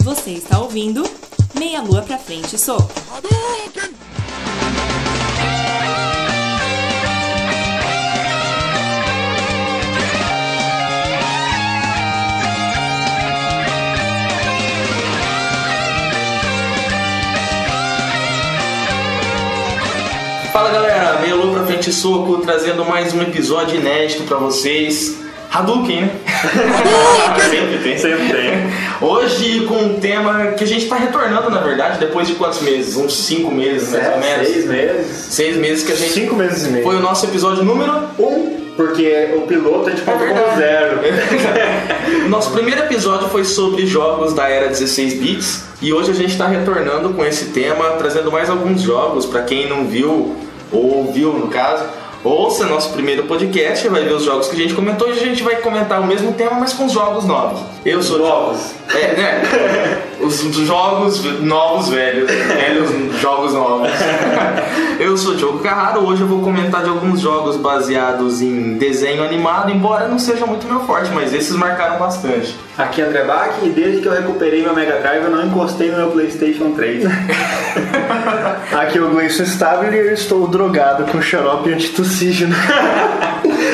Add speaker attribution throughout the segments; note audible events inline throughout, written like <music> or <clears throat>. Speaker 1: Você está ouvindo Meia Lua Pra Frente Soco.
Speaker 2: Fala galera, meia lua pra frente e soco, trazendo mais um episódio inédito pra vocês. Hadouken, né? Sempre tem.
Speaker 3: Sempre tem.
Speaker 2: Hoje com um tema que a gente tá retornando, na verdade, depois de quantos meses? Uns 5 meses, mais ou menos.
Speaker 3: É, Seis meses.
Speaker 2: 6 meses que a gente...
Speaker 3: Cinco meses e meio.
Speaker 2: Foi o nosso episódio número
Speaker 3: um, porque o piloto é de ponto
Speaker 2: verdade.
Speaker 3: com
Speaker 2: <laughs>
Speaker 3: zero.
Speaker 2: Nosso primeiro episódio foi sobre jogos da era 16 bits e hoje a gente está retornando com esse tema, trazendo mais alguns jogos para quem não viu ou viu no caso. Ouça nosso primeiro podcast, vai ver os jogos que a gente comentou e a gente vai comentar o mesmo tema, mas com os jogos novos. Eu sou
Speaker 3: Novos.
Speaker 2: É, né? Os jogos novos, velhos. Velhos jogos novos. Eu sou o Diogo Carraro, hoje eu vou comentar de alguns jogos baseados em desenho animado, embora não seja muito meu forte, mas esses marcaram bastante.
Speaker 3: Aqui é André Bach e desde que eu recuperei meu Mega Drive eu não encostei no meu Playstation
Speaker 4: <laughs>
Speaker 3: 3.
Speaker 4: Aqui é o Gleison Stabler e eu estou drogado com xarope <laughs> antitussígeno.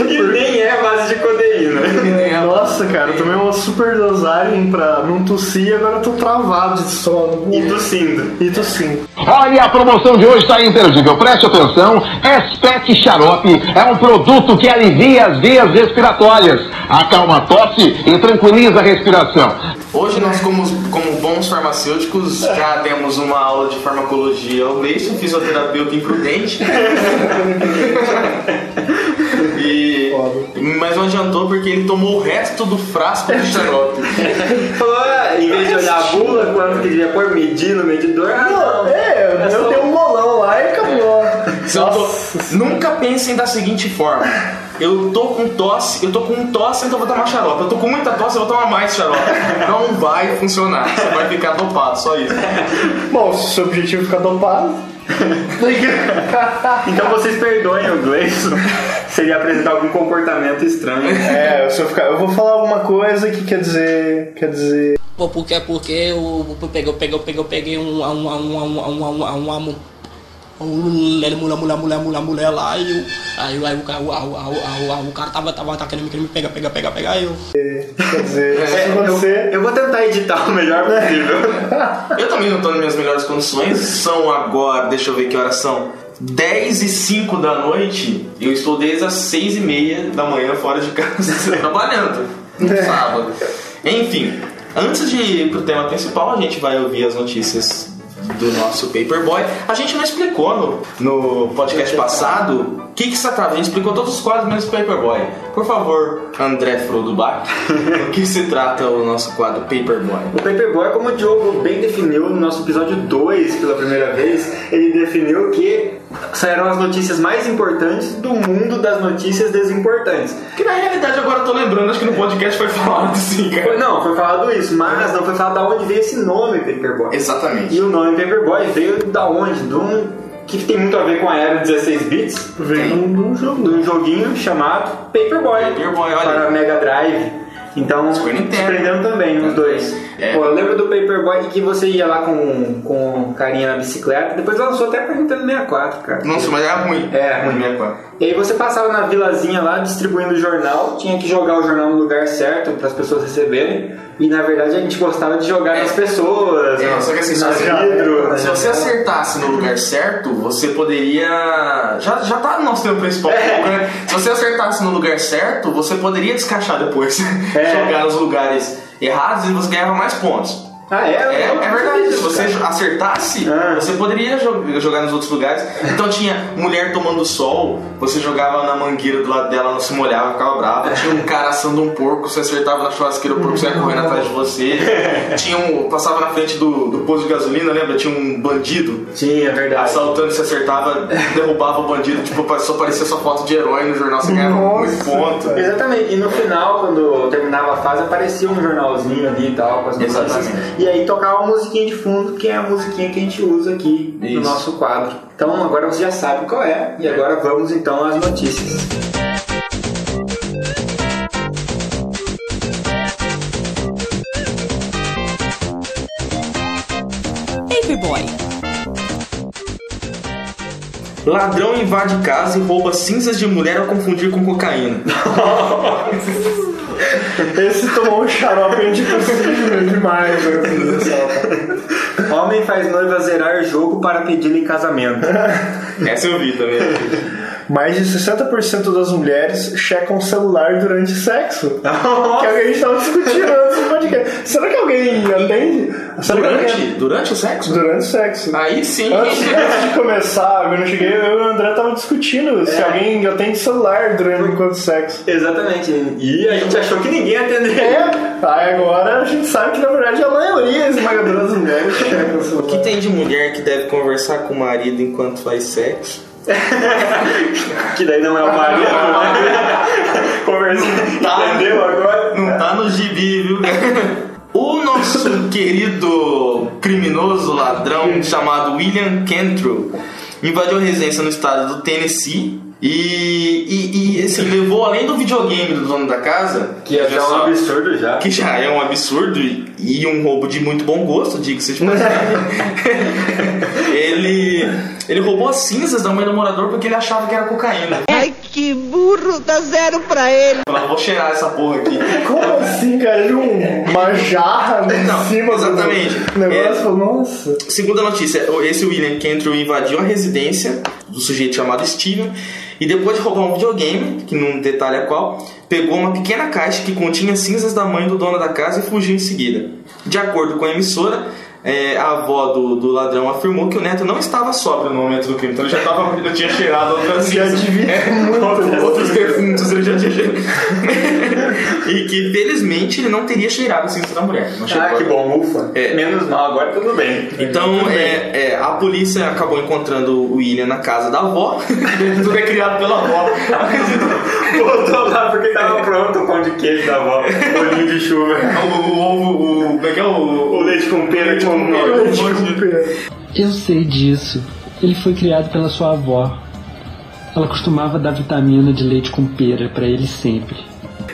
Speaker 3: e nem é base de <laughs> codeína.
Speaker 4: Nossa, cara, eu tomei uma super dosagem pra não tossir e agora eu tô travado de sono.
Speaker 3: E tossindo.
Speaker 4: E tossindo.
Speaker 5: Olha, a promoção de hoje está imperdível. Preste atenção. Respec Xarope é um produto que alivia as vias respiratórias, acalma a tosse e tranquiliza a respiração.
Speaker 2: Hoje nós, como, como bons farmacêuticos, já temos uma aula de farmacologia ao Gleison, fisioterapeuta imprudente. e, mas não adiantou porque ele tomou o resto do frasco do xarope.
Speaker 3: Falou, ah, em vez de olhar a bula, quanto que devia pôr, medir no medidor, ah, não.
Speaker 4: É, eu
Speaker 3: só-
Speaker 4: dei um bolão lá e acabou.
Speaker 2: Se eu tô- Nunca pensem da seguinte forma. Eu tô com tosse, eu tô com tosse, então eu vou tomar xarope. Eu tô com muita tosse, eu vou tomar mais xarope. Não vai funcionar. Você vai ficar dopado, só isso.
Speaker 4: Bom, se o seu objetivo é ficar dopado.
Speaker 3: <laughs> Então vocês perdoem o Gleison se ele apresentar algum comportamento estranho. né?
Speaker 4: é, se eu ficar. Eu vou falar alguma coisa que quer dizer. Quer dizer.
Speaker 6: Pô, porque é porque eu eu peguei, eu peguei, eu peguei, eu peguei um, um, um, um, um, um, um, um, um mulher, mulher, mulher, mulher, mulher, mulher lá e eu, aí, aí o, cara- o, o, o, o, o cara tava, tava, tá querendo me querendo me pegar, pegar, pegar, pegar, aí eu,
Speaker 4: Quer dizer. Se
Speaker 3: É, Eu,
Speaker 4: acontecer. Né?
Speaker 3: eu vou tentar editar o melhor possível.
Speaker 2: Eu também não tô nas minhas melhores condições. São agora, deixa eu ver que horas são. 10 e 5 da noite. Eu estou desde as 6 e meia da manhã fora de casa <laughs> trabalhando. No sábado. Enfim, antes de ir pro tema principal, a gente vai ouvir as notícias do nosso Paperboy. A gente não explicou no, no podcast passado o que que se trata. A gente explicou todos os quadros menos o Paperboy. Por favor, André Frodo Bach, do que se trata o nosso quadro Paperboy?
Speaker 3: O Paperboy, como o Diogo bem definiu no nosso episódio 2 pela primeira vez, ele definiu que saíram as notícias mais importantes do mundo das notícias desimportantes.
Speaker 2: Que na realidade agora eu tô lembrando, acho que no podcast foi falado assim,
Speaker 3: Foi-
Speaker 2: cara.
Speaker 3: Não, foi falado isso, mas não foi falado da onde veio esse nome Paperboy.
Speaker 2: Exatamente.
Speaker 3: E o nome Paperboy veio da onde? De um que tem muito a ver com a era 16 bits,
Speaker 4: Vem num- num jogo.
Speaker 3: de um joguinho chamado Paperboy,
Speaker 2: Paperboy, olha.
Speaker 3: para Mega Drive. Então,
Speaker 2: Super Nintendo.
Speaker 3: se prenderam também os dois.
Speaker 2: É.
Speaker 3: Pô, eu lembro do Paperboy que você ia lá com, com o carinha na bicicleta, depois lançou até pra Nintendo 64, cara.
Speaker 2: Nossa, mas era ruim. né,
Speaker 3: É, ruim.
Speaker 2: mesmo, cara.
Speaker 3: E aí você passava na vilazinha lá distribuindo jornal, tinha que jogar o jornal no lugar certo para as pessoas receberem. E na verdade a gente gostava de jogar nas pessoas,
Speaker 2: É,
Speaker 3: no-
Speaker 2: só que assim, se
Speaker 3: nas Ah, é?
Speaker 2: você,
Speaker 3: vidro, nas
Speaker 2: se você
Speaker 3: janelas.
Speaker 2: acertasse no lugar certo, você poderia. Já, já tá no nosso tempo principal, né? Se você acertasse no lugar certo, você poderia descaixar depois. <laughs>
Speaker 3: É.
Speaker 2: Jogar nos lugares errados e você ganhava mais pontos.
Speaker 3: Ah, é?
Speaker 2: É,
Speaker 3: Eu não
Speaker 2: é
Speaker 3: sabia
Speaker 2: verdade. Se
Speaker 3: disso,
Speaker 2: você
Speaker 3: cara.
Speaker 2: acertasse,
Speaker 3: Ah.
Speaker 2: você poderia jo- jogar nos outros lugares. Então tinha mulher tomando sol, você jogava na mangueira do lado dela, não se molhava, ficava brava. Tinha um cara assando um porco, você acertava na churrasqueira, o porco saia correndo atrás de você. Tinha um. Passava na frente do, do posto de gasolina, lembra? Tinha um bandido.
Speaker 3: Tinha, é verdade.
Speaker 2: Assaltando, você acertava, derrubava o bandido, tipo, só aparecia sua foto de herói no jornal, você ganhava muito
Speaker 4: Nossa,
Speaker 2: um ponto.
Speaker 3: Exatamente, e no final, quando terminava a fase, aparecia um jornalzinho ali e tal, com as notícias.
Speaker 2: Exatamente.
Speaker 3: E aí tocava uma musiquinha de fundo, que é a musiquinha que a gente usa aqui
Speaker 2: Isso.
Speaker 3: no nosso quadro. Então agora você já sabe qual é, e agora vamos então às notícias.
Speaker 2: Ladrão invade casa e rouba cinzas de mulher ao confundir com cocaína.
Speaker 4: Esse tomou um xarope antitussilino demais, meu Deus do céu.
Speaker 3: Homem faz noiva zerar jogo para pedi-la em casamento.
Speaker 2: Essa eu vi também.
Speaker 4: Mais de 60% das mulheres checam o celular durante sexo. que é o que a gente tava discutindo antes do podcast. Será que alguém atende? Será que alguém
Speaker 2: Durante, durante o sexo?
Speaker 4: Durante o sexo.
Speaker 2: Aí sim.
Speaker 4: Antes, antes de começar, eu não cheguei, eu e o André tava discutindo se alguém atende celular durante enquanto sexo.
Speaker 3: Exatamente. E a gente achou que ninguém <laughs>
Speaker 4: É,
Speaker 3: atenderia.
Speaker 4: aí agora a gente sabe que na verdade é a maioria esmagadora das mulheres checam o
Speaker 2: O que
Speaker 4: celular.
Speaker 2: tem de mulher que deve conversar com o marido enquanto faz sexo?
Speaker 3: Que daí não é o marido,
Speaker 4: <laughs>
Speaker 3: né? Conversando. Entendeu agora?
Speaker 2: Não tá no gibi, viu? <laughs> O nosso querido criminoso ladrão chamado William Cantrell invadiu a residência no estado do Tennessee e, e, e, assim, levou além do videogame do dono da casa,
Speaker 3: Que é
Speaker 2: já
Speaker 3: já um
Speaker 2: só-
Speaker 3: absurdo já.
Speaker 2: que já é um absurdo e, e um roubo de muito bom gosto, diga-se de passagem. <laughs> ele, ele roubou as cinzas da mãe do morador porque ele achava que era cocaína.
Speaker 7: Ai, que burro, dá zero pra ele.
Speaker 2: Falava, vou cheirar essa porra aqui.
Speaker 4: Como assim, cara? De um- uma jarra em
Speaker 3: Então,
Speaker 2: Não,
Speaker 4: cima
Speaker 2: exatamente.
Speaker 4: do negócio?
Speaker 2: É.
Speaker 4: Falou, Nossa.
Speaker 2: Segunda notícia, esse William Cantrell invadiu a residência do sujeito chamado Steven e depois de roubar um videogame, que não detalha qual, pegou uma pequena caixa que continha cinzas da mãe do dono da casa e fugiu em seguida. De acordo com a emissora, é, a avó do, do ladrão afirmou que o neto não estava sóbrio no momento do crime, então ele já, tava, já tinha cheirado outras
Speaker 4: Já
Speaker 2: cinzas.
Speaker 4: devia
Speaker 2: <laughs> É, outros, outros defuntos ele já tinha cheirado. <laughs> e que felizmente ele não teria cheirado cinzas da mulher. Não
Speaker 3: Ah,
Speaker 2: cheirou.
Speaker 3: que bom, ufa.
Speaker 2: É.
Speaker 3: Menos mal, agora tudo bem.
Speaker 2: Então, é, é, a polícia acabou encontrando o William na casa da avó. <laughs> Tudo é criado pela <laughs> avó.
Speaker 3: Voltou lá porque tava pronto o pão de queijo da avó. Bolinho de chuva.
Speaker 2: É, o, o ovo, o. Como é que é o.
Speaker 3: O leite com pera com molho.
Speaker 4: Desculpa.
Speaker 8: Eu sei disso. Ele foi criado pela sua avó. Ela costumava dar vitamina de leite com pera pra ele sempre.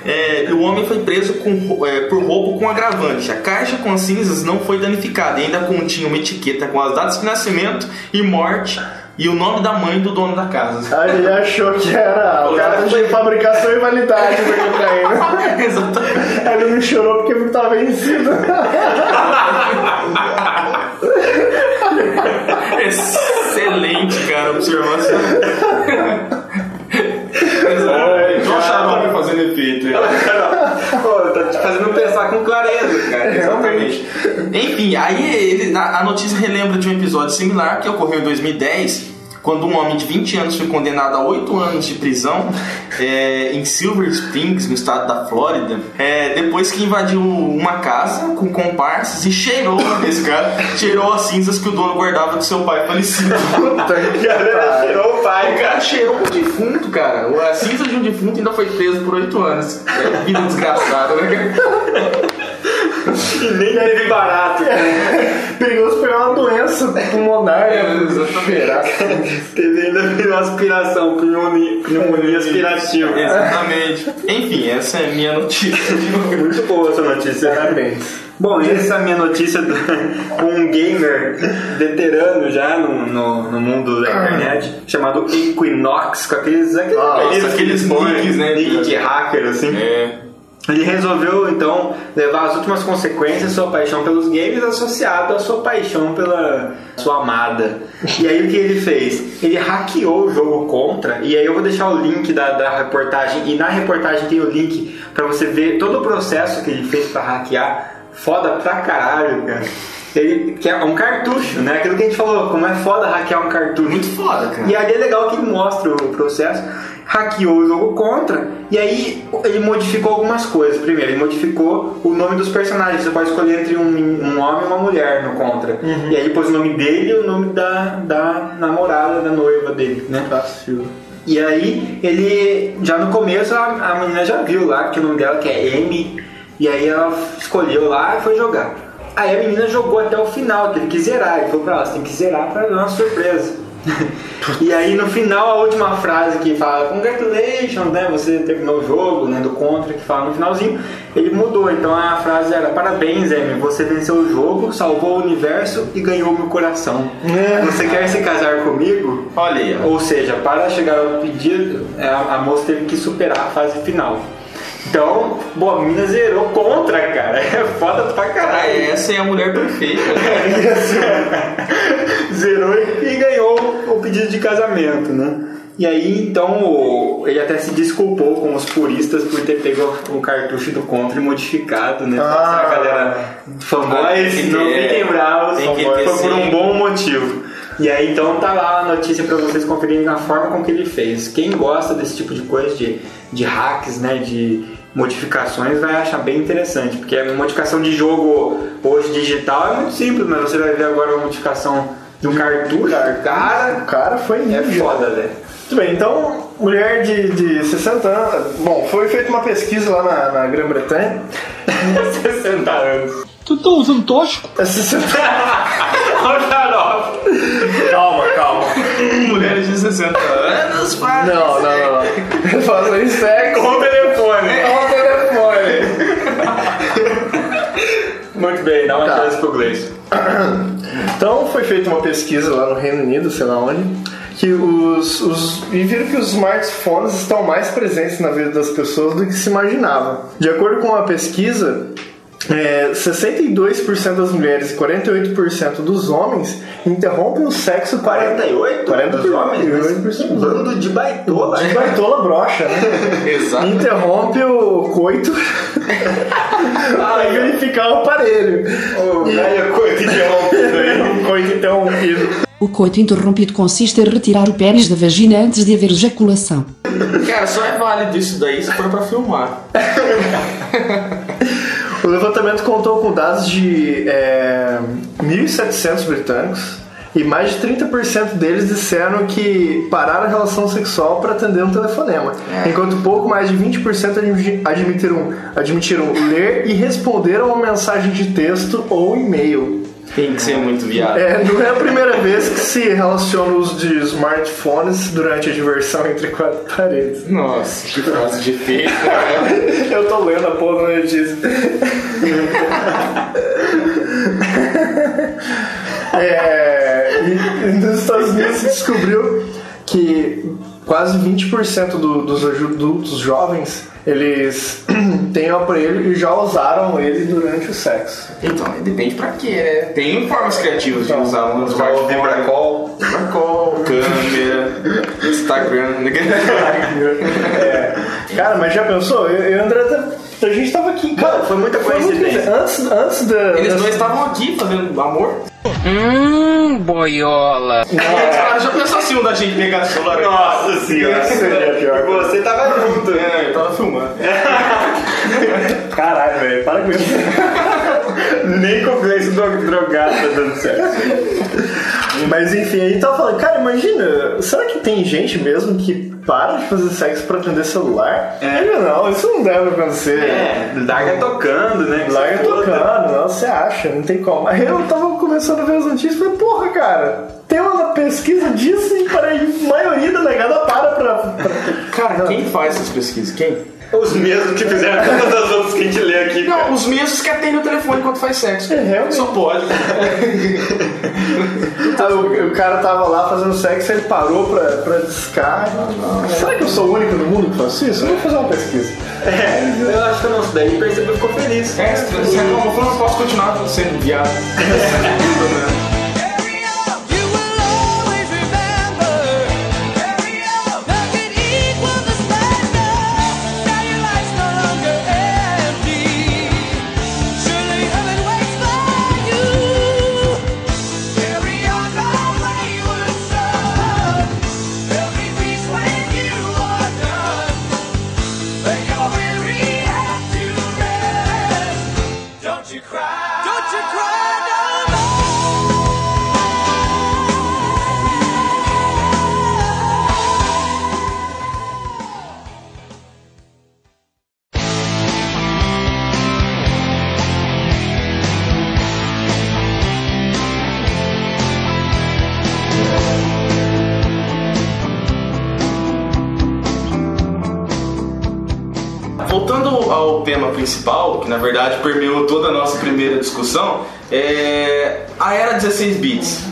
Speaker 2: É, o homem foi preso com- é, por roubo com agravante. A caixa com as cinzas não foi danificada, e ainda continha uma etiqueta com as datas de nascimento e morte e o nome da mãe do dono da casa. <laughs>
Speaker 4: Aí Ah, ele achou que era
Speaker 2: O cara
Speaker 4: data
Speaker 2: foi-
Speaker 4: de fabricação e validade né, da cocaína.
Speaker 2: Exatamente.
Speaker 4: Aí Ele não chorou porque não tava
Speaker 3: <laughs>
Speaker 4: vencido.
Speaker 2: Excelente, cara, observação. Exatamente. Só o xarope fazendo <laughs> efeito. hein?
Speaker 3: Pô, tá te fazendo pensar com clareza, cara.
Speaker 2: É, Exatamente. Enfim, aí ele- a, a notícia relembra de um episódio similar que ocorreu em 2010, quando um homem de 20 anos foi condenado a 8 anos de prisão é, em Silver Springs, no estado da Flórida, é, depois que invadiu uma casa com comparsas e cheirou, <laughs> esse cara, cheirou as cinzas que o dono guardava do seu pai falecido. <laughs>
Speaker 3: Galera, tirou o pai,
Speaker 2: O
Speaker 3: cara.
Speaker 2: cara cheirou um defunto, cara. A cinza de um defunto ainda foi preso por 8 anos. É, vida desgraçada, né, cara?
Speaker 3: E nem teve
Speaker 4: <laughs>
Speaker 3: barato, cara.
Speaker 4: Perigoso pegar uma doença pulmonar.
Speaker 2: É,
Speaker 4: né?
Speaker 2: exatamente.
Speaker 4: Cheirar.
Speaker 3: Teve ainda virou aspiração, pneumonia, pneumonia aspirativa.
Speaker 2: Exatamente. Enfim, essa é a minha notícia.
Speaker 3: Muito boa essa notícia, né? parabéns. Bom, e essa é a minha notícia do, <laughs> um gamer veterano já no, no, no mundo da internet, chamado Equinox, com aqueles, aqueles,
Speaker 2: Nossa, aqueles
Speaker 3: põem,
Speaker 2: nicks, né?
Speaker 3: nick de hacker, assim.
Speaker 2: É.
Speaker 3: Ele resolveu, então, levar as últimas consequências da sua paixão pelos games associado à sua paixão pela sua amada. E aí o que ele fez? Ele hackeou o jogo contra, e aí eu vou deixar o link da, da reportagem, e na reportagem tem o link pra você ver todo o processo que ele fez pra hackear. Foda pra caralho, cara. Ele que é um cartucho, né? Aquilo que a gente falou, como é foda hackear um cartucho.
Speaker 2: Muito foda, cara.
Speaker 3: E ali é legal que ele mostra o processo, hackeou o jogo contra, e aí ele modificou algumas coisas. Primeiro, ele modificou o nome dos personagens. Você pode escolher entre um, um homem e uma mulher no contra.
Speaker 2: Uhum.
Speaker 3: E aí ele pôs o nome dele e o nome da, da namorada, da noiva dele, né? E aí ele já no começo a, a menina já viu lá que o nome dela que é M e aí ela escolheu lá e foi jogar. Aí a menina jogou até o final, teve que zerar, e falou pra ela, você tem que zerar pra dar uma surpresa. <laughs> E aí no final a última frase que fala Congratulations, né? Você terminou o jogo, né? Do contra que fala no finalzinho, ele mudou. Então a frase era Parabéns, Amy, você venceu o jogo, salvou o universo e ganhou meu coração. Você quer se casar comigo?
Speaker 2: Olha aí, ó.
Speaker 3: Ou seja, para chegar ao pedido, é, a, a moça teve que superar a fase final. Então, boa, a mina zerou contra, cara. <laughs> É foda pra
Speaker 2: Ah,
Speaker 3: caralho.
Speaker 2: essa é a mulher <laughs> perfeita. né?
Speaker 3: <laughs> Zerou e- e ganhou o pedido de casamento, né? E aí, então, o- ele até se desculpou com os puristas por ter pego o cartucho do Contra e modificado, né?
Speaker 4: Ah.
Speaker 3: Essa galera famosa,
Speaker 2: Ah, tem que
Speaker 3: não
Speaker 2: ter.
Speaker 3: fiquem bravos,
Speaker 2: Tem que
Speaker 3: foi
Speaker 2: ter,
Speaker 3: por um
Speaker 2: sim.
Speaker 3: bom motivo. E aí, então, tá lá a notícia pra vocês conferirem na forma com que ele fez. Quem gosta desse tipo de coisa, de, de hacks, né, de modificações, vai achar bem interessante, porque a modificação de jogo hoje digital é muito simples, mas você vai ver agora uma modificação de um cartucho,
Speaker 4: O
Speaker 3: cara,
Speaker 4: cara foi
Speaker 3: é
Speaker 4: ninja.
Speaker 3: foda, velho.
Speaker 4: Muito bem, então, mulher de, de 60 anos. Bom, foi feita uma pesquisa lá na, na Grã-Bretanha. <laughs>
Speaker 3: 60 anos.
Speaker 8: Tu tá usando tóxico?
Speaker 4: É 60
Speaker 3: <laughs> Olha o xarope.
Speaker 4: Calma, calma.
Speaker 2: Mulheres de 60 anos, para.
Speaker 4: Não, não, não. não. Eu falo em sexo.
Speaker 3: Com o telefone.
Speaker 4: Olha o telefone.
Speaker 3: Muito bem, dá uma
Speaker 4: Tá.
Speaker 3: chance pro Gleice.
Speaker 4: Então foi feita uma pesquisa lá no Reino Unido, sei lá onde, que os, os e viram que os smartphones estão mais presentes na vida das pessoas do que se imaginava. De acordo com a pesquisa, é, 62% das mulheres e 48% dos homens interrompem o sexo para
Speaker 3: 48?
Speaker 4: 48
Speaker 3: dos homens? Mas
Speaker 4: 48%.
Speaker 3: que bando
Speaker 2: <laughs>
Speaker 3: de baitola.
Speaker 2: um.
Speaker 4: de baitola brocha, né?
Speaker 2: Exato.
Speaker 4: Interrompe o coito para verificar o aparelho.
Speaker 3: O
Speaker 2: é
Speaker 3: velho coito interrompido aí.
Speaker 4: O coito então, um interrompido.
Speaker 9: O coito interrompido consiste em retirar o pênis da vagina antes de haver ejaculação.
Speaker 2: Cara, só é válido isso daí se for pra filmar.
Speaker 4: O levantamento contou com dados de é, 1.700 britânicos e mais de 30% deles disseram que pararam a relação sexual para atender um telefonema, enquanto pouco mais de 20% admi- admitiram, admitiram ler e responderam uma mensagem de texto ou e-mail.
Speaker 2: Tem que ser muito viado.
Speaker 4: É, não é a primeira vez que se relaciona o uso de smartphones durante a diversão entre quatro <laughs> paredes.
Speaker 2: Nossa, que frase de feio, cara.
Speaker 4: Eu tô lendo a porra da notícia. É, e, e nos Estados Unidos se descobriu que quase 20% do, dos adultos jovens eles <clears throat> têm o aparelho e já usaram ele durante o sexo.
Speaker 2: Então, depende pra quê, né? Tem formas criativas de usar um
Speaker 3: Usar o
Speaker 2: smartphone.
Speaker 3: Vibracol.
Speaker 2: Vibracol, câmera, Instagram.
Speaker 4: É, Cara, mas já pensou? Eu, eu e o André, tá- a gente tava aqui em casa.
Speaker 3: foi muita
Speaker 4: Foi muito
Speaker 3: coincidência.
Speaker 4: coincidência. Antes, antes
Speaker 2: <laughs>
Speaker 4: da.
Speaker 2: Eles
Speaker 4: das-
Speaker 2: dois estavam aqui fazendo amor. Cara, <laughs> já pensou assim um da gente pegar a celular?
Speaker 3: Nossa senhora.
Speaker 4: Seria pior.
Speaker 3: E Você tava junto, né?
Speaker 2: É, eu tava filmando.
Speaker 4: Caralho, velho, para com isso.
Speaker 3: Nem com o Gleice dro- drogado tá dando certo.
Speaker 4: Mas enfim, aí tava falando, cara, imagina, será que tem gente mesmo que para de fazer sexo pra atender celular?
Speaker 3: É.
Speaker 4: Eu, não, isso não deve acontecer.
Speaker 3: É,
Speaker 2: tá
Speaker 3: larga tocando, né?
Speaker 4: Larga
Speaker 3: Você toda.
Speaker 4: tocando, não, você acha, não tem como. Aí eu tava começando a ver as notícias e falei, porra, cara, tem uma pesquisa disso e para a maioria da negada para pra. pra-
Speaker 2: Cara, quem faz essas pesquisas? Quem?
Speaker 3: Os mesmos que fizeram todas as outras que a gente lê aqui.
Speaker 2: Não,
Speaker 3: cara.
Speaker 2: os mesmos que atendem o telefone quando faz sexo.
Speaker 4: É, realmente.
Speaker 2: Só pode.
Speaker 4: Aí o, o cara tava lá fazendo sexo, ele parou pra, pra discar. será que eu sou o único no mundo que faço isso? Eu vou fazer uma pesquisa.
Speaker 3: É, eu acho que o nosso daí percebeu e ficou feliz.
Speaker 2: É, se você reclamou, eu não posso continuar sendo viado.
Speaker 10: Don't you cry, don't you cry no more.
Speaker 2: ao tema principal, que na verdade permeou toda a nossa primeira discussão, é a era 16 bits.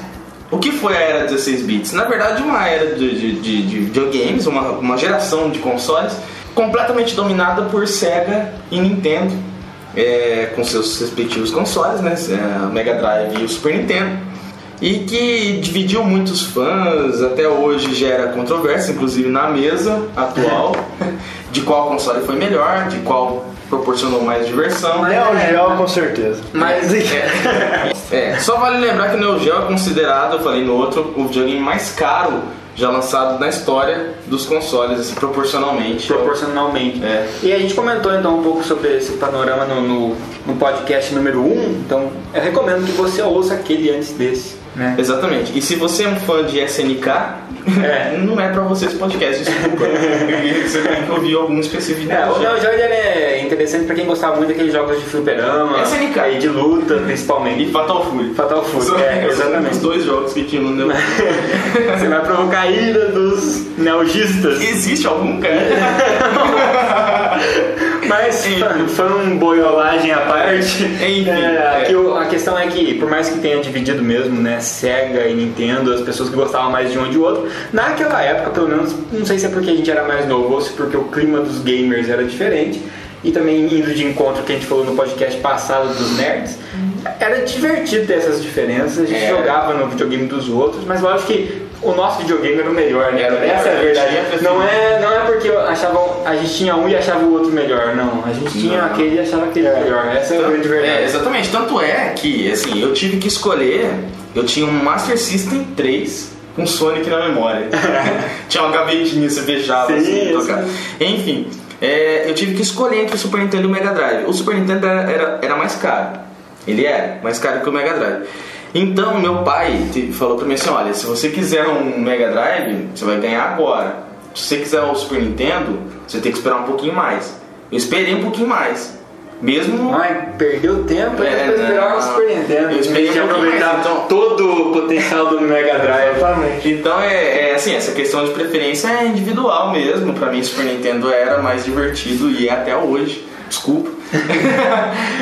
Speaker 2: O que foi a era 16 bits? Na verdade, uma era de, de, de, de videogames, uma, uma geração de consoles completamente dominada por Sega e Nintendo, é, com seus respectivos consoles, né? É, o Mega Drive e o Super Nintendo e que dividiu muitos fãs, até hoje gera controvérsia, inclusive na mesa atual, de qual console foi melhor, de qual proporcionou mais diversão.
Speaker 4: Neo Geo, com certeza.
Speaker 3: Mas
Speaker 2: É, só vale lembrar que o Neo Geo é considerado, eu falei no outro, o videogame mais caro já lançado na história dos consoles, assim, proporcionalmente.
Speaker 3: proporcionalmente.
Speaker 2: É.
Speaker 3: E a gente comentou então um pouco sobre esse panorama no, no, no podcast número 1, um, então eu recomendo que você ouça aquele antes desse.
Speaker 2: É.
Speaker 3: Né?
Speaker 2: Exatamente. E se você é um fã de SNK,
Speaker 3: É.
Speaker 2: <laughs> não é pra você esse podcast,
Speaker 3: <laughs>
Speaker 2: desculpa. você tem que ouvir algum específico.
Speaker 3: É, o Neo Geo ele é interessante pra quem gostava muito daqueles jogos de fliperama
Speaker 2: SNK.
Speaker 3: e de luta, principalmente.
Speaker 2: E Fatal Fury.
Speaker 3: Fatal Fury,
Speaker 2: São-
Speaker 3: é,
Speaker 2: são
Speaker 3: exatamente.
Speaker 2: Os dois jogos que tinham no Neo
Speaker 3: <laughs> Você vai provocar a ira dos neogistas.
Speaker 2: Existe algum
Speaker 3: <laughs>
Speaker 2: cara?
Speaker 3: Mas
Speaker 2: Enfim.
Speaker 3: fã- fanboyolagem um à parte.
Speaker 2: Enfim,
Speaker 3: é,
Speaker 2: é.
Speaker 3: que o- a questão é que, por mais que tenha dividido mesmo, né, Sega e Nintendo, as pessoas que gostavam mais de um ou de outro, naquela época, pelo menos, não sei se é porque a gente era mais novo ou se porque o clima dos gamers era diferente. E também indo de encontro que a gente falou no podcast passado dos nerds, era divertido ter essas diferenças. A gente
Speaker 2: Uhum. É.
Speaker 3: jogava no videogame dos outros, mas eu acho que o nosso videogame era o melhor, né?
Speaker 2: Era o
Speaker 3: Essa é a
Speaker 2: melhor,
Speaker 3: verdade.
Speaker 2: tinha preferido.
Speaker 3: Não é é, não é porque eu achava, a gente tinha um e achava o outro melhor, não. A gente tinha
Speaker 2: Não.
Speaker 3: aquele e achava aquele melhor. Essa é a grande
Speaker 2: É,
Speaker 3: verdade.
Speaker 2: exatamente. Tanto é que, assim, eu tive que escolher. Eu tinha um Master System 3 com Sonic na
Speaker 3: <laughs>
Speaker 2: memória. tinha uma gavetinha, você fechava
Speaker 3: Sim,
Speaker 2: assim,
Speaker 3: sim.
Speaker 2: tocava. Enfim, é, eu tive que escolher entre o Super Nintendo e o Mega Drive. O Super Nintendo era, era, era mais caro. Ele é mais caro que o Mega Drive. Então, meu pai te- falou pra mim assim: olha, se você quiser um Mega Drive, você vai ganhar agora. Se você quiser o Super Nintendo, você tem que esperar um pouquinho mais. Eu esperei um pouquinho mais. Mesmo
Speaker 3: Ai, perdeu tempo,
Speaker 2: É,
Speaker 3: é, depois
Speaker 2: não.
Speaker 3: melhor o Super Nintendo.
Speaker 2: Eu
Speaker 3: Em
Speaker 2: esperei
Speaker 3: vez de
Speaker 2: um pouquinho
Speaker 3: aproveitar
Speaker 2: mais, então.
Speaker 3: todo o potencial do Mega Drive.
Speaker 4: Exatamente.
Speaker 2: Então é, é, assim, essa questão de preferência é individual mesmo. Pra mim, Super Nintendo era mais divertido e é até hoje. Desculpa. <laughs>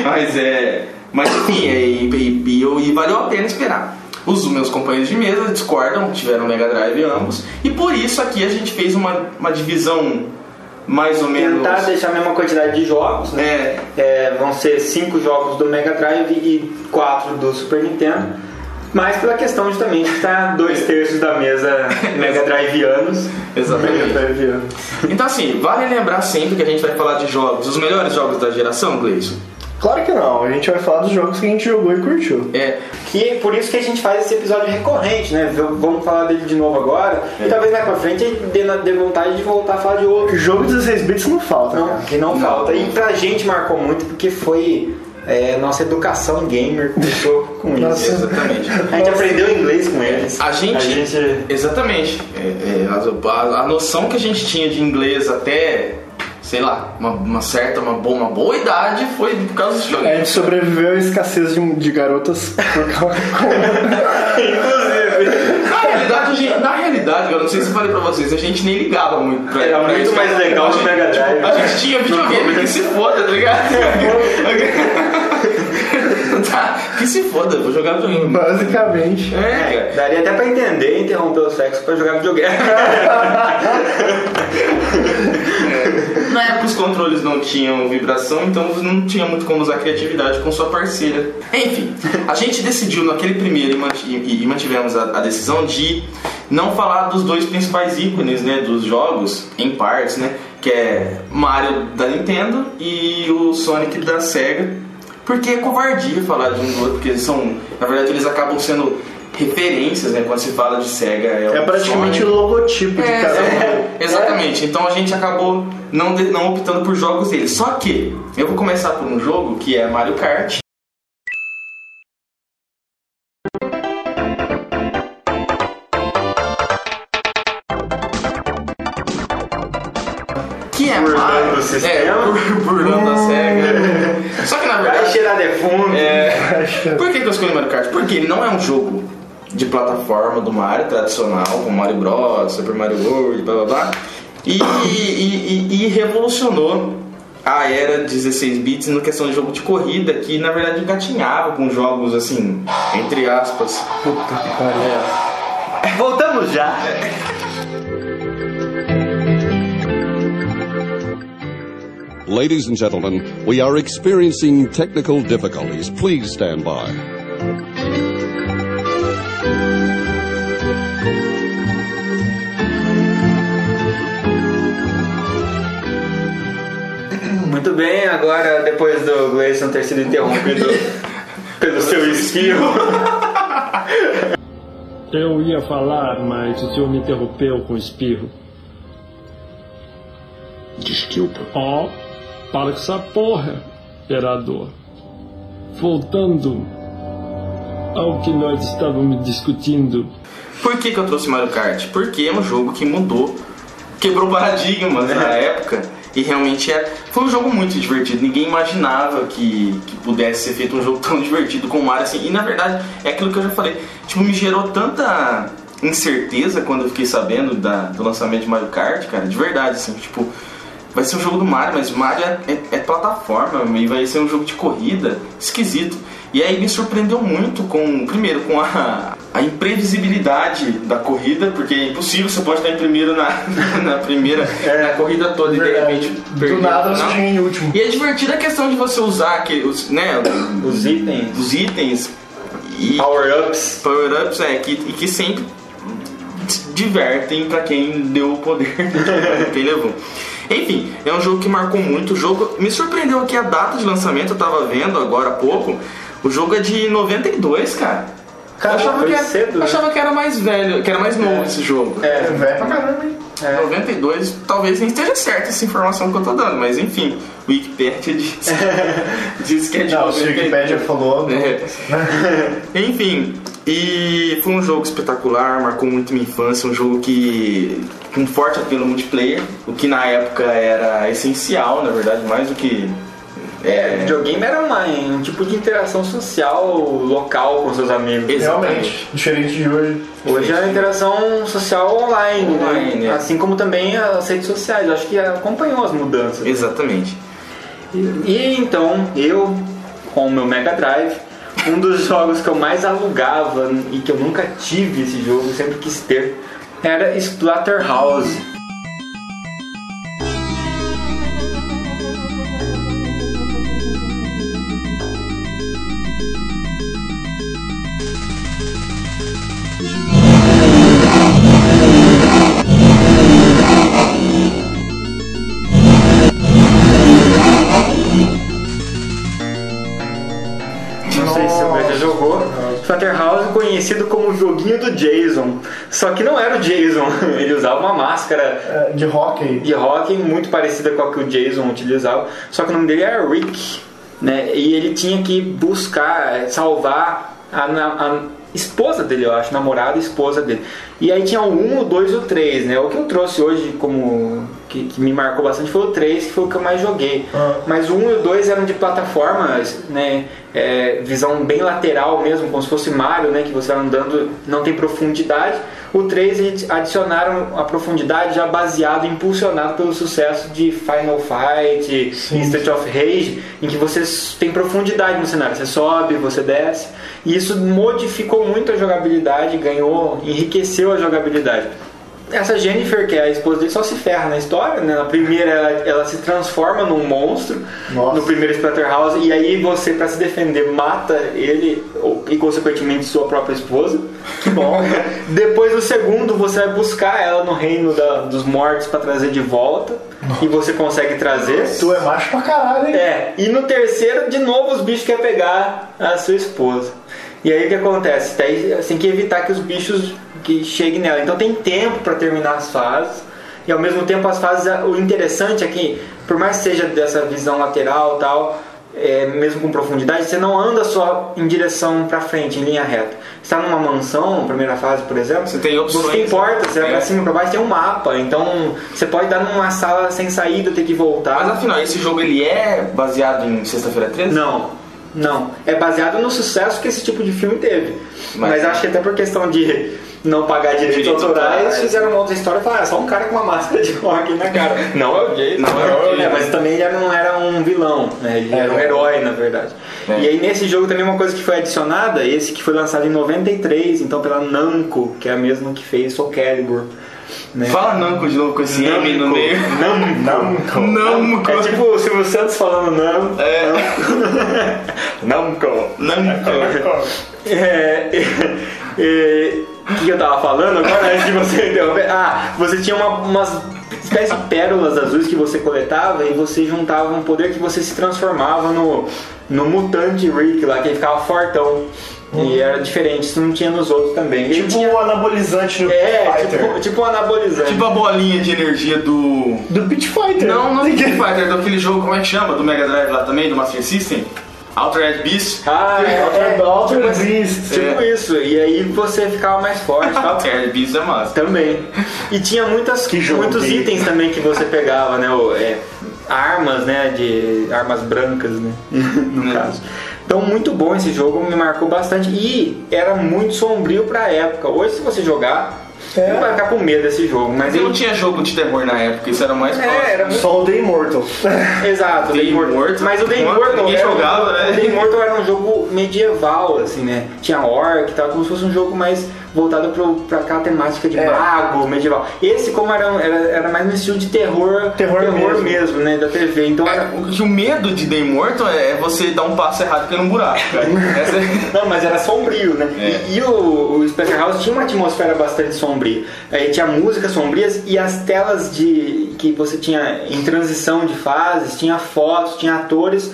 Speaker 2: mas é. Mas enfim, é, e, e- e eu- e valeu a pena esperar. Os meus companheiros de mesa discordam, tiveram Mega Drive ambos, e por isso aqui a gente fez uma, uma divisão mais ou menos.
Speaker 3: Tentar deixar a mesma quantidade de jogos, né?
Speaker 2: É,
Speaker 3: É, vão ser cinco jogos do Mega Drive e quatro do Super Nintendo. Mas pela questão justamente de estar dois terços da
Speaker 2: <laughs>
Speaker 3: mesa Mega Driveanos.
Speaker 2: exatamente. Então assim, vale lembrar sempre que a gente vai falar de jogos, os melhores jogos da geração, Gleison.
Speaker 4: Claro que não, a gente vai falar dos jogos que a gente jogou e curtiu.
Speaker 2: É,
Speaker 3: Que por isso que a gente faz esse episódio recorrente, né? V- Vamos falar dele de novo agora. E talvez mais pra frente a gente dê, na- dê vontade de voltar a falar de outro
Speaker 4: Jogo 16 bits não falta,
Speaker 3: não,
Speaker 4: cara.
Speaker 3: que não, falta. E pra gente marcou muito porque foi é, nossa educação gamer começou com
Speaker 4: Nossa.
Speaker 3: isso.
Speaker 2: exatamente.
Speaker 3: A gente aprendeu inglês com eles.
Speaker 2: A gente-
Speaker 3: A gente...
Speaker 2: Exatamente. É, é, a, a- a noção que a gente tinha de inglês até, sei lá, uma, uma certa, uma boa, uma boa idade foi por causa dos
Speaker 4: A gente
Speaker 2: joguinhos.
Speaker 4: sobreviveu à escassez de, de garotas por causa. <laughs>
Speaker 3: É.
Speaker 2: Na realidade, a gente- na realidade, eu não sei se eu falei pra vocês, a gente nem ligava muito pra
Speaker 3: Era
Speaker 2: pra
Speaker 3: muito
Speaker 2: isso.
Speaker 3: mais legal
Speaker 2: A
Speaker 3: que o
Speaker 2: gente- tipo,
Speaker 3: Mega Drive.
Speaker 2: A gente tinha videogame que se foda, tá
Speaker 3: <laughs>
Speaker 2: ligado? <laughs> tá, que se foda, eu vou jogar videogame.
Speaker 4: Basicamente.
Speaker 2: É, cara.
Speaker 3: Daria até pra entender interromper o sexo pra jogar <laughs> videogame.
Speaker 2: <laughs> Na época os controles não tinham vibração, então não tinha muito como usar criatividade com sua parceira. Enfim, a gente decidiu naquele primeiro e manti- e e mantivemos a, a decisão de não falar dos dois principais ícones né, dos jogos, em partes, né? Que é Mario da Nintendo e o Sonic da Sega. Porque é covardia falar de um do outro, porque eles são. Na verdade, eles acabam sendo referências, né? Quando se fala de Sega. É,
Speaker 4: É
Speaker 2: o
Speaker 4: praticamente
Speaker 2: Sonic.
Speaker 4: o logotipo de cada um.
Speaker 2: É, <laughs> exatamente. Então a gente acabou não, de- não optando por jogos dele. Só que eu vou começar por um jogo que é Mario Kart. Que é
Speaker 3: Burlando
Speaker 2: Mario-
Speaker 3: o
Speaker 2: É,
Speaker 3: sistema.
Speaker 2: bur- <laughs> burlando a SEGA. Só que na
Speaker 3: Vai
Speaker 2: verdade.
Speaker 3: cheirar defunto.
Speaker 2: É, por que, que eu escolhi Mario Kart? Porque ele não é um jogo de plataforma do Mario tradicional, como Mario Bros, Super Mario World, blá blá blá. E, e- e- e revolucionou a era 16 bits no questão de jogo de corrida, que na verdade engatinhava com jogos assim, entre aspas.
Speaker 4: Puta que pariu.
Speaker 3: Voltamos já.
Speaker 5: Ladies and gentlemen, we are experiencing technical difficulties. Please stand by.
Speaker 3: Muito bem, agora depois do Gleison ter sido <laughs> interrompido pelo seu espirro.
Speaker 8: Eu ia falar, mas o senhor me interrompeu com espirro.
Speaker 5: Desculpa.
Speaker 8: Ó, para com essa porra, imperador. Voltando ao que nós estávamos discutindo.
Speaker 2: Por que, que eu trouxe Mario Kart? Porque é um jogo que mudou, quebrou <laughs> paradigmas na época. E realmente é, foi um jogo muito divertido. Ninguém imaginava que, que pudesse ser feito um jogo <laughs> tão divertido com o Mario assim. E na verdade, é aquilo que eu já falei. Tipo, me gerou tanta incerteza quando eu fiquei sabendo da- do lançamento de Mario Kart, cara. De verdade, assim, tipo, vai ser um jogo do Mario, mas Mario é, é- é plataforma e vai ser um jogo de corrida esquisito. E aí me surpreendeu muito com, primeiro, com a, a imprevisibilidade da corrida, porque é impossível, você pode estar em primeiro na, <laughs> na primeira na corrida toda e de repente perder
Speaker 4: É, Do nada
Speaker 2: no
Speaker 4: você
Speaker 2: final.
Speaker 4: chega em último.
Speaker 2: E é divertida a questão de você usar aqueles, né,
Speaker 3: Os itens.
Speaker 2: os itens e
Speaker 3: Power-ups.
Speaker 2: power-ups é, que, e que sempre divertem pra quem deu o poder. <laughs> quem levou. Enfim, é um jogo que marcou muito. O jogo me surpreendeu aqui a data de lançamento, eu tava vendo agora há pouco. O jogo é de 92, cara.
Speaker 3: Cara,
Speaker 2: eu achava,
Speaker 3: foi
Speaker 2: que era,
Speaker 3: cedo,
Speaker 2: eu
Speaker 3: né?
Speaker 2: achava que era mais velho, que era mais novo esse jogo.
Speaker 4: É, velho pra caramba, hein?
Speaker 2: 92, talvez nem esteja certa essa informação que eu tô dando, mas enfim, o Wikipedia diz, diz que é de
Speaker 4: Não, o
Speaker 2: 92.
Speaker 4: Wikipedia falou.
Speaker 2: É. Enfim, e foi um jogo espetacular, marcou muito minha infância, um jogo que com um forte apelo multiplayer, o que na época era essencial, na verdade, mais do que é,
Speaker 3: Videogame era uma, um tipo de interação social local com seus amigos.
Speaker 4: Realmente, diferente de hoje.
Speaker 3: Hoje é a interação social online, né?
Speaker 2: Online, é.
Speaker 3: assim como também as redes sociais. Eu Acho que acompanhou as mudanças.
Speaker 2: Exatamente.
Speaker 3: E então, eu, com o meu Mega Drive, um dos <laughs> jogos que eu mais alugava e que eu nunca tive esse jogo, sempre quis ter, era Splatterhouse. Não sei se o Beto jogou.
Speaker 2: Uhum.
Speaker 3: Splatterhouse, conhecido como o joguinho do Jason. Só que não era o Jason, <laughs> ele usava uma máscara
Speaker 4: É, de hockey.
Speaker 3: de hockey muito parecida com a que o Jason utilizava, só que o nome dele era Rick, né? E ele tinha que buscar, eh, salvar a, na- a esposa dele, eu acho, namorada e esposa dele. E aí tinha o um, o dois e o três, né? O que eu trouxe hoje como que, que me marcou bastante foi o 3, que foi o que eu mais joguei.
Speaker 4: Ah.
Speaker 3: Mas o 1 e o 2 eram de plataformas, né? É, visão bem lateral mesmo, como se fosse Mario, né? Que você vai andando, não tem profundidade. O 3 eles adicionaram a profundidade já baseado, impulsionado pelo sucesso de Final Fight, Street of Rage, em que você s- tem profundidade no cenário. Você sobe, você desce. E isso modificou muito a jogabilidade, ganhou, enriqueceu a jogabilidade essa Jennifer, que é a esposa dele, só se ferra na história, né? Na primeira ela, ela se transforma num monstro
Speaker 4: Nossa.
Speaker 3: no primeiro Splatterhouse e aí você, pra se defender, mata ele ou- e consequentemente sua própria esposa. Que bom. <laughs> Depois do segundo você vai buscar ela no reino da- dos mortos pra trazer de volta e você consegue trazer.
Speaker 4: Tu é macho pra caralho, hein?
Speaker 3: É, e no terceiro, de novo, os bichos querem pegar a sua esposa. E aí o que acontece? Daí você tem que evitar que os bichos que cheguem nela. Então tem tempo pra terminar as fases. E ao mesmo tempo as fases, o interessante é que, por mais que seja dessa visão lateral e tal, é, mesmo com profundidade, você não anda só em direção pra frente, em linha reta. Você tá numa mansão, primeira fase, por exemplo,
Speaker 2: Você tem opções,
Speaker 3: Você tem portas, você vai
Speaker 2: né?
Speaker 3: pra cima, pra baixo, tem um mapa. Então você pode dar numa sala sem saída, ter que voltar.
Speaker 2: Mas afinal, esse jogo ele é baseado em Sexta-feira 13?
Speaker 3: Não. Não. É baseado no sucesso que esse tipo de filme teve.
Speaker 2: Mas-
Speaker 3: Mas, acho que até por questão de não pagar direitos
Speaker 2: Direitos
Speaker 3: autorais,
Speaker 2: autorais.
Speaker 3: fizeram uma outra história e falaram, ah, só um cara com uma máscara de rock na cara. <laughs>
Speaker 2: Não é o Jason. Não é o
Speaker 3: É,
Speaker 2: Jason.
Speaker 3: mas também ele não era um vilão, né? ele era um herói, na verdade.
Speaker 2: É.
Speaker 3: E aí nesse jogo também uma coisa que foi adicionada, esse que foi lançado em 93, então pela Namco, que é a mesma que fez Soul Calibur. Né?
Speaker 2: Fala Namco de novo com esse nome no meio.
Speaker 3: Namco.
Speaker 2: Namco.
Speaker 3: É tipo o Silvio Santos falando Namco.
Speaker 2: É.
Speaker 3: Namco.
Speaker 2: Namco.
Speaker 3: É, é, é, o que eu tava falando agora antes de você <laughs> interromper? Ah, você tinha uma- umas espécies de pérolas azuis que você coletava e você juntava um poder que você se transformava no, no mutante Rick lá, que ele ficava fortão. E era diferente, isso não tinha nos outros também. Ele
Speaker 4: Tipo
Speaker 3: tinha-
Speaker 4: um anabolizante no
Speaker 3: é,
Speaker 4: Pit Fighter.
Speaker 3: tipo, tipo um anabolizante.
Speaker 2: Tipo a bolinha de energia do.
Speaker 4: Do Pit Fighter.
Speaker 2: Não, não do Street Fighter, daquele jogo, como é que chama? Do Mega Drive lá também, do Master System? Altered Beast.
Speaker 3: ah, é, é,
Speaker 4: Alter
Speaker 3: tipo,
Speaker 4: Beast.
Speaker 3: tipo isso. E aí você ficava mais forte
Speaker 2: <laughs>
Speaker 3: e tal.
Speaker 2: Altered Beast é massa.
Speaker 3: Também. E tinha muitas,
Speaker 4: Que jogo
Speaker 3: muitos
Speaker 4: dele.
Speaker 3: itens também que você pegava, né? o- é, armas, né? De armas brancas,
Speaker 4: <laughs>
Speaker 3: né? no
Speaker 2: É.
Speaker 3: caso. Então, muito bom esse jogo, me marcou bastante. E era muito sombrio pra época. Hoje, se você jogar,
Speaker 4: É.
Speaker 3: não vai ficar com medo desse jogo. Mas
Speaker 2: Mas não
Speaker 3: ele.
Speaker 2: tinha jogo de terror na época, isso era o mais próximo.
Speaker 3: É, era muito.
Speaker 4: Só o The tipo Immortal. <laughs>
Speaker 3: <laughs> Exato,
Speaker 2: Day Immortal.
Speaker 3: Mas o Day
Speaker 2: Enquanto
Speaker 3: Immortal.
Speaker 2: ninguém
Speaker 3: era-
Speaker 2: jogava, né?
Speaker 3: um O Day Immortal era um jogo medieval, assim, né? Tinha orc e tal, como se fosse um jogo mais voltado pro, pra aquela temática de
Speaker 4: É.
Speaker 3: mago medieval. Esse, como era, era, era mais no estilo de terror,
Speaker 4: Terror mesmo.
Speaker 3: né? Da TV. Então era.
Speaker 2: É, o, que o medo de The Immortal é você dar um passo errado e cair num buraco,
Speaker 3: <laughs>
Speaker 2: cara. Essa é-
Speaker 3: Não, mas era sombrio, né?
Speaker 2: É.
Speaker 3: E, e o, o Spectre House tinha uma atmosfera bastante sombria. Aí tinha músicas sombrias e as telas de que você tinha em transição de fases, tinha fotos, tinha atores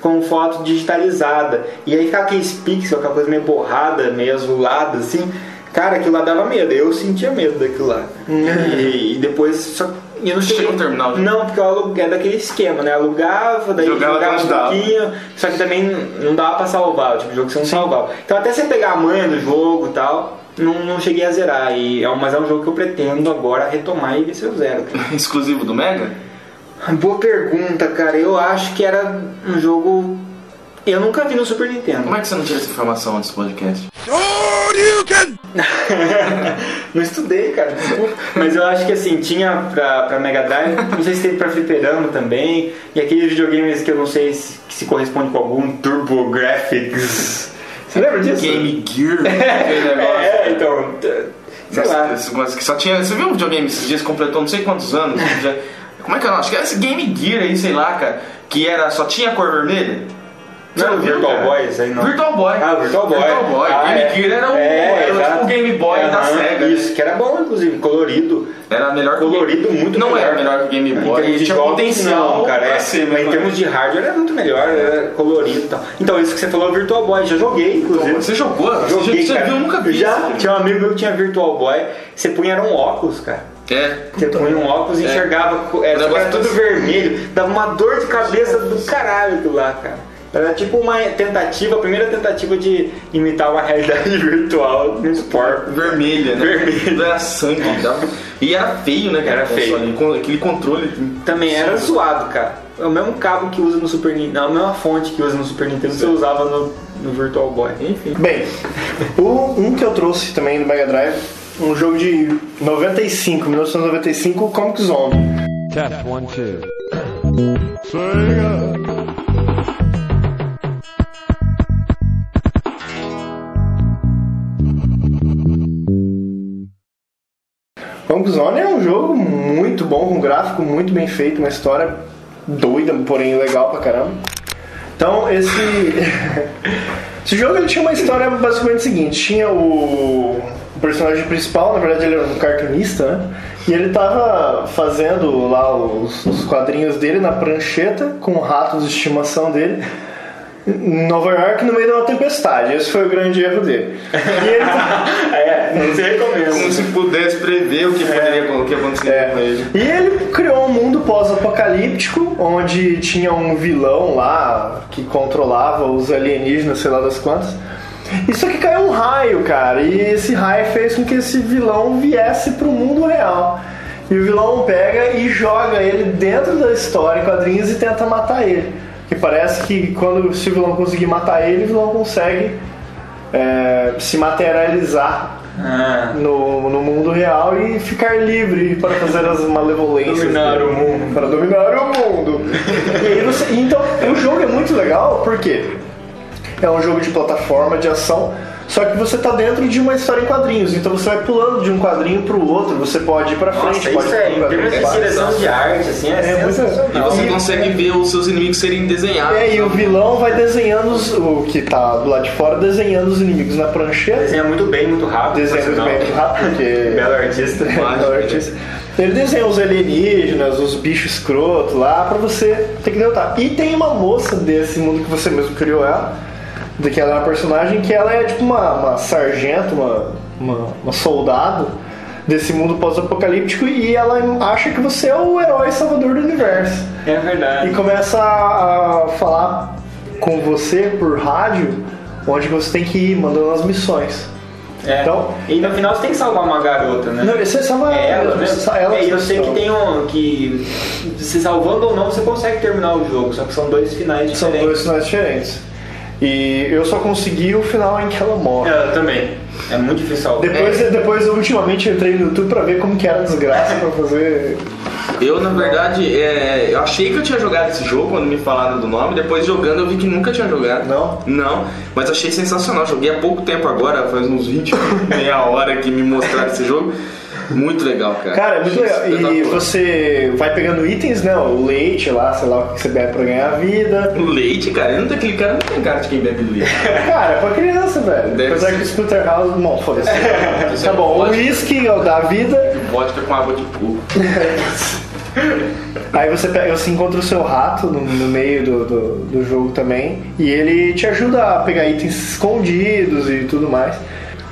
Speaker 3: com foto digitalizada. E aí ficava aqueles pixel, aquela coisa meio borrada, meio azulada, assim. Cara, aquilo lá dava medo. Eu sentia medo daquilo lá. e, e depois só... e Eu
Speaker 2: Chegou
Speaker 3: não cheguei-
Speaker 2: a terminar o jogo?
Speaker 3: Não, porque eu alu- é daquele esquema, né? Alugava, daí
Speaker 2: Jogava
Speaker 3: jogava,
Speaker 2: quando
Speaker 3: um
Speaker 2: dava.
Speaker 3: pouquinho, só que também não dava pra salvar, o tipo de jogo que você não salvava. Então até você pegar a manha do jogo e tal, não, não cheguei a zerar. E é, um- mas é um jogo que eu pretendo agora retomar e ver se eu zero. cara.
Speaker 2: Exclusivo do Mega?
Speaker 3: Ah, Boa pergunta, cara. Eu acho que era um jogo. Eu nunca vi no Super Nintendo.
Speaker 2: Como é que você não tira essa informação antes do podcast?
Speaker 3: <laughs> Não estudei, cara, desculpa. Mas eu acho que assim, tinha pra, pra Mega Drive, não sei se teve pra Fliperama também, e aqueles videogames que eu não sei se, que se corresponde com algum Turbo Graphics. Você lembra disso?
Speaker 2: Game Gear, aquele
Speaker 3: <laughs>
Speaker 2: negócio.
Speaker 3: É, então. t- Sei
Speaker 2: Nossa,
Speaker 3: lá.
Speaker 2: esse negócio que só tinha. Você viu um videogame esses dias completou não sei quantos anos? já- como é que é? o nome? Acho que era esse Game Gear aí, sei lá, cara. Que era, só tinha cor vermelha?
Speaker 3: Não,
Speaker 2: Você viu,
Speaker 3: Virtual
Speaker 2: cara?
Speaker 3: Boy, isso aí não.
Speaker 2: Virtual Boy.
Speaker 3: Ah, o Virtual Boy.
Speaker 2: Virtual Boy.
Speaker 3: Ah,
Speaker 2: Game
Speaker 3: é.
Speaker 2: Gear era o, era tipo
Speaker 3: exato.
Speaker 2: o Game Boy da
Speaker 3: Aham,
Speaker 2: SEGA.
Speaker 3: Isso, que era bom, inclusive, colorido.
Speaker 2: Era melhor que o
Speaker 3: Colorido
Speaker 2: Game-
Speaker 3: muito
Speaker 2: Não
Speaker 3: melhor.
Speaker 2: era melhor que o Game
Speaker 3: Em
Speaker 2: Boy.
Speaker 3: termos de
Speaker 2: tinha
Speaker 3: jogos,
Speaker 2: potencial
Speaker 3: não, cara.
Speaker 2: pra
Speaker 3: É,
Speaker 2: ser,
Speaker 3: mas em
Speaker 2: né,
Speaker 3: termos de hardware era muito melhor, era colorido e tal. Então, isso que você falou, Virtual Boy, já joguei, inclusive.
Speaker 2: Você jogou?
Speaker 3: Joguei,
Speaker 2: você
Speaker 3: cara.
Speaker 2: viu? Eu nunca vi.
Speaker 3: Já?
Speaker 2: isso.
Speaker 3: Tinha um amigo meu que tinha Virtual Boy, você punha era um óculos, cara.
Speaker 2: É.
Speaker 3: Você punha um óculos e
Speaker 2: É.
Speaker 3: enxergava, co- é,
Speaker 2: O
Speaker 3: só que era
Speaker 2: negócio
Speaker 3: tudo
Speaker 2: tá-
Speaker 3: vermelho, dava uma dor de cabeça do caralho aquilo lá, cara. Era tipo uma tentativa, a primeira tentativa de imitar uma realidade <laughs> virtual no esporte.
Speaker 2: Vermelha, né?
Speaker 3: Vermelha.
Speaker 2: Era sangue. dava- E era feio, né, cara?
Speaker 3: Era feio.
Speaker 2: Console, com- Aquele controle.
Speaker 3: Também era zoado, cara. É o mesmo cabo que usa no Super Nintendo, a mesma fonte que usa no Super Nintendo, você usava no, no Virtual Boy. Enfim.
Speaker 4: Bem, o, um que eu trouxe também do Mega Drive, um jogo de 95, 1995, Comic Zone. Comic Zone é um jogo muito bom, com um gráfico muito bem feito, uma história doida, porém legal pra caramba. Então, esse. <laughs> Esse jogo ele tinha uma história basicamente seguinte: tinha o, o personagem principal, na verdade ele era um cartunista, né? E ele tava fazendo lá os, os quadrinhos dele na prancheta com o rato de estimação dele. Em Nova York, no meio de uma tempestade. Esse foi o grande erro dele.
Speaker 3: <laughs>
Speaker 4: E ele tá-
Speaker 3: É, não se
Speaker 2: Como
Speaker 3: recomenda.
Speaker 2: se pudesse prever o que poderia o que aconteceria com ele.
Speaker 4: E ele criou um mundo pós-apocalíptico, onde tinha um vilão lá que controlava os alienígenas, sei lá das quantas. E só que caiu um raio, cara, e esse raio fez com que esse vilão viesse pro mundo real. E o vilão pega e joga ele dentro da história em quadrinhos e tenta matar ele. Que parece que quando se o vilão conseguir matar ele, o vilão consegue é, se materializar
Speaker 3: Ah,
Speaker 4: no, no mundo real e ficar livre para fazer as malevolências.
Speaker 3: Dominar
Speaker 4: dele,
Speaker 3: o mundo.
Speaker 4: Para dominar o
Speaker 3: <laughs>
Speaker 4: mundo. e aí você, então, o jogo é muito legal porque é um jogo de plataforma, de ação, só que você tá dentro de uma história em quadrinhos. Então você vai pulando de um quadrinho para o outro, você pode ir para
Speaker 3: nossa,
Speaker 4: frente, pode
Speaker 3: isso
Speaker 4: ir
Speaker 3: é,
Speaker 4: pra
Speaker 3: em termos
Speaker 4: quadrinho
Speaker 3: de
Speaker 4: pra trás.
Speaker 3: direção de arte, assim, é,
Speaker 4: É, muito-
Speaker 2: E
Speaker 3: sensacional.
Speaker 2: você consegue ver os seus inimigos serem desenhados.
Speaker 4: É, e o vilão vai desenhando os, o que tá do lado de fora, desenhando os inimigos na prancheta.
Speaker 3: Desenha muito bem, muito rápido.
Speaker 4: Desenha
Speaker 3: por
Speaker 4: muito bem
Speaker 3: sinal.
Speaker 4: muito rápido, porque
Speaker 3: Belo artista.
Speaker 4: <laughs> Belo artista. Ele desenha os alienígenas, os bichos escroto lá, pra você ter que derrotar. E tem uma moça desse mundo que você mesmo criou ela, de que ela é uma personagem, que ela é tipo uma, uma sargento, uma, uma, uma soldado desse mundo pós-apocalíptico e ela acha que você é o herói salvador do universo
Speaker 3: É
Speaker 4: e
Speaker 3: verdade.
Speaker 4: começa a a falar com você por rádio onde você tem que ir mandando as missões.
Speaker 3: É.
Speaker 4: Então-
Speaker 3: e no final você tem que salvar uma garota, né?
Speaker 4: Não, você salva
Speaker 3: É ela mesmo.
Speaker 4: sa- ela tá
Speaker 3: é, eu
Speaker 4: você
Speaker 3: sei que
Speaker 4: salva.
Speaker 3: tem um. que se salvando ou não, você consegue terminar o jogo, só que são dois finais
Speaker 4: São
Speaker 3: diferentes.
Speaker 4: dois sinais diferentes. E eu só consegui o final em que ela morre.
Speaker 3: É, Eu também. É muito difícil salvar.
Speaker 4: Depois,
Speaker 2: É.
Speaker 4: depois, ultimamente, eu entrei no YouTube pra ver como que era a desgraça pra fazer.
Speaker 2: Eu, na verdade, é, eu achei que eu tinha jogado esse jogo quando me falaram do nome. Depois jogando eu vi que nunca tinha jogado.
Speaker 4: Não?
Speaker 2: Não, mas achei sensacional. Joguei há pouco tempo agora, faz uns 20, meia hora que me mostraram esse jogo. Muito legal, cara.
Speaker 4: Cara, é muito legal. E
Speaker 2: Espetacular.
Speaker 4: você vai pegando itens, né? O leite lá, sei lá o que você bebe pra ganhar vida.
Speaker 2: O leite, cara, ele não tem aquele cara, não tem cara de quem bebe leite.
Speaker 4: Cara, é pra criança, velho.
Speaker 2: Deve
Speaker 4: Apesar
Speaker 2: ser.
Speaker 4: que o Scooter House. Bom, foda-se.
Speaker 2: Isso
Speaker 4: Tá
Speaker 2: é
Speaker 4: bom, o
Speaker 2: vodka.
Speaker 4: uísque ó, dá vida.
Speaker 2: Vodka com água de coco.
Speaker 4: Aí você, pega, você encontra o seu rato no, no meio do, do, do jogo também. E ele te ajuda a pegar itens escondidos e tudo mais.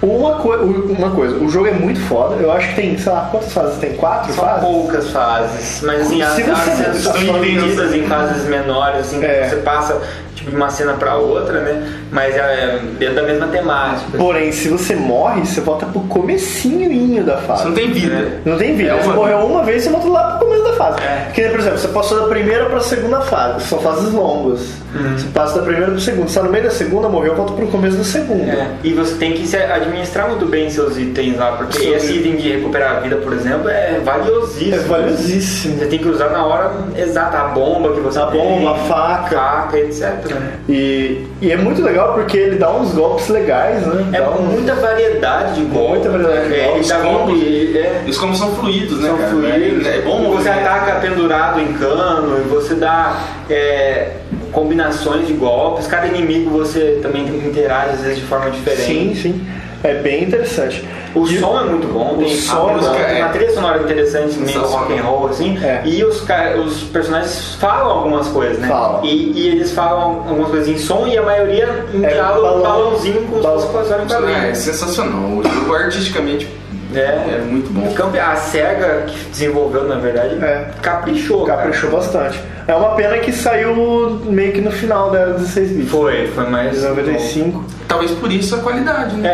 Speaker 4: Uma, coi- u- uma coisa, o jogo é muito foda. Eu acho que tem, sei lá, quantas fases? Tem quatro
Speaker 3: São
Speaker 4: fases?
Speaker 3: poucas fases, mas assim, as
Speaker 4: você
Speaker 3: fases
Speaker 4: tá
Speaker 3: são
Speaker 4: só
Speaker 3: divididas em fases menores, assim,
Speaker 4: É.
Speaker 3: você passa tipo, de uma cena pra outra, né? Mas é dentro da mesma temática.
Speaker 4: Porém, se você morre, você volta pro comecinho da fase.
Speaker 2: Você não tem vida.
Speaker 4: Não tem vida.
Speaker 2: É
Speaker 4: você
Speaker 2: uma-
Speaker 4: morreu uma vez, você volta lá pro começo da fase.
Speaker 3: É.
Speaker 4: Porque, por exemplo, você passou da primeira pra segunda fase. São fases longas. Você passa da primeira pro segundo. Você tá no meio da segunda, morreu, volta pro começo da segunda.
Speaker 3: É, E você tem que se administrar muito bem seus itens lá, porque
Speaker 4: Sim.
Speaker 3: esse item de recuperar a vida, por exemplo, é valiosíssimo.
Speaker 4: É valiosíssimo.
Speaker 3: Você tem que usar na hora exata a bomba que você
Speaker 4: A
Speaker 3: tem,
Speaker 4: bomba, a Tá faca.
Speaker 3: faca, etc. né?
Speaker 4: E, e é muito legal porque ele dá uns golpes legais, né?
Speaker 3: É
Speaker 4: dá um-
Speaker 3: muita variedade de golpes.
Speaker 4: Muita variedade de
Speaker 3: né?
Speaker 4: golpes,
Speaker 3: Ele dá
Speaker 2: combos.
Speaker 3: golpe,
Speaker 4: né,
Speaker 3: é,
Speaker 2: Eles como são fluidos, né?
Speaker 3: São
Speaker 2: cara?
Speaker 3: fluidos.
Speaker 2: É bom
Speaker 3: você
Speaker 2: movimento.
Speaker 3: ataca pendurado em cano, e você dá é, combinações de golpes. Cada inimigo você também interage às vezes de forma diferente.
Speaker 4: Sim, sim. É bem interessante.
Speaker 3: O
Speaker 4: E-
Speaker 3: som é muito bom,
Speaker 4: o
Speaker 3: tem
Speaker 4: som,
Speaker 3: a música,
Speaker 2: né?
Speaker 3: tem uma trilha sonora interessante, meio
Speaker 2: Sensacional.
Speaker 3: rock and roll assim,
Speaker 4: É.
Speaker 3: e os, ca- os personagens falam algumas coisas, né?
Speaker 4: Falam.
Speaker 3: E, e eles falam algumas coisas em som e a maioria em
Speaker 4: É,
Speaker 3: diálogo,
Speaker 4: balão-
Speaker 3: balãozinho com os
Speaker 4: balão.
Speaker 3: personagens
Speaker 2: Isso É,
Speaker 3: também.
Speaker 2: sensacional. O jogo artisticamente é,
Speaker 3: É.
Speaker 2: muito bom.
Speaker 3: O campe- A SEGA que desenvolveu, na verdade,
Speaker 4: É.
Speaker 3: caprichou. cara.
Speaker 4: Caprichou bastante. É uma pena que saiu meio que no final da era 16 bits.
Speaker 3: Foi, foi mais.
Speaker 4: 95.
Speaker 2: Talvez por isso a qualidade,
Speaker 3: É,
Speaker 2: né?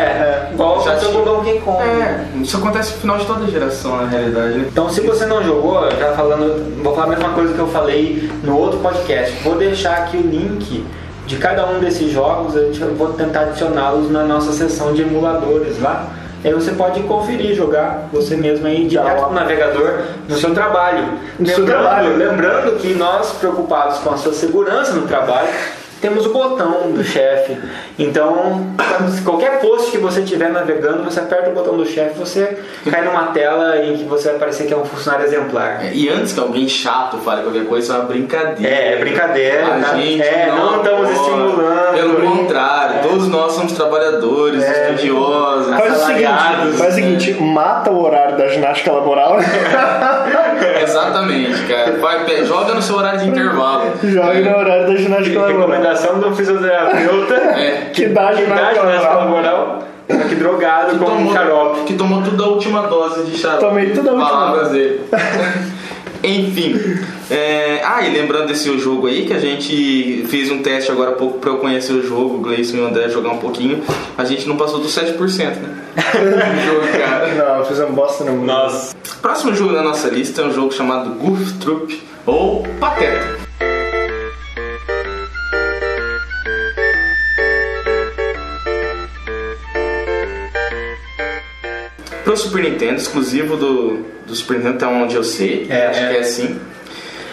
Speaker 3: é, igual
Speaker 2: Já
Speaker 3: o seu
Speaker 2: tinha.
Speaker 3: Donkey Kong.
Speaker 2: É, isso acontece no final de toda geração, na realidade, né?
Speaker 3: Então, se você não jogou, já falando, vou falar a mesma coisa que eu falei no outro podcast. Vou deixar aqui o link de cada um desses jogos, a gente eu vou tentar adicioná-los na nossa seção de emuladores lá. Aí você pode conferir, jogar você mesmo aí direto no navegador no seu trabalho.
Speaker 4: No seu
Speaker 3: Lembrando-
Speaker 4: trabalho. né?
Speaker 3: Lembrando que nós, preocupados com a sua segurança no trabalho, temos o botão do chefe. Então, quando- qualquer post que você estiver navegando, você aperta o botão do chefe, você cai numa tela em que você vai parecer que é um funcionário exemplar.
Speaker 2: É, E antes que alguém chato fale qualquer coisa, isso é uma brincadeira.
Speaker 3: É, é brincadeira,
Speaker 2: A
Speaker 3: tá?
Speaker 2: gente
Speaker 3: é, não, estamos
Speaker 2: apoia.
Speaker 3: estimulando.
Speaker 2: Pelo contrário, todos nós somos trabalhadores, estudiosos,
Speaker 4: Faz o seguinte,
Speaker 2: assalariados.
Speaker 4: faz o seguinte, mata o horário da ginástica laboral.
Speaker 2: Exatamente, cara. Vai, pe- joga no seu horário de intervalo.
Speaker 4: Joga no
Speaker 2: é,
Speaker 4: horário da ginástica laboral.
Speaker 3: Recomendação do fisioterapeuta.
Speaker 2: é.
Speaker 4: Que dá
Speaker 3: Que idade
Speaker 4: ginástica
Speaker 3: nessa
Speaker 4: laboral.
Speaker 3: laboral? Só que drogado com um xarope.
Speaker 2: que tomou tudo a última dose de xarope.
Speaker 4: Tomei tudo a última
Speaker 2: Palavras
Speaker 4: <laughs>
Speaker 2: dele. Enfim. é, Ah, e lembrando desse jogo aí, que a gente fez um teste agora há pouco pra eu conhecer o jogo, o Gleison e o André jogar um pouquinho. A gente não passou dos 7%, né?
Speaker 4: <laughs>
Speaker 2: Do jogo, cara.
Speaker 4: Não, fizemos bosta nenhuma.
Speaker 3: Nossa.
Speaker 2: Próximo jogo da nossa lista é um jogo chamado Goof Troop ou Pateta. pro Super Nintendo, exclusivo do, do Super Nintendo, até onde eu sei.
Speaker 3: É,
Speaker 2: acho
Speaker 3: é.
Speaker 2: que é assim.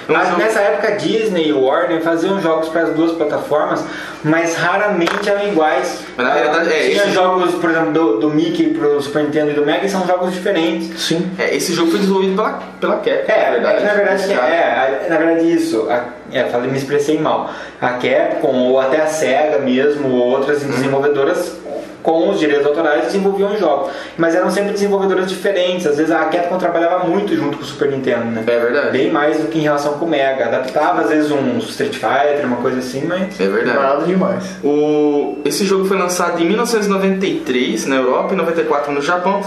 Speaker 2: É um
Speaker 3: Mas
Speaker 2: jogo-
Speaker 3: nessa época, a Disney e Warner faziam jogos para as duas plataformas, mas raramente eram iguais.
Speaker 2: Mas, na verdade, é,
Speaker 3: Tinha
Speaker 2: esse-
Speaker 3: jogos, por exemplo, do, do Mickey pro Super Nintendo e do Mega, e são jogos diferentes.
Speaker 4: Sim.
Speaker 2: É, esse jogo foi desenvolvido pela, pela Capcom, Tá?
Speaker 3: É, na verdade,
Speaker 2: Cara,
Speaker 3: é, é, na verdade isso. A, é, falei, me expressei mal. A Capcom ou até a Sega mesmo, ou outras
Speaker 2: Uhum.
Speaker 3: desenvolvedoras com os direitos autorais desenvolviam jogos, mas eram sempre desenvolvedoras diferentes. Às vezes a Capcom trabalhava muito junto com o Super Nintendo, né?
Speaker 2: É verdade.
Speaker 3: Bem mais do que em relação com o Mega. Adaptava às vezes um Street Fighter, uma coisa assim, mas
Speaker 2: É verdade.
Speaker 4: Nada demais.
Speaker 2: O, esse jogo foi lançado em 1993 na Europa e 94 no Japão.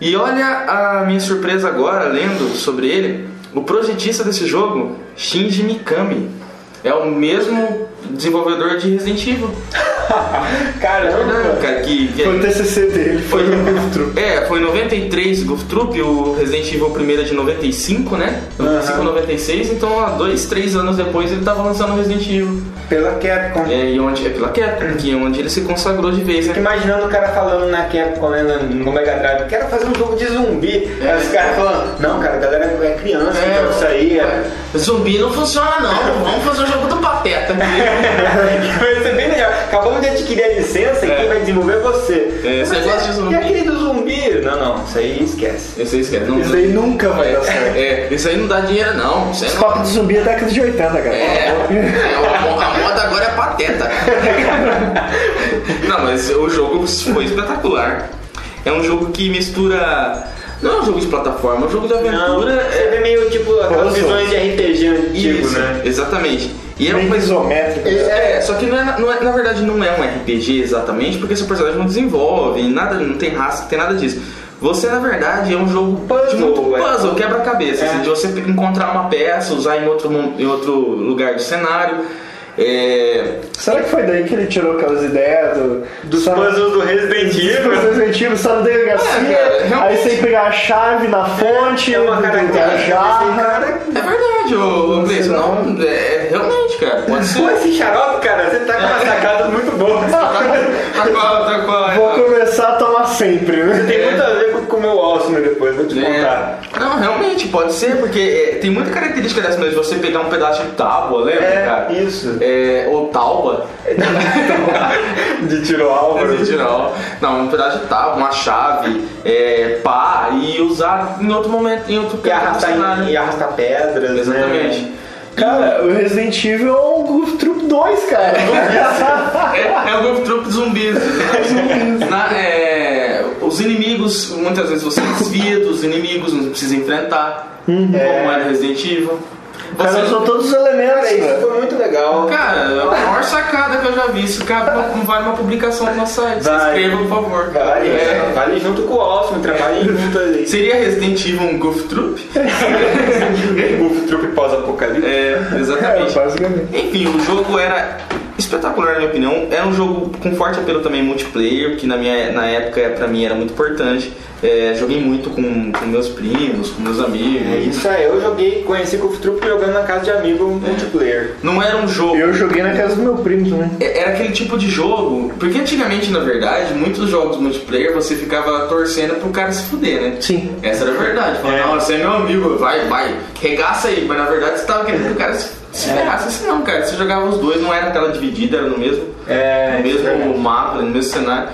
Speaker 2: E olha a minha surpresa agora, lendo sobre ele. O projetista desse jogo, Shinji Mikami, é o mesmo desenvolvedor de Resident Evil.
Speaker 4: É
Speaker 2: É
Speaker 3: caramba.
Speaker 2: Cara, que, que-
Speaker 4: Foi o TCC dele, foi
Speaker 2: Foi.
Speaker 4: o Goof Troop.
Speaker 2: É, foi em 93 Golf Troop, o Resident Evil primeiro é de 95, né? 95 96, então há dois, três anos depois ele tava lançando o Resident Evil.
Speaker 3: Pela Capcom.
Speaker 2: É, e onde, é pela Capcom, que é onde ele se consagrou de vez, né?
Speaker 3: Fico imaginando o cara falando na Capcom, né, no no Mega Drive, quero fazer um jogo de zumbi.
Speaker 2: É.
Speaker 3: Aí os caras falando, não, cara, a galera é criança,
Speaker 2: É,
Speaker 3: então isso aí é.
Speaker 2: Zumbi não funciona não, vamos fazer o jogo do Pateta.
Speaker 3: <laughs> Vai ser bem legal. Acabamos de adquirir a licença e
Speaker 2: É.
Speaker 3: quem vai desenvolver é você.
Speaker 2: É, esse
Speaker 3: Mas
Speaker 2: negócio de zumbi.
Speaker 3: E aquele do zumbi? Não, não, isso aí esquece.
Speaker 2: Esse aí esquece, não.
Speaker 4: Isso daí nunca vai dar certo.
Speaker 2: É, isso aí não dá dinheiro não. Isso aí
Speaker 4: Esse
Speaker 2: não...
Speaker 4: papo de zumbi é década de 80, cara.
Speaker 2: É, é, o- a moda agora é pateta. Não, mas o jogo foi espetacular. É um jogo que mistura. Não é um jogo de plataforma, é um jogo de
Speaker 3: Não,
Speaker 2: aventura.
Speaker 3: você
Speaker 2: é-
Speaker 3: vê meio tipo aquelas
Speaker 4: Puzzle.
Speaker 3: visões de RPG antigo,
Speaker 2: Isso,
Speaker 3: né?
Speaker 2: Exatamente. E é
Speaker 4: Meio
Speaker 2: uma.
Speaker 4: isométrico.
Speaker 2: É, só que não é, não é- na verdade não é um RPG exatamente, porque seu personagem não desenvolve, nada, não tem raça, não tem nada disso. Você, na verdade, é um jogo de
Speaker 3: Puzzle,
Speaker 2: muito
Speaker 3: é.
Speaker 2: puzzle, quebra-cabeça.
Speaker 3: É.
Speaker 2: assim, de você encontrar uma peça, usar em outro, mu- em outro lugar do cenário. É,
Speaker 4: Será que foi daí que ele tirou aquelas ideias do,
Speaker 3: Dos
Speaker 4: sabe,
Speaker 3: puzzles do Resident
Speaker 4: Os
Speaker 3: Evil.
Speaker 4: objetivos só da delegacia,
Speaker 2: É, cara, realmente.
Speaker 4: aí você tem que pegar a chave na fonte,
Speaker 3: É uma
Speaker 4: do- da
Speaker 3: característica.
Speaker 4: jarra.
Speaker 3: Cara,
Speaker 2: É verdade, ô Gleison. Não, é, realmente, cara. Pode ser.
Speaker 3: <laughs> pô, esse xarope, cara, você tá com uma sacada
Speaker 2: <laughs>
Speaker 3: muito boa.
Speaker 2: Tá qual, tá
Speaker 4: Vou
Speaker 2: qual.
Speaker 4: começar a tomar sempre, né?
Speaker 3: Tem muito a ver com- com o meu Alzheimer depois, vou te contar.
Speaker 2: É. Não, realmente, pode ser, porque é, tem muita característica dessa mesmo. Você pegar um pedaço de tábua, lembra, cara?
Speaker 3: É, isso.
Speaker 2: É, ou tauba.
Speaker 3: De tiro
Speaker 4: né?
Speaker 3: álvaro.
Speaker 2: Mas, Não, não, um pedaço de tábua, uma chave, é, pá, e usar em outro momento, em outro
Speaker 3: E
Speaker 2: canto do
Speaker 3: arrastar,
Speaker 2: cenário.
Speaker 3: e arrastar pedras, né?
Speaker 2: Exatamente.
Speaker 4: Cara, o Resident Evil é um Goof Troop 2, cara.
Speaker 2: É, é o Goof Troop de
Speaker 3: <laughs>
Speaker 2: zumbis. Na- é, os inimigos, muitas vezes você é desvia dos inimigos, não precisa enfrentar.
Speaker 3: Uhum.
Speaker 2: Como era Resident Evil.
Speaker 4: Cara,
Speaker 2: Você-
Speaker 4: são todos os
Speaker 3: Cara,
Speaker 4: elementos,
Speaker 3: isso
Speaker 4: cara.
Speaker 3: foi muito legal.
Speaker 2: Cara, é a maior sacada que eu já vi. Isso cabe, não vale uma publicação no nosso site. Se
Speaker 3: Vai.
Speaker 2: inscreva, por favor.
Speaker 3: Vale,
Speaker 2: É.
Speaker 3: vale né? junto com o Alfim, trabalhem junto aí.
Speaker 2: Seria Resident Evil um Goof Troop?
Speaker 3: O trupe pós-apocalipse.
Speaker 2: É,
Speaker 4: É,
Speaker 2: exatamente.
Speaker 4: basicamente.
Speaker 2: Enfim, o jogo era espetacular, na minha opinião. Era um jogo com forte apelo também multiplayer, que na, minha, na época pra mim era muito importante. É, joguei muito com, com meus primos, com meus amigos.
Speaker 3: É isso aí, eu joguei, conheci o Trupe jogando na casa de amigo multiplayer.
Speaker 2: Não era um jogo.
Speaker 4: Eu joguei na casa do meu primo né? também.
Speaker 2: É- Era aquele tipo de jogo, porque antigamente, na verdade, muitos jogos multiplayer você ficava torcendo pro cara se fuder, né?
Speaker 4: Sim.
Speaker 2: Essa era a verdade. Falando, não, você é meu amigo, vai, vai, regaça aí. Mas na verdade você tava querendo que o cara se,
Speaker 3: É.
Speaker 2: se ferrasse. Assim não, cara. Você jogava os dois, não era tela dividida, era no mesmo,
Speaker 3: É,
Speaker 2: no
Speaker 3: isso é
Speaker 2: mesmo
Speaker 3: verdade.
Speaker 2: mapa, no mesmo cenário.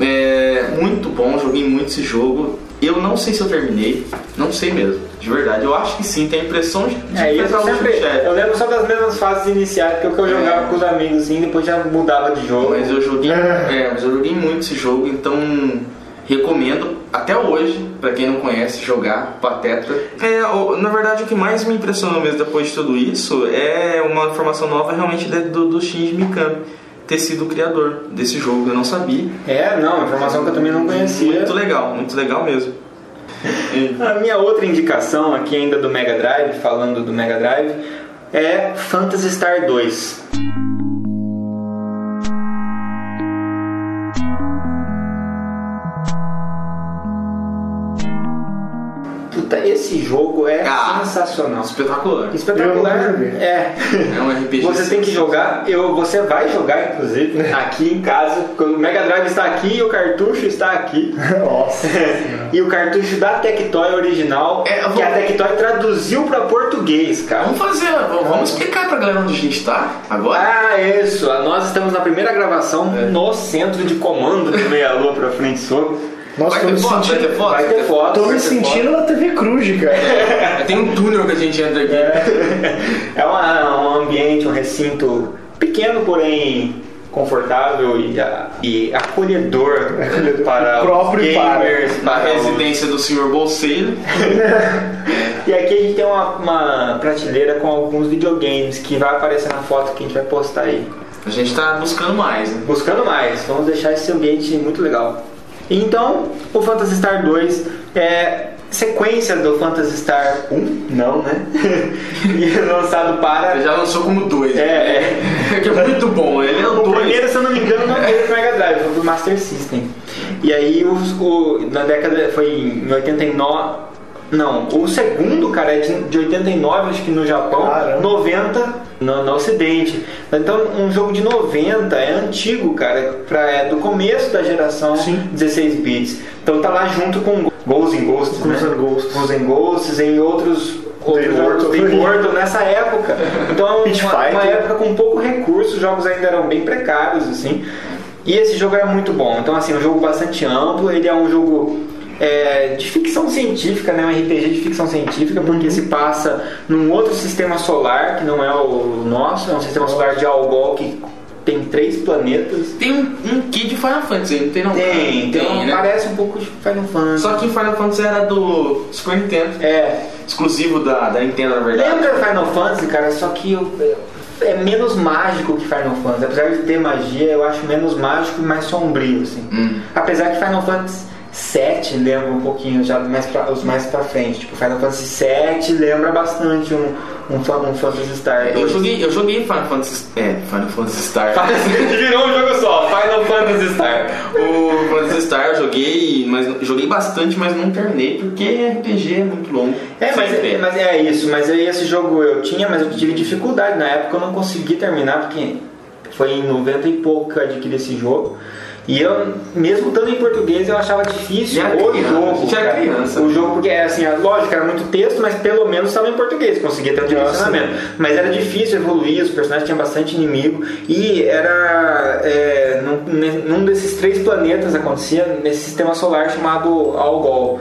Speaker 2: É, muito bom, joguei muito esse jogo. Eu não sei se eu terminei, não sei mesmo, de verdade. Eu acho que sim, tem a impressão de, de
Speaker 3: É, e eu
Speaker 2: enfrentar o último
Speaker 3: sempre,
Speaker 2: chefe.
Speaker 3: eu lembro só das mesmas fases iniciais, que é o que eu jogava com os amigos, assim, depois já mudava de jogo.
Speaker 2: Mas eu joguei, é, mas eu joguei muito esse jogo, então recomendo até hoje pra quem não conhece jogar Pateta. É, o- na verdade o que mais me impressionou mesmo depois de tudo isso é uma informação nova realmente de- do, do Shinji Mikami ter sido o criador desse jogo, eu não sabia.
Speaker 3: É, não, informação que eu também não conhecia.
Speaker 2: Muito legal, muito legal mesmo.
Speaker 3: A minha outra indicação aqui ainda do Mega Drive, falando do Mega Drive, é Phantasy Star 2. Puta, esse Esse jogo é
Speaker 2: Ah.
Speaker 3: sensacional.
Speaker 2: Espetacular.
Speaker 4: Eu
Speaker 3: Espetacular.
Speaker 4: não joguei.
Speaker 3: É.
Speaker 2: É um RPG.
Speaker 3: Você tem que jogar, eu, você vai jogar, inclusive, aqui em casa, porque o Mega Drive está aqui e o cartucho está aqui.
Speaker 4: <laughs> Nossa.
Speaker 3: e o cartucho da Tectoy original,
Speaker 2: É, eu vou-
Speaker 3: que a Tectoy traduziu para português, cara.
Speaker 2: Vamos fazer, vamos explicar pra galera onde a gente tá agora.
Speaker 3: Ah, isso. Nós estamos na primeira gravação
Speaker 2: É.
Speaker 3: no centro de comando do Meia Lua pra frente sobre.
Speaker 4: Nossa,
Speaker 2: Vai
Speaker 4: tô
Speaker 2: ter
Speaker 4: me
Speaker 2: foto, vai
Speaker 4: sentindo.
Speaker 2: ter foto.
Speaker 3: Vai ter foto.
Speaker 4: Tô
Speaker 3: vai
Speaker 4: me
Speaker 3: ter foto.
Speaker 4: sentindo na TV Cruz, cara.
Speaker 2: Tem um túnel que a gente entra aqui.
Speaker 3: É uma- um ambiente, um recinto pequeno, porém confortável e, a- e acolhedor para os
Speaker 4: Próprio e para.
Speaker 3: gamers,
Speaker 2: Na
Speaker 3: para os-
Speaker 2: residência do senhor Bolseiro.
Speaker 3: E aqui a gente tem uma, uma prateleira com alguns videogames que vai aparecer na foto que a gente vai postar aí.
Speaker 2: A gente tá buscando mais, né?
Speaker 3: Buscando mais, vamos deixar esse ambiente muito legal. Então, o Phantasy Star 2 é sequência do Phantasy Star 1, não, né? <laughs> e é lançado para
Speaker 2: Ele já lançou como dois.
Speaker 3: É,
Speaker 2: é. <laughs> Que é muito bom. Ele é o
Speaker 3: O
Speaker 2: dois.
Speaker 3: primeiro, se eu não me engano, não veio pro Mega Drive, foi pro Master System. E aí, os- o- na década, foi em 89... Não, o segundo, cara, é de, de 89, acho que no Japão,
Speaker 4: Caramba.
Speaker 3: 90 no, no Ocidente. Então, um jogo de 90 é antigo, cara, pra, é do começo da geração 16 bits. Então tá lá junto com Ghosts and Ghosts,
Speaker 4: Ghosts
Speaker 3: né?
Speaker 4: and Ghosts.
Speaker 3: Ghosts and Ghosts, em outros... outros
Speaker 4: Immortal.
Speaker 3: jogos, The Immortal, nessa época. Então,
Speaker 4: Pit
Speaker 3: uma, uma
Speaker 4: Fighter.
Speaker 3: época com pouco recurso, os jogos ainda eram bem precários, assim. E esse jogo era muito bom. Então, assim, um jogo bastante amplo, ele é um jogo é, de ficção científica, né? Um RPG de ficção científica, porque se passa num outro sistema solar, que não é o nosso, é um sistema solar de Algol que tem três planetas.
Speaker 2: Tem um, um kit de Final Fantasy, não tem não?
Speaker 3: Tem,
Speaker 2: cara?
Speaker 3: então
Speaker 2: né?
Speaker 3: parece um pouco de Final Fantasy.
Speaker 2: Só que Final Fantasy era do Super Nintendo.
Speaker 3: É,
Speaker 2: Exclusivo da, da Nintendo, na verdade.
Speaker 3: Lembra Final Fantasy, cara, só que o- é menos mágico que Final Fantasy. Apesar de ter magia, eu acho menos mágico e mais sombrio, assim.
Speaker 2: Hum.
Speaker 3: Apesar que Final Fantasy 7 lembra um pouquinho, já mais pra, os mais pra frente. Tipo, Final Fantasy 7 lembra bastante um, um, Fa- um Phantasy Star.
Speaker 2: É, Eu joguei, eu joguei Final Fantasy. É, Final Fantasy Star.
Speaker 3: <laughs> Virou um jogo só, Final Fantasy Star.
Speaker 2: <laughs> o Phantasy Star eu joguei, mas não- joguei bastante, mas não terminei porque RPG é muito longo.
Speaker 3: É, mas,
Speaker 2: Sempre.
Speaker 3: é, mas é isso, mas aí esse jogo eu tinha, mas eu tive dificuldade na época, eu não consegui terminar, porque foi em 90 e pouco que eu adquiri esse jogo. E eu, mesmo estando em português, eu achava difícil
Speaker 2: Já era
Speaker 3: o
Speaker 2: criança, a
Speaker 3: jogo.
Speaker 2: gente era
Speaker 3: cara.
Speaker 2: criança.
Speaker 3: O jogo, porque é assim, a- lógico, era muito texto, mas pelo menos estava em português, conseguia ter um direcionamento. Mas era difícil evoluir, os personagens tinham bastante inimigo, e era. é, num, ne- num desses três planetas acontecia, nesse sistema solar chamado Algol.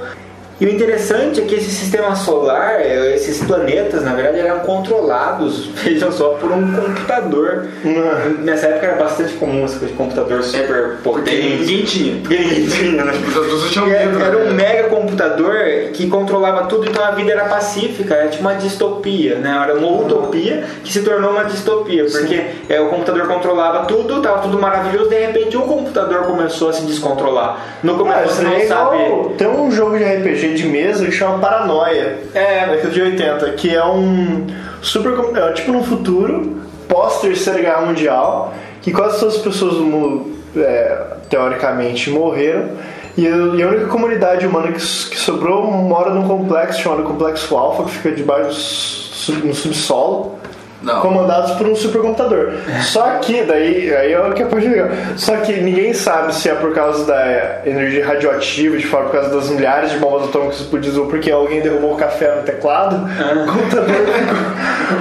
Speaker 3: E o interessante é que esse sistema solar, é, esses planetas, na verdade, eram controlados, <laughs> vejam só, por um computador.
Speaker 4: Uhum.
Speaker 3: Nessa época era bastante comum esse computador super
Speaker 2: É, Porque
Speaker 3: potente.
Speaker 2: ninguém tinha.
Speaker 3: Ninguém tinha, né?
Speaker 2: Os outros tinham medo.
Speaker 3: Era um
Speaker 2: né?
Speaker 3: mega computador que controlava tudo, então a vida era pacífica, era tipo uma distopia, né? Era uma utopia que se tornou uma distopia, porque é, o computador controlava tudo, tava tudo maravilhoso, de repente o computador começou a se descontrolar. No
Speaker 4: Ah,
Speaker 3: começo
Speaker 4: isso
Speaker 3: você
Speaker 4: daí
Speaker 3: não
Speaker 4: é
Speaker 3: sabe.
Speaker 4: igual- Tem um jogo de RPG de mesa que chama Paranoia. É. Década de 80, que é um super. com- É, tipo no futuro, pós-terceira guerra mundial, que quase todas as pessoas do mundo, é, teoricamente, morreram. E a e a única comunidade humana que, s- que sobrou mora num complexo chamado Complexo Alpha, que fica debaixo do sub- no subsolo
Speaker 2: Não.
Speaker 4: comandados por um supercomputador. Só que, daí, aí é o que é a parte legal. Só que ninguém sabe se é por causa da energia radioativa, de fora por causa das milhares de bombas atômicas explodidas ou porque alguém derrubou o café no teclado.
Speaker 3: Ah.
Speaker 4: O, computador ficou,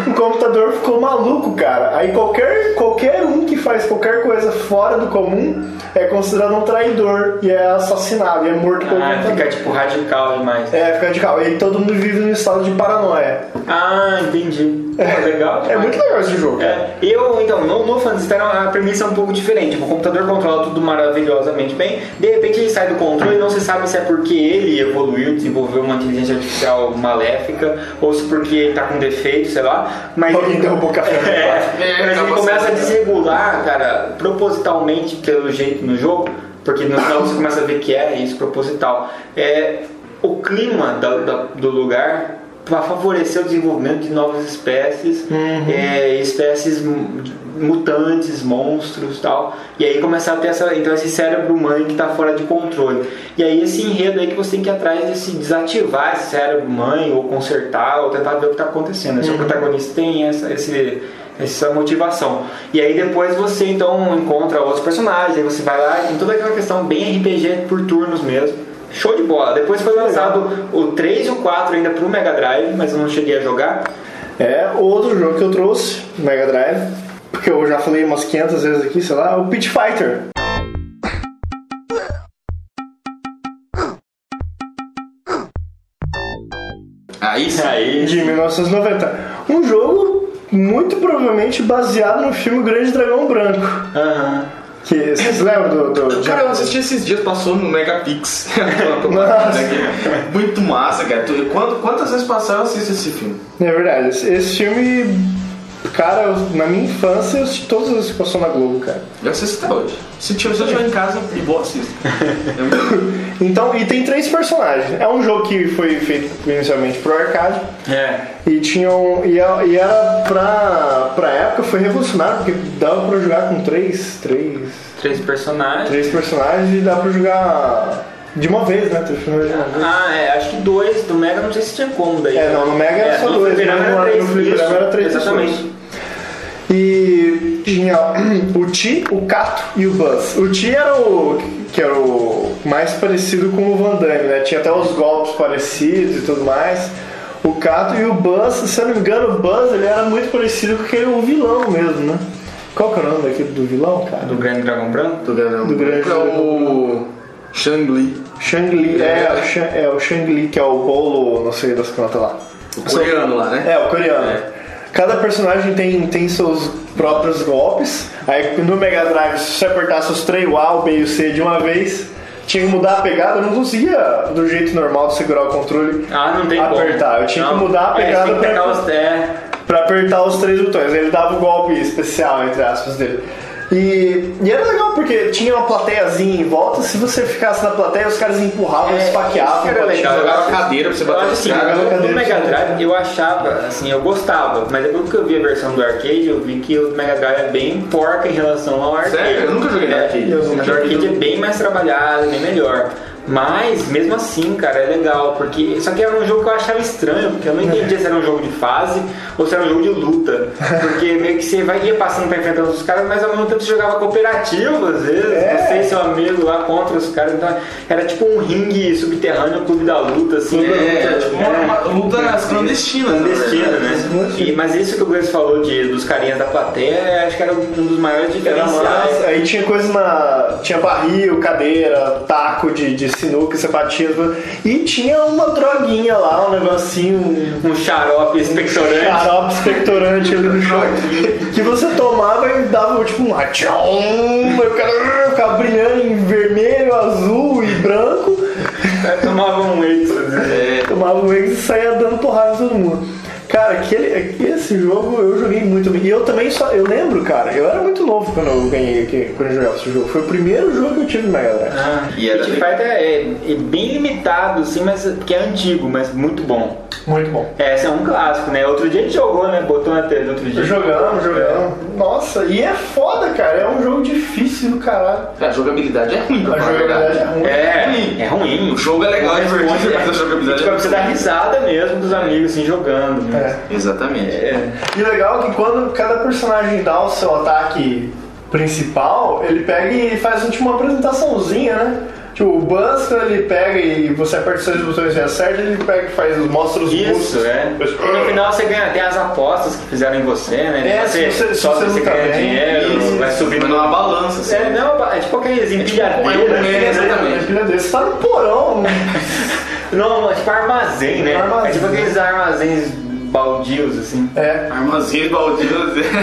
Speaker 4: o computador ficou maluco, cara. Aí qualquer, qualquer um que faz qualquer coisa fora do comum é considerado um traidor e é assassinado e é morto pelo
Speaker 3: Ah,
Speaker 4: computador.
Speaker 3: fica tipo radical demais.
Speaker 4: É, fica de calma. E aí todo mundo vive num estado de paranoia.
Speaker 3: Ah, entendi. Pô, legal.
Speaker 4: É muito legal esse jogo. cara.
Speaker 3: É, eu, então, no, no Phantasy a premissa é um pouco diferente. O computador controla tudo maravilhosamente bem, de repente ele sai do controle e não se sabe se é porque ele evoluiu, desenvolveu uma inteligência artificial maléfica, ou se porque ele tá com defeito, sei lá. Mas
Speaker 4: Alguém um derrubou o café no quarto.
Speaker 3: é, mas
Speaker 2: né, acaba
Speaker 3: ele começa a
Speaker 2: sendo-
Speaker 3: desregular, cara, propositalmente pelo jeito no jogo, porque no final você começa a ver que é isso, proposital. É, o clima da- da- do lugar para favorecer o desenvolvimento de novas espécies, é, espécies hum, mutantes, monstros e tal. E aí começar a ter essa, então esse cérebro humano que está fora de controle. E aí esse enredo aí que você tem que ir atrás de se desativar esse cérebro humano, ou consertar, ou tentar ver o que está acontecendo. Esse é o protagonista tem essa, esse, essa é motivação. E aí depois você então encontra outros personagens, aí você vai lá e tem toda aquela questão bem RPG por turnos mesmo. Show de bola. Depois foi lançado o 3 e o 4 ainda pro Mega Drive, mas eu não cheguei a jogar.
Speaker 4: É outro jogo que eu trouxe, Mega Drive, porque eu já falei umas 500 vezes aqui, sei lá, é o Pit Fighter.
Speaker 2: Aí sim.
Speaker 3: Aí,
Speaker 4: de 1990. Um jogo muito provavelmente baseado no filme Grande Dragão Branco.
Speaker 3: aham.
Speaker 4: Que vocês lembram do. do
Speaker 2: Cara, eu assisti esses dias, passou no Megapix. <laughs>
Speaker 4: Nossa.
Speaker 2: Muito massa, cara. Tu- quando- Quantas vezes passar eu assisto esse filme?
Speaker 4: É verdade, esse, esse filme. Cara, eu- na minha infância eu assisti todas as vezes que passou na Globo, cara.
Speaker 2: Eu assisto até hoje. Se tiver se eu tiver em casa, de boa, assisto. É muito-
Speaker 4: Então, e tem três personagens. É um jogo que foi feito inicialmente pro arcade.
Speaker 3: É.
Speaker 4: E tinham. E, a- e era pra, pra época foi revolucionário, porque dava pra jogar com três. Três.
Speaker 3: Três personagens.
Speaker 4: Três personagens e dá pra jogar de uma vez, né? Três personagens de uma vez.
Speaker 3: Ah, é, acho que dois. Do Mega não sei se tinha como daí.
Speaker 4: É, não, no Mega era só
Speaker 3: no
Speaker 4: dois,
Speaker 3: Fliperama
Speaker 4: mas
Speaker 3: era
Speaker 4: no-
Speaker 3: três.
Speaker 4: no Fliperama
Speaker 3: isso,
Speaker 4: era três
Speaker 3: Exatamente.
Speaker 4: E tinha o Ti, o Cato e o Buzz. O Ti era o. que era o mais parecido com o Van Damme, né? Tinha até os golpes parecidos e tudo mais. O Cato e o Buzz, se eu não me engano, o Buzz ele era muito parecido com aquele o vilão mesmo, né? Qual que é o nome daquele do vilão, cara?
Speaker 3: Do Grande Dragão Branco?
Speaker 4: Do grande
Speaker 2: É o. Shang-Li.
Speaker 4: Shang-Li, é, o Shang- é o Shang-Li, que é o bolo, não sei das quantas lá.
Speaker 2: O coreano lá, né?
Speaker 4: É, o coreano. Cada personagem tem, tem seus próprios golpes. Aí no Mega Drive, se você apertasse os três o A, o B e o C de uma vez, tinha que mudar a pegada. Eu não conseguia, do jeito normal, de segurar o controle.
Speaker 3: Ah, não tem como.
Speaker 4: Apertar. Eu tinha que
Speaker 3: Não.
Speaker 4: mudar a
Speaker 3: É,
Speaker 4: pegada
Speaker 3: tem que
Speaker 4: pra-
Speaker 3: pegar os... É,
Speaker 4: Pra apertar os três botões. Ele dava o golpe especial, entre aspas, dele. E, e era legal porque tinha uma plateiazinha em volta. Se você ficasse na plateia, os caras empurravam,
Speaker 3: É,
Speaker 4: esfaqueavam.
Speaker 3: isso que era
Speaker 4: batiam.
Speaker 3: legal.
Speaker 2: Jogava cadeira pra você
Speaker 3: eu
Speaker 2: bater
Speaker 3: acho
Speaker 2: nos
Speaker 3: assim,
Speaker 2: caras.
Speaker 4: jogava
Speaker 3: no
Speaker 4: cadeira,
Speaker 3: Mega
Speaker 4: sim.
Speaker 3: Drive eu achava, assim, eu gostava, mas depois que eu vi a versão do arcade, eu vi que o Mega Drive é bem porca em relação ao arcade.
Speaker 2: Sério? Eu nunca joguei no
Speaker 3: É,
Speaker 2: arcade.
Speaker 3: O Mega arcade é bem mais trabalhado, bem melhor. Mas, mesmo assim, cara, é legal, porque. Só que era um jogo que eu achava estranho, porque eu não entendia se era um jogo de fase ou se era um jogo de luta. Porque meio que você vai, ia passando pra enfrentar os caras, mas ao mesmo tempo você jogava cooperativo, às vezes, você e seu amigo lá contra os caras. Então, era tipo um ringue subterrâneo, um clube da luta, assim.
Speaker 2: É, tipo uma, uma luta clandestina.
Speaker 3: Clandestina, né? E- mas isso que o Gleison falou de, dos carinhas da plateia, acho que era um dos maiores
Speaker 4: Era
Speaker 3: diferenciais.
Speaker 4: massa. Aí tinha coisa na. Tinha barril, cadeira, taco de, de sinuca, sapatismo. E tinha uma droguinha lá, um negocinho. um
Speaker 3: Um xarope expectorante.
Speaker 4: Xarope expectorante ali no chão. Que você tomava e dava tipo um rachão. aí o cara, uh, Ficava brilhando em vermelho, azul e branco.
Speaker 3: Tomava um extra.
Speaker 2: É,
Speaker 4: Tomava um ex e saía dando porrada em todo mundo. Cara, aquele, esse jogo eu joguei muito. E eu também só. Eu lembro, cara, eu era muito novo quando eu ganhei aqui, quando eu jogava esse jogo. Foi o primeiro jogo que eu tive na Mega Drive.
Speaker 3: Ah,
Speaker 2: E era
Speaker 3: Street
Speaker 2: bem-
Speaker 3: Fighter é, é bem limitado, assim, mas porque é antigo, mas muito bom.
Speaker 4: Muito bom.
Speaker 3: É, esse é um clássico, né? Outro dia a gente jogou, né? Botou na tela outro dia.
Speaker 4: Jogamos, jogamos. É. Nossa, e é foda, cara. É um jogo difícil do caralho.
Speaker 2: a jogabilidade é ruim, pra
Speaker 4: A
Speaker 2: falar a
Speaker 4: jogabilidade é
Speaker 2: verdade.
Speaker 4: ruim.
Speaker 3: É, é ruim.
Speaker 2: O jogo é legal, é
Speaker 3: Mas
Speaker 2: divertido,
Speaker 3: é-
Speaker 2: mas a jogabilidade é
Speaker 3: Tipo, você dá risada mesmo dos amigos, assim, jogando. né?
Speaker 4: É.
Speaker 2: Exatamente.
Speaker 3: É.
Speaker 4: E o legal é que quando cada personagem dá o seu ataque principal, ele pega e faz tipo, uma apresentaçãozinha, né? Tipo, o Buzz, quando ele pega e você aperta os seus botões e acerta, ele pega e faz, mostra os
Speaker 3: Isso,
Speaker 4: músculos.
Speaker 3: é.
Speaker 4: Depois-
Speaker 3: E no final você ganha até as apostas que fizeram em você, né?
Speaker 4: É,
Speaker 3: você,
Speaker 4: se você- se
Speaker 3: só
Speaker 4: você
Speaker 3: você
Speaker 4: luta
Speaker 3: ganha
Speaker 4: bem,
Speaker 3: dinheiro,
Speaker 4: isso,
Speaker 3: vai subindo
Speaker 2: Mas
Speaker 3: no
Speaker 2: numa balança, um assim.
Speaker 3: É, não, é tipo aqueles
Speaker 4: um
Speaker 3: empilhadeiros.
Speaker 2: é,
Speaker 3: né?
Speaker 2: exatamente.
Speaker 4: Filha desse, tá no porão.
Speaker 3: Não, é tipo armazém, né?
Speaker 4: Armazém.
Speaker 3: É tipo aqueles armazéns baldios, assim.
Speaker 4: é.
Speaker 2: Armazinhas <laughs> baldias.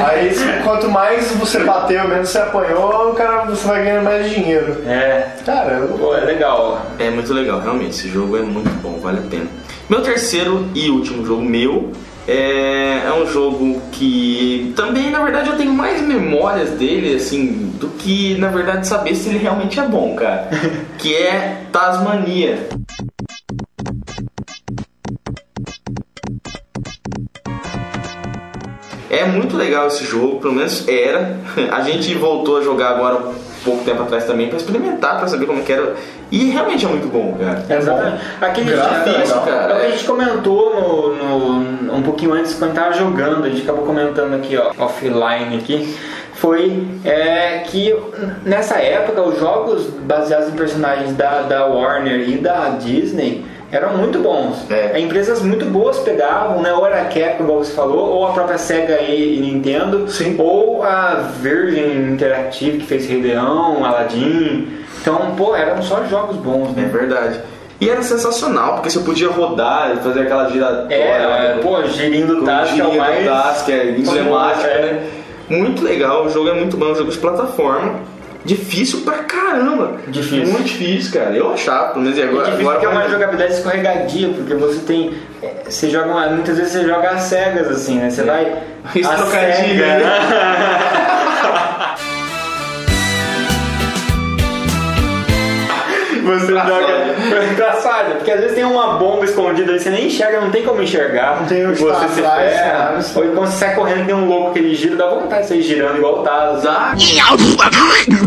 Speaker 4: Aí, se- quanto mais você bateu, menos você apanhou, o cara, você vai ganhando mais dinheiro.
Speaker 3: É.
Speaker 4: Cara, eu-
Speaker 3: Pô, é legal.
Speaker 2: É muito legal, realmente. Esse jogo é muito bom, vale a pena. Meu terceiro e último jogo meu é, é um jogo que também, na verdade, eu tenho mais memórias dele, assim, do que, na verdade, saber se ele realmente é bom,
Speaker 3: <laughs>
Speaker 2: cara. que é Tasmania. É muito legal esse jogo, pelo menos era. <laughs> A gente voltou a jogar agora um pouco tempo atrás também pra experimentar, pra saber como que era. E realmente é muito bom, cara.
Speaker 3: Exatamente. Aquele
Speaker 4: Gráfico,
Speaker 3: dia,
Speaker 4: legal.
Speaker 3: cara, É a gente comentou no, no- um pouquinho antes, quando tava jogando, a gente acabou comentando aqui, ó, offline aqui, foi é, que nessa época os jogos baseados em personagens da, da Warner e da Disney eram muito bons.
Speaker 2: É.
Speaker 3: Empresas muito boas pegavam, né? Ou era a Capcom, igual você falou, ou a própria Sega e, e Nintendo,
Speaker 4: Sim.
Speaker 3: ou a Virgin Interactive que fez Rei Leão, Aladdin. Então, pô, eram só jogos bons,
Speaker 2: É
Speaker 3: né?
Speaker 2: verdade. E era sensacional, porque você podia rodar, fazer aquela giratória.
Speaker 3: É, é, pô, girinho do Task é o mais.
Speaker 2: que é emblemático,
Speaker 3: É.
Speaker 2: né? Muito legal, o jogo é muito bom, é um jogo de plataforma. Difícil pra caramba.
Speaker 3: Difícil.
Speaker 2: Muito difícil, cara. Eu achava, pelo menos e agora.
Speaker 3: E difícil
Speaker 2: agora
Speaker 3: porque é uma
Speaker 2: vai-
Speaker 3: jogabilidade escorregadia, porque você tem. é, Você joga uma- muitas vezes você joga às cegas, assim, né? Você <laughs> vai.
Speaker 2: Esse
Speaker 3: às
Speaker 2: trocadilho,
Speaker 3: cegas,
Speaker 2: né?
Speaker 3: Você <laughs>
Speaker 2: Tá
Speaker 3: joga traçado, porque às vezes tem uma bomba escondida ali, você nem enxerga, não tem como enxergar.
Speaker 4: Não tem onde
Speaker 3: você
Speaker 4: tá
Speaker 3: se
Speaker 4: atrás,
Speaker 3: ferra.
Speaker 4: nada.
Speaker 3: Ou quando você sai correndo que tem um louco que ele gira, dá vontade de sair girando igual o Taz.
Speaker 2: Exato.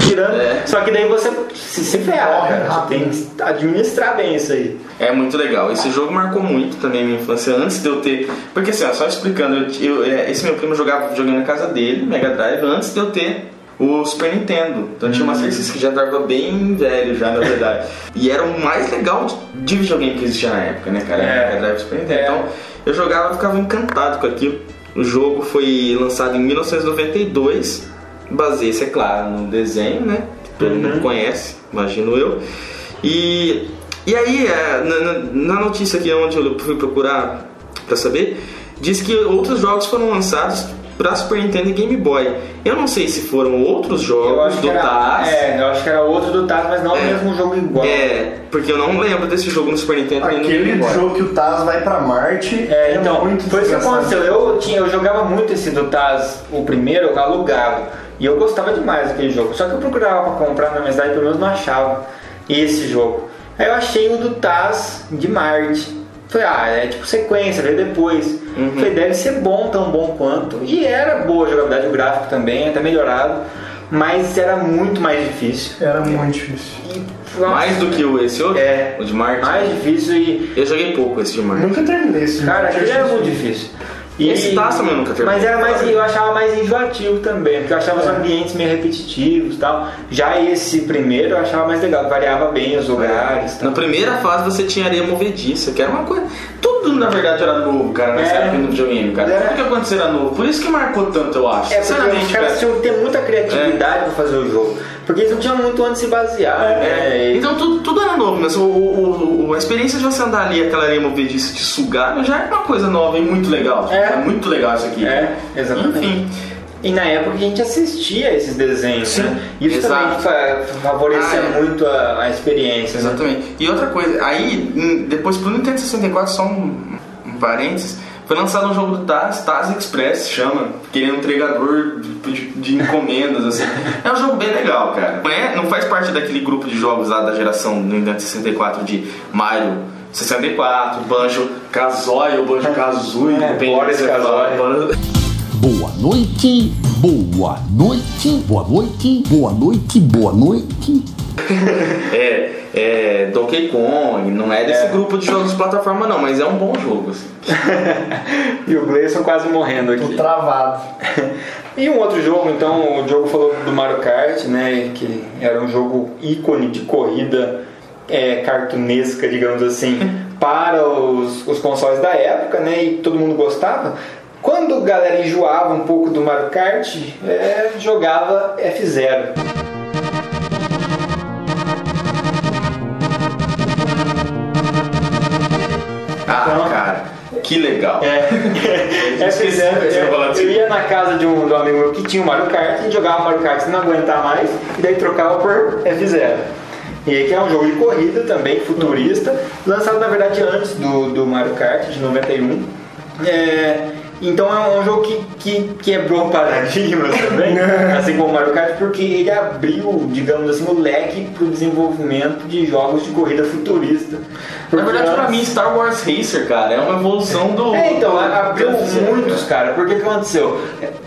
Speaker 3: girando.
Speaker 2: É.
Speaker 3: Só que daí você se, se ferra, cara. Você tem que administrar bem isso aí.
Speaker 2: É muito legal. Esse jogo marcou muito também a minha infância antes de eu ter. Porque assim, ó, só explicando, eu- eu- é, esse meu primo jogava jogando na casa dele, Mega Drive, antes de eu ter o Super Nintendo. Então tinha uma Master System que já tava bem velho já, na verdade. e era o mais legal de- de videogame que existia na época, né, cara?
Speaker 3: É.
Speaker 2: Mega Drive Super Nintendo.
Speaker 3: É.
Speaker 2: Então eu jogava e ficava encantado com aquilo. O jogo foi lançado em 1992, baseia-se, é claro, no desenho, né? Que todo
Speaker 3: Uhum.
Speaker 2: mundo conhece, imagino eu. E, e aí, é, na, na- na notícia aqui onde eu fui procurar pra saber, diz que outros jogos foram lançados pra Super Nintendo e Game Boy. Eu não sei se foram outros
Speaker 3: Eu
Speaker 2: jogos
Speaker 3: acho
Speaker 2: do
Speaker 3: que era.
Speaker 2: TAS.
Speaker 3: É, eu acho que era outro do Taz, mas não
Speaker 2: É.
Speaker 3: o mesmo jogo igual.
Speaker 2: É, porque eu não lembro desse jogo no Super Nintendo e no Game
Speaker 4: Aquele
Speaker 2: Boy.
Speaker 4: jogo que o Taz vai pra Marte
Speaker 3: É, então,
Speaker 4: muito
Speaker 3: foi isso que
Speaker 4: desgraçado.
Speaker 3: aconteceu. Eu, tinha, eu jogava muito esse do Taz, o primeiro, eu alugava. E eu gostava demais daquele jogo. Só que eu procurava pra comprar na minha cidade, pelo menos não achava esse jogo. Aí eu achei o do Taz de Marte. Falei, ah, é tipo sequência, veio depois.
Speaker 2: Uhum.
Speaker 3: Falei, deve ser bom, tão bom quanto. E era boa a jogabilidade, o gráfico também, até melhorado. Mas era muito mais difícil.
Speaker 4: Era muito difícil.
Speaker 3: E,
Speaker 2: Mais do que o esse outro?
Speaker 3: É.
Speaker 2: O de Marte?
Speaker 3: mais difícil e
Speaker 2: Eu joguei pouco esse de Marte.
Speaker 4: Nunca terminei esse jogo. Tipo,
Speaker 3: Cara, é
Speaker 4: achei
Speaker 3: aquele era
Speaker 4: difícil.
Speaker 3: muito difícil.
Speaker 2: Esse taço também eu nunca terminei.
Speaker 3: Mas era mais, eu achava mais enjoativo também, porque eu achava os ambientes meio repetitivos e tal. Já esse primeiro eu achava mais legal, variava bem os horários. e tal.
Speaker 2: Na primeira fase você tinha areia movediça, que era uma coisa. Tudo na verdade era novo, cara, nessa
Speaker 3: É.
Speaker 2: época do videogame, cara.
Speaker 3: É.
Speaker 2: Tudo que aconteceu era novo. Por isso que marcou tanto, eu acho.
Speaker 3: É porque os
Speaker 2: Sinceramente,
Speaker 3: caras
Speaker 2: cara.
Speaker 3: tinham que ter muita criatividade pra fazer o jogo. Porque eles não tinham muito onde se basear.
Speaker 2: É,
Speaker 3: né? E-
Speaker 2: Então tudo, tudo era novo, mas o, o- o- a experiência de você andar ali, aquela areia movediça de sugar, né, já era uma coisa nova e muito legal.
Speaker 3: É.
Speaker 2: muito legal isso aqui.
Speaker 3: É, exatamente.
Speaker 2: Enfim.
Speaker 3: E na época a gente assistia esses desenhos, né? Isso
Speaker 2: Exato.
Speaker 3: também fa- favorecia
Speaker 2: Ah, é.
Speaker 3: muito a, a experiência.
Speaker 2: <laughs>
Speaker 3: né?
Speaker 2: Exatamente. E outra coisa, aí, em- depois pro Nintendo 64, só um, um parênteses, foi lançado um jogo do Taz, Taz Express, chama, que ele é um entregador de, de encomendas, assim. É um jogo bem legal, cara. Não, é- não faz parte daquele grupo de jogos lá da geração do Nintendo 64 de Mario 64, Banjo Kazooie, ou Banjo Kazooie,
Speaker 3: É,
Speaker 2: depende
Speaker 3: Boris
Speaker 2: do que você fala.
Speaker 5: Boa noite, boa noite, boa noite, boa noite, boa noite.
Speaker 2: É, é, Donkey Kong, não é desse grupo de jogos de plataforma, não, mas é um bom jogo, assim.
Speaker 3: E o Gleison quase morrendo aqui.
Speaker 4: Tô tipo, travado.
Speaker 3: E um outro jogo, então, o Diogo falou do Mario Kart, né? Que era um jogo ícone de corrida é, cartunesca, digamos assim, para os, os consoles da época, né? E todo mundo gostava. Quando a galera enjoava um pouco do Mario Kart, é, jogava F0.
Speaker 2: Ah,
Speaker 3: Então-
Speaker 2: cara, que legal.
Speaker 3: É, é,
Speaker 2: Esqueci
Speaker 3: é,
Speaker 2: dessa bola.
Speaker 3: eu ia na casa de um, de um amigo meu que tinha o Mario Kart e jogava Mario Kart se não aguentar mais, e daí trocava por F0. E aí que é um jogo de corrida também, futurista, lançado na verdade antes do, do Mario Kart de 91. É, Então é um jogo que, que quebrou paradigmas também, assim como o Mario Kart, porque ele abriu, digamos assim, o leque para o desenvolvimento de jogos de corrida futurista.
Speaker 2: Na verdade, pra
Speaker 3: antes-
Speaker 2: mim, Star Wars Racer, cara, é uma evolução do.
Speaker 3: é, então,
Speaker 2: do- né?
Speaker 3: abriu
Speaker 2: do-
Speaker 3: muitos, cara. Porque o que aconteceu?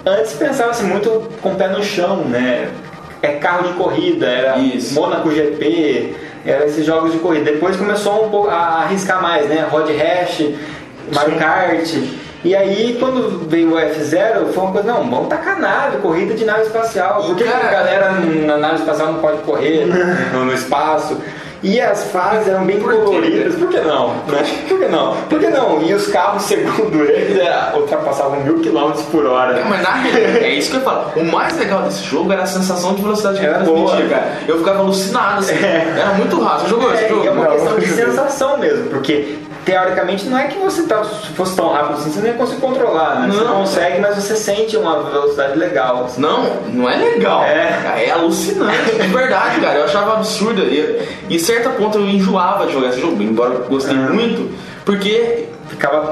Speaker 3: Antes pensava-se muito com o pé no chão, né? É carro de corrida, era
Speaker 2: Isso.
Speaker 3: Monaco GP, era esses jogos de corrida. Depois começou um pouco a arriscar mais, né? Rod Rash, Mario Kart. E aí, quando veio o F0, foi uma coisa, não, vamos tacar nave, corrida de nave espacial. Por que que
Speaker 2: cara,
Speaker 3: a galera na nave espacial não pode
Speaker 2: <laughs>
Speaker 3: correr no, no espaço? E as fases eram bem coloridas, por que não? né? Por que não? Por que não? E os carros, segundo eles, é, ultrapassavam mil quilômetros por hora.
Speaker 2: Mas na realidade, é isso que eu falo. O mais legal desse jogo era a sensação de velocidade que
Speaker 3: Era
Speaker 2: ele transmitia,
Speaker 3: boa.
Speaker 2: cara. Eu ficava alucinado, assim.
Speaker 3: É.
Speaker 2: Era muito raso. Você jogou esse
Speaker 3: É,
Speaker 2: jogo?
Speaker 3: e é uma
Speaker 4: Não,
Speaker 3: questão de
Speaker 4: não joguei.
Speaker 3: sensação mesmo, porque teoricamente não é que você tá, se fosse tão rápido assim, você nem consegue controlar, né? Você
Speaker 2: Não.
Speaker 3: consegue, mas você sente uma velocidade legal. assim.
Speaker 2: Não, não é legal.
Speaker 3: É.
Speaker 2: Cara, é alucinante, de verdade, cara. Eu achava absurdo. E, e certa ponto eu enjoava de jogar esse jogo, embora eu
Speaker 3: É.
Speaker 2: gostei muito, porque
Speaker 3: Ficava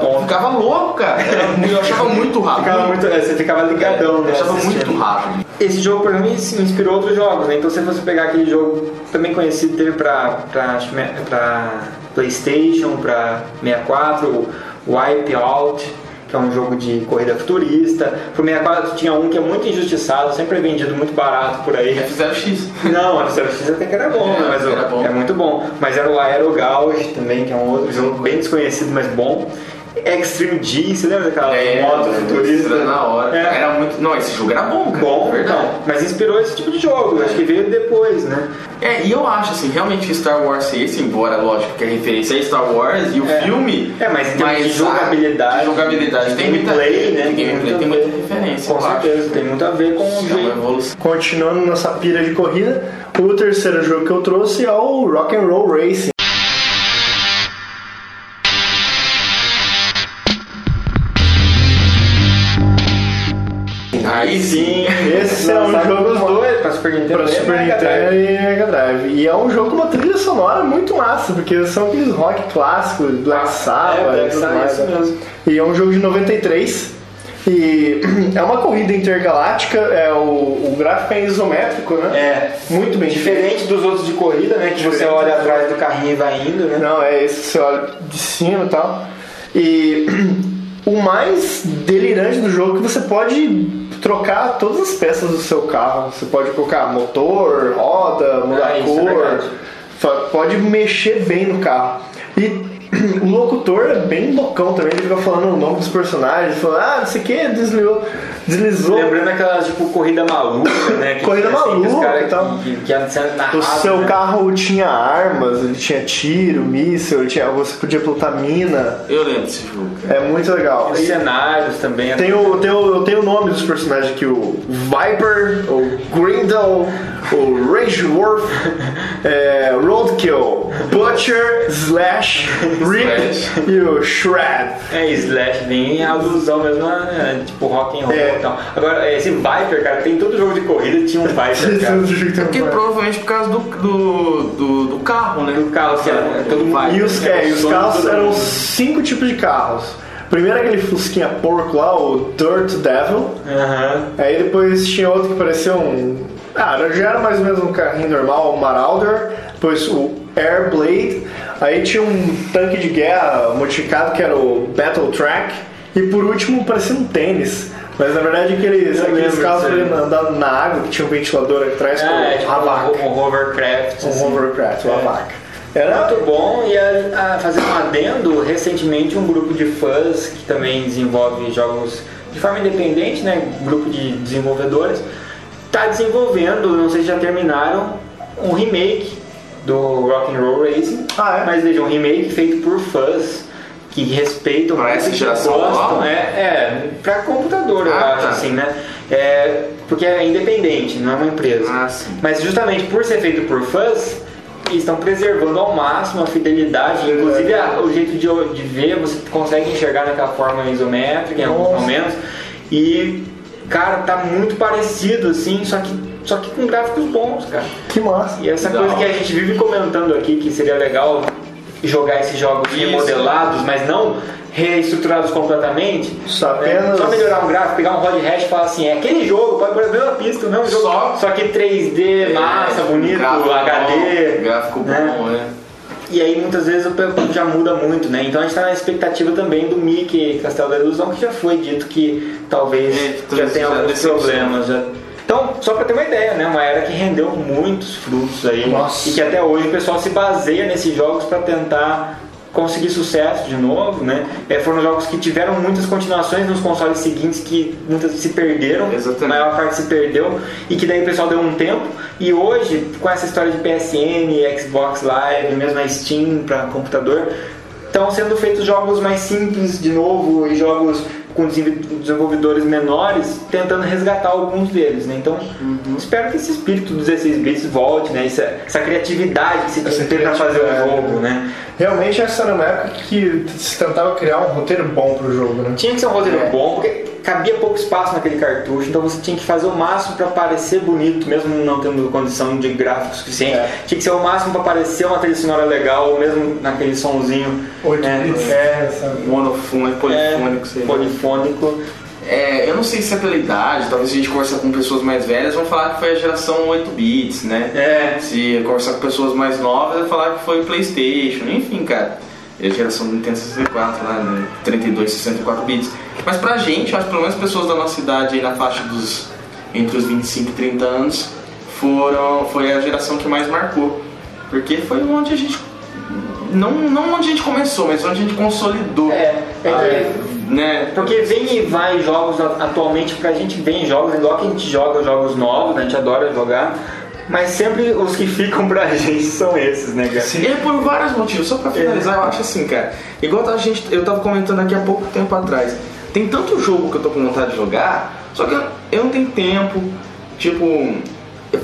Speaker 2: eu
Speaker 3: tonto.
Speaker 2: ficava louco, cara. Era- Eu achava muito rápido.
Speaker 3: Ficava muito, é, você ficava ligadão,
Speaker 2: eu
Speaker 3: né?
Speaker 2: achava
Speaker 3: assistindo.
Speaker 2: muito rápido.
Speaker 3: Esse jogo pra mim se inspirou outros jogos, né? Então se você pegar aquele jogo também conhecido, teve pra, pra, pra Playstation, pra 64, o Wipeout, que é um jogo de corrida futurista. Pro 64 tinha um que é muito injustiçado, sempre é vendido muito barato por aí.
Speaker 2: É,
Speaker 3: <laughs>
Speaker 2: Fizeram X.
Speaker 3: Não, o X até que era bom, né? Mas o-
Speaker 2: Era bom.
Speaker 3: é muito bom. Mas era o Aerogauge também, que é um outro jogo bem desconhecido, mas bom. Extreme G, você lembra
Speaker 2: É,
Speaker 3: daquela É, moto futurista?
Speaker 2: na hora.
Speaker 3: É.
Speaker 2: né? Era muito. Não, esse jogo era bom, cara.
Speaker 3: um Bom,
Speaker 2: verdade.
Speaker 3: não, mas inspirou esse tipo de jogo, acho que veio depois, né?
Speaker 2: É, e eu acho assim, realmente que Star Wars é esse, embora, lógico, que a referência é Star Wars e o
Speaker 3: É.
Speaker 2: filme.
Speaker 3: É, mas em termos de
Speaker 2: a-
Speaker 3: jogabilidade,
Speaker 2: ah, de jogabilidade
Speaker 3: de
Speaker 2: tem muita
Speaker 3: gameplay, né?
Speaker 2: Tem gameplay, tem
Speaker 3: Tem
Speaker 2: muita
Speaker 3: muita-
Speaker 2: referência.
Speaker 3: Com
Speaker 2: eu acho.
Speaker 3: certeza, tem muito a ver com o
Speaker 2: É uma
Speaker 3: jeito.
Speaker 2: evolução.
Speaker 4: Continuando nossa pira de corrida, o terceiro jogo que eu trouxe é o Rock and Roll Racing.
Speaker 2: Aí sim.
Speaker 4: Esse é um
Speaker 3: Lançaram
Speaker 4: jogo
Speaker 3: os dois, pra Super Nintendo. né,
Speaker 4: Pra
Speaker 3: e
Speaker 4: Super
Speaker 3: Mega Drive.
Speaker 4: Nintendo e Mega Drive. E é um jogo com uma trilha sonora muito massa, porque são aqueles rock clássicos, Black Sabbath
Speaker 3: é, Black
Speaker 4: e tudo
Speaker 3: Sabbath,
Speaker 4: mais,
Speaker 3: isso
Speaker 4: né?
Speaker 3: mesmo.
Speaker 4: E é um jogo de 93. E <clears throat> é uma corrida intergaláctica, é, o, o gráfico é isométrico, né?
Speaker 3: É.
Speaker 4: Muito bem feito.
Speaker 3: Diferente dos outros de corrida, né? Que você
Speaker 4: Diferente.
Speaker 3: olha atrás do carrinho e vai indo, né?
Speaker 4: Não, é esse que você olha de cima e tal. E <clears throat> o mais delirante do jogo é que você pode trocar todas as peças do seu carro. Você pode colocar motor, roda, mudar
Speaker 3: Ah,
Speaker 4: a
Speaker 3: isso é
Speaker 4: cor.
Speaker 3: verdade.
Speaker 4: Fa- pode mexer bem no carro. E <clears throat> o locutor é bem loucão também, ele fica falando o nome dos personagens, falando, ah, não sei o que, deslizou. deslizou.
Speaker 3: Lembrando aquela, tipo, corrida maluca, né? Que
Speaker 4: Corrida
Speaker 3: tinha sempre
Speaker 4: maluca
Speaker 3: os caras
Speaker 4: e tal.
Speaker 3: Que, que, que antes era narrado,
Speaker 4: O seu
Speaker 3: né?
Speaker 4: carro tinha armas, ele tinha tiro, míssil, ele tinha, você podia pilotar mina.
Speaker 2: Eu lembro desse jogo, cara.
Speaker 4: É muito legal.
Speaker 3: Os
Speaker 4: E-
Speaker 3: cenários também.
Speaker 4: Tem o, tem, o, tem o nome dos personagens aqui, o Viper, o Grindel, o Rageworth, <laughs> é, Roadkill, Butcher, Slash, Rip
Speaker 2: Slash.
Speaker 4: <laughs> e o Shred.
Speaker 3: É, Slash bem alusão mesmo, né? tipo rock and roll
Speaker 4: É.
Speaker 3: e tal. Agora, esse Viper, cara, tem todo jogo de corrida, tinha um
Speaker 4: <laughs>
Speaker 3: Viper, cara.
Speaker 2: Porque provavelmente por causa do, do, do, do carro, né?
Speaker 3: Do carro, que era todo mundo-
Speaker 4: E os, é, e os
Speaker 3: Sonho
Speaker 4: carros
Speaker 3: todo
Speaker 4: eram
Speaker 3: mundo.
Speaker 4: cinco tipos de carros. Primeiro aquele fusquinha porco lá, o Dirt Devil.
Speaker 3: Aham.
Speaker 4: Aí depois tinha outro que parecia um. Ah, já era mais ou menos um carrinho normal, um Marauder. Depois o Airblade. Aí tinha um tanque de guerra modificado que era o Battle Track. E por último parecia um tênis. Mas na verdade aqueles,
Speaker 3: Eu
Speaker 4: aqueles
Speaker 3: lembro
Speaker 4: carros
Speaker 3: disso
Speaker 4: pra
Speaker 3: aí.
Speaker 4: ele andar na água que tinha um ventilador aqui atrás com
Speaker 3: É, é tipo
Speaker 4: a vaca.
Speaker 3: um hovercraft.
Speaker 4: Um
Speaker 3: assim.
Speaker 4: hovercraft, uma
Speaker 3: É.
Speaker 4: vaca. Era
Speaker 3: Muito bom, e a, a fazer um adendo, recentemente um grupo de fãs que também desenvolve jogos de forma independente, né? Grupo de desenvolvedores, tá desenvolvendo, não sei se já terminaram, um remake do Rock'n'Roll Racing.
Speaker 4: Ah, é?
Speaker 3: Mas veja, um remake feito por fãs que respeitam
Speaker 2: Pra essa
Speaker 3: que
Speaker 2: geração
Speaker 3: gostam,
Speaker 2: atual?
Speaker 3: é, é, pra computador, eu
Speaker 2: Ah,
Speaker 3: acho,
Speaker 2: tá.
Speaker 3: assim, né? É, porque é independente, não é uma empresa.
Speaker 2: Ah, sim.
Speaker 3: Mas justamente por ser feito por fãs, estão preservando ao máximo a fidelidade, inclusive a- o jeito de, o- de ver, você consegue enxergar naquela forma isométrica em alguns
Speaker 4: Nossa.
Speaker 3: momentos. E, cara, tá muito parecido assim, só que, só que com gráficos bons, cara.
Speaker 4: que massa.
Speaker 3: E essa
Speaker 2: Legal.
Speaker 3: coisa que a gente vive comentando aqui, que seria legal jogar esses jogos
Speaker 2: Isso.
Speaker 3: remodelados, mas não reestruturados completamente.
Speaker 4: Só apenas-
Speaker 3: É, Só melhorar um gráfico, pegar um Rod Hash e falar assim, é aquele jogo, pode pôr a mesma pista, o mesmo jogo.
Speaker 2: Só-
Speaker 3: só que 3D, massa,
Speaker 4: É, um
Speaker 3: bonito, HD.
Speaker 2: É, Bom, gráfico
Speaker 3: né?
Speaker 2: bom, né?
Speaker 3: E aí muitas vezes o perfil já muda muito, né? Então a gente tá na expectativa também do Mickey Castelo da Ilusão, que já foi dito que talvez
Speaker 2: É, tudo
Speaker 3: já
Speaker 2: isso
Speaker 3: tenha
Speaker 2: já né?
Speaker 3: alguns
Speaker 2: decepciona.
Speaker 3: problemas. já. Então, só pra ter uma ideia, né? Uma era que rendeu muitos frutos aí.
Speaker 4: Nossa.
Speaker 3: E que até hoje o pessoal se baseia nesses jogos pra tentar conseguir sucesso de novo, né? É, foram jogos que tiveram muitas continuações nos consoles seguintes que muitas se perderam,
Speaker 2: Exatamente.
Speaker 3: a maior parte se perdeu e que daí o pessoal deu um tempo e hoje com essa história de PSN, Xbox Live, mesmo a Steam para computador, estão sendo feitos jogos mais simples de novo e jogos com desenvol- desenvolvedores menores tentando resgatar alguns deles, né? Então
Speaker 4: Uhum.
Speaker 3: espero que esse espírito dos 16 bits volte, né? Essa, essa criatividade que se
Speaker 4: Essa
Speaker 3: tem para fazer um
Speaker 4: criatividade,
Speaker 3: jogo, né?
Speaker 4: Realmente essa era uma época que se tentava criar um roteiro bom pro jogo, né?
Speaker 3: Tinha que ser um roteiro
Speaker 4: É.
Speaker 3: bom, porque cabia pouco espaço naquele cartucho, então você tinha que fazer o máximo pra parecer bonito, mesmo não tendo condição de gráfico suficiente.
Speaker 4: É.
Speaker 3: Tinha que ser o máximo pra parecer uma trilha sonora legal, ou mesmo naquele sonzinho.
Speaker 4: Oito
Speaker 3: né?
Speaker 4: bits,
Speaker 3: É,
Speaker 4: sabe?
Speaker 2: Monofônico,
Speaker 3: é,
Speaker 2: polifônico, sei lá.
Speaker 3: polifônico.
Speaker 2: É, eu não sei se é pela idade, talvez se a gente conversar com pessoas mais velhas, vão falar que foi a geração 8 bits, né?
Speaker 3: É.
Speaker 2: Se conversar com pessoas mais novas, vai falar que foi o PlayStation, enfim, cara. É a geração do Nintendo 64, lá, né? 32, 64 bits. Mas pra gente, eu acho que pelo menos pessoas da nossa idade aí na faixa dos entre os 25 e 30 anos foram foi a geração que mais marcou. Porque foi onde a gente não, não onde a gente começou, mas onde a gente consolidou.
Speaker 3: É, é que-
Speaker 2: a- né?
Speaker 3: Porque Então, vem e vai jogos a- atualmente, pra gente vem jogos, igual que a gente joga jogos novos, né? a gente adora jogar, mas sempre os que <laughs> ficam pra gente são esses, né, cara?
Speaker 2: E é por vários motivos, só pra finalizar, eu acho assim, cara. Igual a gente, eu tava comentando aqui há pouco tempo atrás. Tem tanto jogo que eu tô com vontade de jogar, só que eu, eu não tenho tempo. Tipo,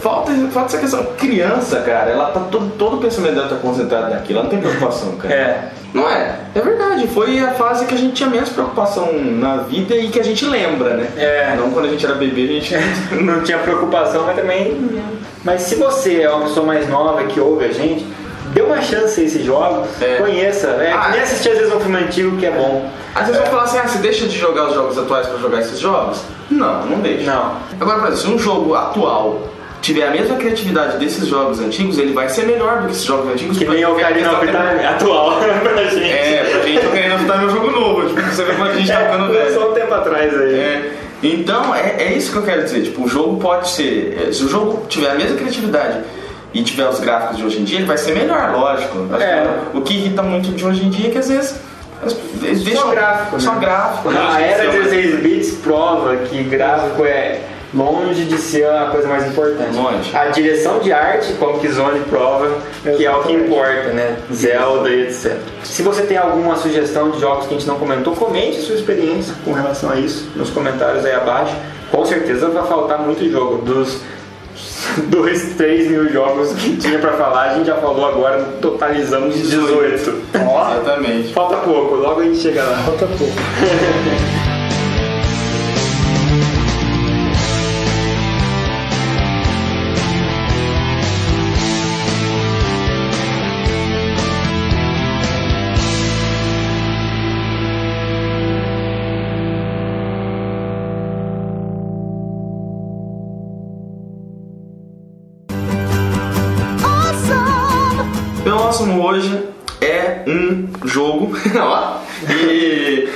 Speaker 2: falta, falta essa questão. Criança, cara, ela tá todo, todo o pensamento dela tá concentrado naquilo, ela não tem preocupação, cara.
Speaker 3: É.
Speaker 2: Não é? É verdade, foi a fase que a gente tinha menos preocupação na vida e que a gente lembra, né?
Speaker 3: É.
Speaker 2: Não quando a gente era bebê, a gente. <laughs>
Speaker 3: <laughs> não tinha preocupação, mas também. Mas se você é uma pessoa mais nova que ouve a gente, dê uma chance a esse jogo,
Speaker 2: É.
Speaker 3: conheça. É,
Speaker 2: Ah,
Speaker 3: que nem
Speaker 2: é.
Speaker 3: assistir às vezes um filme antigo que é bom.
Speaker 2: Às vezes vão falar assim, ah, você deixa de jogar os jogos atuais pra jogar esses jogos? Não, não deixa.
Speaker 3: Não.
Speaker 2: Agora, por exemplo, se um jogo atual tiver a mesma criatividade desses jogos antigos, ele vai ser melhor do que esses jogos antigos.
Speaker 3: Que
Speaker 2: porque
Speaker 3: nem o
Speaker 2: vai
Speaker 3: Ocarina of
Speaker 2: prestar
Speaker 3: Time atual <laughs> pra gente.
Speaker 2: atenção. É, pra gente o Ocarina of Time é um jogo novo, tipo, você vê quanto a gente tá
Speaker 3: <laughs>
Speaker 2: ficando
Speaker 3: É,
Speaker 2: velho.
Speaker 3: só um tempo atrás aí.
Speaker 2: É, então, é, é isso que eu quero dizer. Tipo, o jogo pode ser. é, Se o jogo tiver a mesma criatividade e tiver os gráficos de hoje em dia, ele vai ser melhor, lógico. Acho
Speaker 3: É.
Speaker 2: que o que irrita muito de hoje em dia é que às vezes. as- eles deixam-
Speaker 3: gráfico,
Speaker 2: Só
Speaker 3: né?
Speaker 2: gráfico.
Speaker 3: A
Speaker 2: né?
Speaker 3: era 16 bits prova que gráfico é longe de ser a coisa mais importante.
Speaker 2: Longe.
Speaker 3: A direção de arte, como que Zone prova, que é o que importa, né? Zelda e etc. Se você tem alguma sugestão de jogos que a gente não comentou, comente sua experiência com relação a isso nos comentários aí abaixo. Com certeza vai faltar muito jogo. Dos <laughs> 2, 3 mil jogos que tinha pra falar, a gente já falou agora, totalizamos 18. Ó,
Speaker 2: Exatamente.
Speaker 3: falta pouco, logo a gente chega lá.
Speaker 4: Falta pouco.
Speaker 2: Meu próximo hoje é um jogo <laughs> lá, e-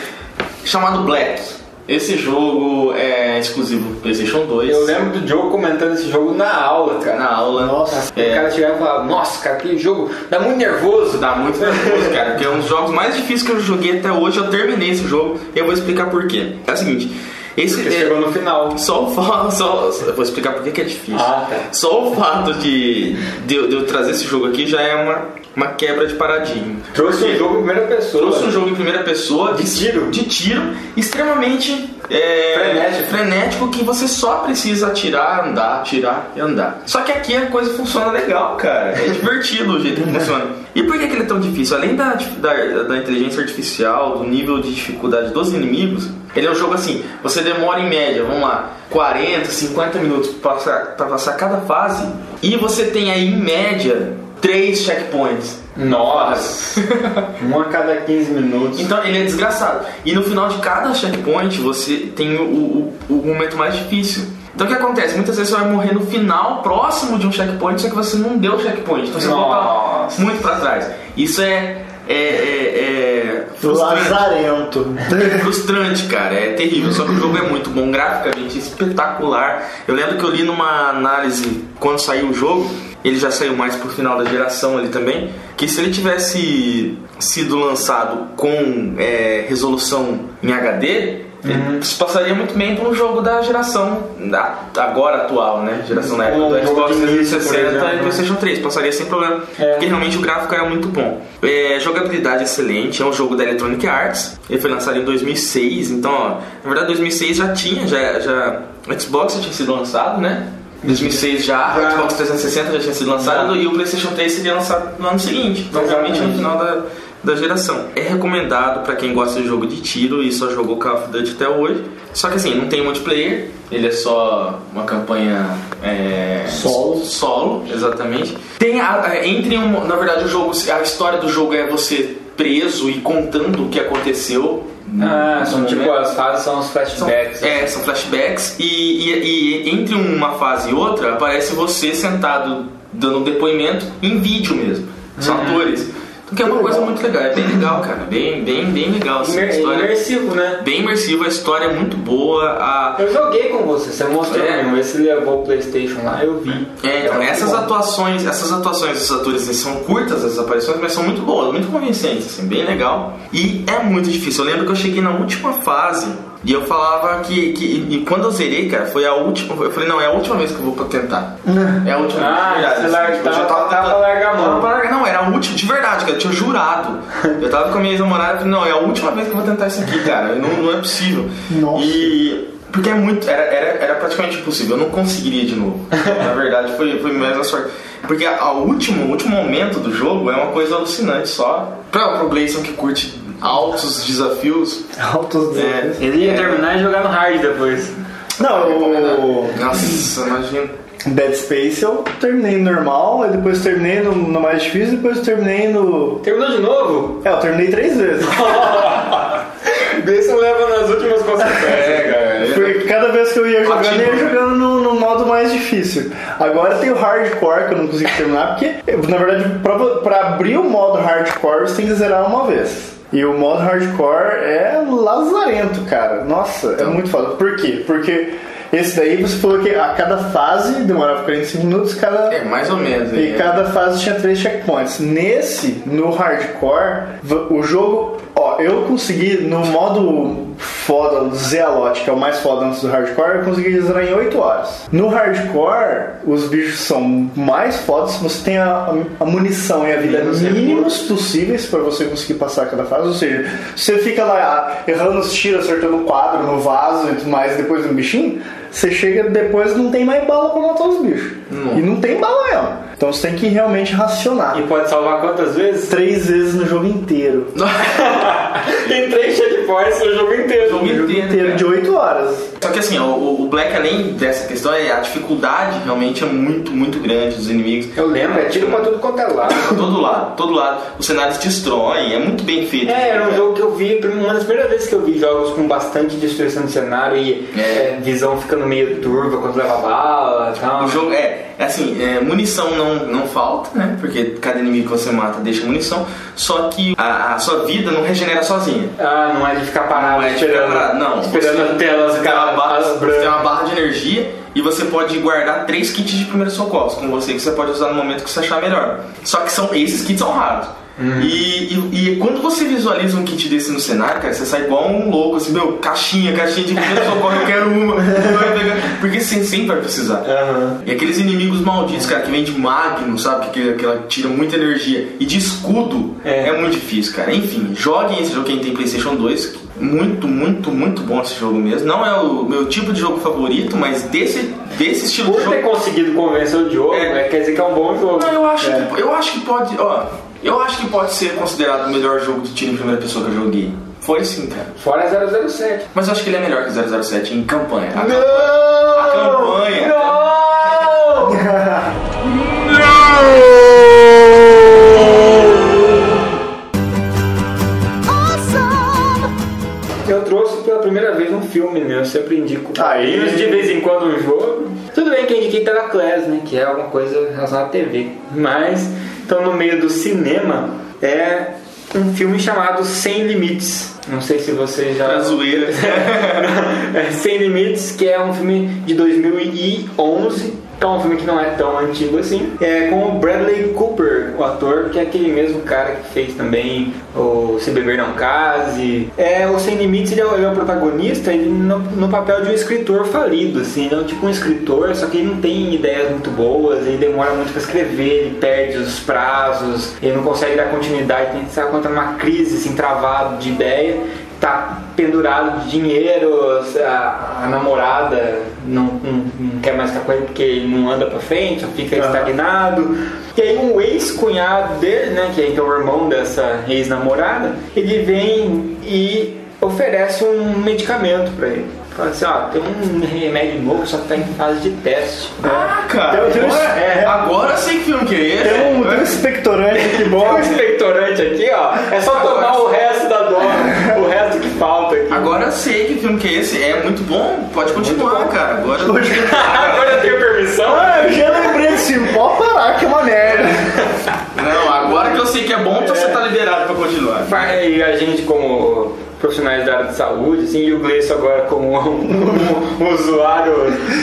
Speaker 2: chamado Black. Esse jogo é exclusivo PlayStation 2.
Speaker 3: Eu lembro do Joe comentando esse jogo na aula, cara.
Speaker 2: na aula.
Speaker 4: Nossa.
Speaker 3: O
Speaker 2: é,
Speaker 3: cara chegava e falava, nossa, cara, aquele jogo dá muito nervoso.
Speaker 2: dá muito nervoso, cara, porque é um dos jogos mais difíceis que eu joguei até hoje. Eu terminei esse jogo e eu vou explicar por quê. É o seguinte, esse
Speaker 3: Porque
Speaker 2: é-
Speaker 3: chegou no final.
Speaker 2: Só o fato. <laughs> Só, só- eu vou explicar por que que é difícil.
Speaker 3: Ah, tá.
Speaker 2: Só o fato de, de, eu- de eu trazer esse jogo aqui já é uma, uma quebra de paradigma.
Speaker 3: Trouxe um
Speaker 2: Porque-
Speaker 3: jogo em primeira pessoa.
Speaker 2: trouxe um jogo em primeira pessoa
Speaker 3: De tiro?
Speaker 2: de tiro extremamente é,
Speaker 3: Frenético.
Speaker 2: frenético, que você só precisa atirar, andar, atirar e andar. Só que aqui a coisa funciona legal, cara. É divertido o jeito que funciona. E por que, que ele é tão difícil? Além da, da, da inteligência artificial, do nível de dificuldade dos inimigos, ele é um jogo assim, você demora em média, vamos lá, 40, 50 minutos pra passar, pra passar cada fase, e você tem aí em média três checkpoints.
Speaker 3: Nossa! <laughs> um a cada 15 minutos.
Speaker 2: Então ele é desgraçado. E no final de cada checkpoint você tem o, o- o momento mais difícil. Então o que acontece? Muitas vezes você vai morrer no final, próximo de um checkpoint, só que você não deu o checkpoint. Então você volta
Speaker 3: Nossa.
Speaker 2: muito pra trás. Isso é. É. É. é frustrante,
Speaker 10: Lazarento.
Speaker 2: é frustrante, cara. É terrível. Só que o jogo é muito bom, graficamente espetacular. Eu lembro que eu li numa análise quando saiu o jogo. Ele já saiu mais pro final da geração ali também. Que se ele tivesse sido lançado com é, resolução em HD,
Speaker 3: Uhum.
Speaker 2: ele se passaria muito bem para um jogo da geração da- agora atual, né? Geração na época
Speaker 3: Um
Speaker 2: do
Speaker 3: jogo
Speaker 2: Xbox
Speaker 3: de início, por
Speaker 2: 360 e
Speaker 3: exemplo. né? É.
Speaker 2: PlayStation 3. Passaria sem problema, porque realmente o gráfico era muito bom. É, jogabilidade excelente, é um jogo da Electronic Arts. Ele foi lançado em 2006, então, ó, na verdade 2006 já tinha, já, já o Xbox já tinha sido lançado, né? 2006 já, o
Speaker 3: Já.
Speaker 2: Xbox 360 já tinha sido lançado e o PlayStation 3 seria lançado no ano seguinte. Então, realmente no
Speaker 3: Exatamente.
Speaker 2: final da, da geração. É recomendado pra quem gosta de jogo de tiro e só jogou Call of Duty até hoje. Só que assim, não tem multiplayer, ele é só uma campanha é,
Speaker 10: Solo.
Speaker 2: solo, exatamente. Tem a, a- entre um, na verdade o jogo, a história do jogo é você preso e contando o que aconteceu. Então, né?
Speaker 3: Ah, são
Speaker 2: No
Speaker 3: tipo,
Speaker 2: momento.
Speaker 3: as fases são os
Speaker 2: São-
Speaker 3: flashbacks. né?
Speaker 2: é, são flashbacks e, e- e entre uma fase e outra aparece você sentado dando um depoimento em vídeo mesmo. São
Speaker 3: Uhum.
Speaker 2: atores. Então que é uma coisa muito legal, é bem legal, cara. Bem, bem, bem legal. assim, a
Speaker 3: Imer-
Speaker 2: história é
Speaker 3: imersivo, né?
Speaker 2: bem imersiva, a história é muito boa. A...
Speaker 3: Eu joguei com você, você mostrou
Speaker 2: É.
Speaker 3: mesmo. Esse levou o Playstation lá, eu vi.
Speaker 2: É, então,
Speaker 3: Era
Speaker 2: essas
Speaker 3: muito bom.
Speaker 2: atuações, essas atuações dos atores assim, são curtas as aparições, mas são muito boas, muito convincentes, assim, bem legal. E é muito difícil. Eu lembro que eu cheguei na última fase e eu falava que, que e, e quando eu zerei, cara, foi a última, eu falei, não, é a última vez que eu vou tentar. É a última vez,
Speaker 3: Ah,
Speaker 2: de verdade.
Speaker 3: você larga-
Speaker 2: Tipo, eu já
Speaker 3: tava- tava
Speaker 2: tentando-
Speaker 3: larga a mão.
Speaker 2: tava pra largar- não, era a última, de verdade, cara, eu tinha jurado. Eu tava com a minha ex-namorada e falei, não, é a última vez que eu vou tentar isso aqui, cara, não, não é possível.
Speaker 10: Nossa.
Speaker 2: E. Porque é muito. Era, era, era praticamente impossível, eu não conseguiria de novo. Na verdade, foi, foi mais a sorte. Porque a, a último, o último momento do jogo é uma coisa alucinante só. Pra, pro Gleison que curte altos desafios.
Speaker 4: Altos desafios.
Speaker 2: É,
Speaker 3: Ele ia terminar e jogar no hard depois.
Speaker 4: Não, o
Speaker 2: nossa, imagina.
Speaker 4: Dead Space eu terminei no normal, aí depois terminei no, no mais difícil, depois terminei no.
Speaker 3: Terminou de <laughs> novo?
Speaker 4: É, eu terminei três vezes.
Speaker 3: Desse leva nas últimas consequências.
Speaker 2: É, cara.
Speaker 4: Porque cada vez que eu ia jogando, eu ia
Speaker 2: Platina.
Speaker 4: jogando no, no modo mais difícil. Agora tem o hardcore que eu não consigo terminar, porque, eu, na verdade, pra, vo- pra abrir o modo hardcore, você tem que zerar uma vez. E o modo hardcore é lazarento, cara. Nossa, é muito foda. Por quê? Porque esse daí você falou que a cada fase demorava 45 minutos, cada.
Speaker 2: É, mais ou menos.
Speaker 4: E
Speaker 2: é.
Speaker 4: cada fase tinha três checkpoints. Nesse, no hardcore, v- o jogo. Ó, eu consegui no modo foda, do Zealot, que é o mais foda antes do hardcore, eu consegui zerar em 8 horas. No hardcore, os bichos são mais fodas, você tem a, a munição e a vida
Speaker 2: Menos
Speaker 4: mínimos possíveis pra você conseguir passar cada fase. Ou seja, você fica lá ah, errando os tiros, acertando o quadro, no vaso e tudo mais, depois no bichinho, você chega depois não tem mais bala pra matar os bichos. E não tem bala mesmo. Então você tem que realmente racionar.
Speaker 3: E pode salvar quantas vezes? <laughs>
Speaker 4: Três vezes no jogo inteiro.
Speaker 3: Tem três checkpoints no jogo inteiro.
Speaker 2: Jogo
Speaker 4: No jogo
Speaker 2: inteiro,
Speaker 4: inteiro
Speaker 2: cara.
Speaker 4: de 8 horas.
Speaker 2: Só que assim, ó, o, o Black, além dessa questão, é- a dificuldade realmente é muito, muito grande dos inimigos.
Speaker 3: Eu lembro, é tiro pra tudo quanto é lado.
Speaker 2: Todo lado, todo lado. Os cenários destroem, é muito bem feito.
Speaker 3: É, era um jogo que eu vi, uma das primeiras vezes que eu vi jogos com bastante destruição de cenário e
Speaker 2: É.
Speaker 3: é, visão ficando meio turva quando leva bala e tal.
Speaker 2: O jogo é, é assim, é, munição não, não falta, né? Porque cada inimigo que você mata deixa munição, só que a, a sua vida não regenera sozinha.
Speaker 3: Ah, não é de ficar parado
Speaker 2: Não é de ficar
Speaker 3: esperando,
Speaker 2: parado, não.
Speaker 3: esperando
Speaker 2: Você-
Speaker 3: a tela
Speaker 2: Você tem uma
Speaker 3: ficar
Speaker 2: barra,
Speaker 3: as
Speaker 2: você tem uma
Speaker 3: brancas.
Speaker 2: barra de energia e você pode guardar três kits de primeiro socorros com você que você pode usar no momento que você achar melhor. Só que são esses kits são raros.
Speaker 3: Uhum.
Speaker 2: E, e- e quando você visualiza um kit desse no cenário, cara, você sai igual um louco, assim, meu, caixinha, caixinha de primeiro socorro, eu quero uma. Vai pegar, Porque você sempre vai precisar. E aqueles inimigos malditos, cara, que vem de magno, sabe? Que, que ela tira muita energia. E de escudo é.
Speaker 3: É.
Speaker 2: muito difícil, cara. Enfim, joguem esse jogo quem tem Playstation 2. que Muito, muito, muito bom esse jogo mesmo. Não é o meu tipo de jogo favorito, mas desse, desse estilo
Speaker 3: Por
Speaker 2: de
Speaker 3: ter
Speaker 2: jogo.
Speaker 3: conseguido convencer o Diogo,
Speaker 2: É.
Speaker 3: é, quer dizer que é um bom jogo.
Speaker 2: Não, eu acho, que, eu acho que pode. Ó, eu acho que pode ser considerado o melhor jogo de tiro em primeira pessoa que eu joguei. Foi sim, cara.
Speaker 3: Fora 007.
Speaker 2: Mas eu acho que ele é melhor que 007 em campanha. A, a
Speaker 3: Não!
Speaker 2: campanha.
Speaker 3: Não! primeira vez um filme, né? Eu sempre indico.
Speaker 4: Aí.
Speaker 3: Menos de vez em quando um jogo. Tudo bem que eu indiquei Class, né? Que é alguma coisa relacionada à TV. Mas, então no meio do cinema, é um filme chamado Sem Limites. Não sei se você já.
Speaker 2: Pra zoeira.
Speaker 3: <laughs> É Sem Limites, que é um filme de 2011. Então, é um filme que não é tão antigo assim. É com o Bradley Cooper, o ator, que é aquele mesmo cara que fez também o Se Beber Não Case. É, o Sem Limites, ele é, o- ele é o protagonista, ele no, no papel de um escritor falido, assim. Ele é tipo um escritor, só que ele não tem ideias muito boas, ele demora muito pra escrever, ele perde os prazos, ele não consegue dar continuidade, tem que estar contra uma crise, assim, travado de ideia tá pendurado de dinheiro, a, a namorada não, não- não quer mais ficar com ele porque ele não anda pra frente, só fica estagnado. E aí um ex-cunhado dele, né, que é então o irmão dessa ex-namorada, ele vem e oferece um medicamento pra ele. Fala assim, ó, tem um remédio novo, só que tá em fase de teste.
Speaker 2: Ah, cara.
Speaker 4: Tem- tem um-
Speaker 2: agora,
Speaker 4: é.
Speaker 2: agora eu sei que filme que é esse.
Speaker 4: Tem um, tem um expectorante que bom.
Speaker 3: Ó, o <laughs> expectorante aqui, ó, é só tomar o resto da dose, o resto que falta aqui.
Speaker 2: Agora eu sei que filme que é esse. É muito bom. Pode continuar, cara. Agora
Speaker 3: Agora eu tenho permissão?
Speaker 4: Ah, eu já lembrei desse filme. Pode parar, que é uma merda.
Speaker 2: <laughs> Não, agora que eu sei que é bom, então você tá liberado pra continuar.
Speaker 3: E a gente como profissionais da área de saúde, assim, e o Gleison agora como um, <laughs> um usuário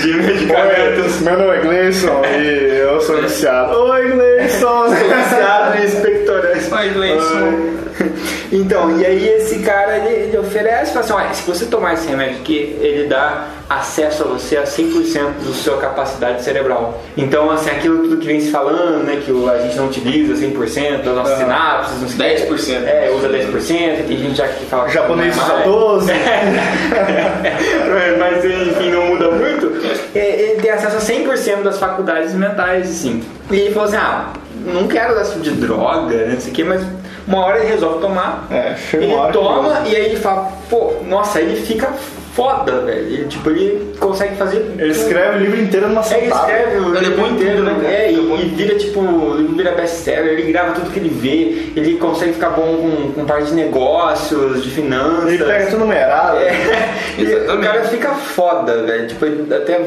Speaker 3: de medicamentos.
Speaker 4: Meu nome é Gleison e eu sou viciado. Oi, Gleison.
Speaker 3: Viciado e expectorante.
Speaker 2: Vai,
Speaker 4: Ah.
Speaker 2: Gleison.
Speaker 3: Então, e aí esse cara ele, ele oferece, fala assim, olha, se você tomar esse remédio aqui, ele dá acesso a você a 100% da sua capacidade cerebral. Então, assim, aquilo tudo que vem se falando, né, que o- a gente não utiliza 100% das
Speaker 4: Ah.
Speaker 3: nossas sinapses, não sei o quê.
Speaker 2: 10%.
Speaker 3: É, usa 10%, tem gente já que fala... que
Speaker 4: Japonês
Speaker 3: não é
Speaker 4: usa
Speaker 3: mais.
Speaker 4: 12.
Speaker 3: É, mas enfim, não muda muito. É, Ele tem acesso a 100% das faculdades mentais, assim. E ele falou assim: ah, não quero dar esse tipo de droga, né, não sei o quê, mas uma hora ele resolve tomar.
Speaker 4: É, chega
Speaker 3: ele
Speaker 4: uma hora que
Speaker 3: toma e aí ele fala: pô, nossa, ele fica foda, velho. Ele, tipo, ele consegue fazer.
Speaker 4: Ele escreve o livro inteiro numa
Speaker 3: É, ele
Speaker 4: sentada.
Speaker 3: escreve o
Speaker 2: Ele é bom
Speaker 3: livro
Speaker 2: em
Speaker 3: inteiro,
Speaker 2: tudo, né, cara?
Speaker 3: né? É, e, e vira tipo, ele vira best-seller, ele grava tudo que ele vê, ele consegue ficar bom com, com parte de negócios, de finanças.
Speaker 4: Ele pega tudo numerado.
Speaker 3: É, e o
Speaker 2: Exatamente.
Speaker 3: cara fica foda, velho. Tipo, ele até,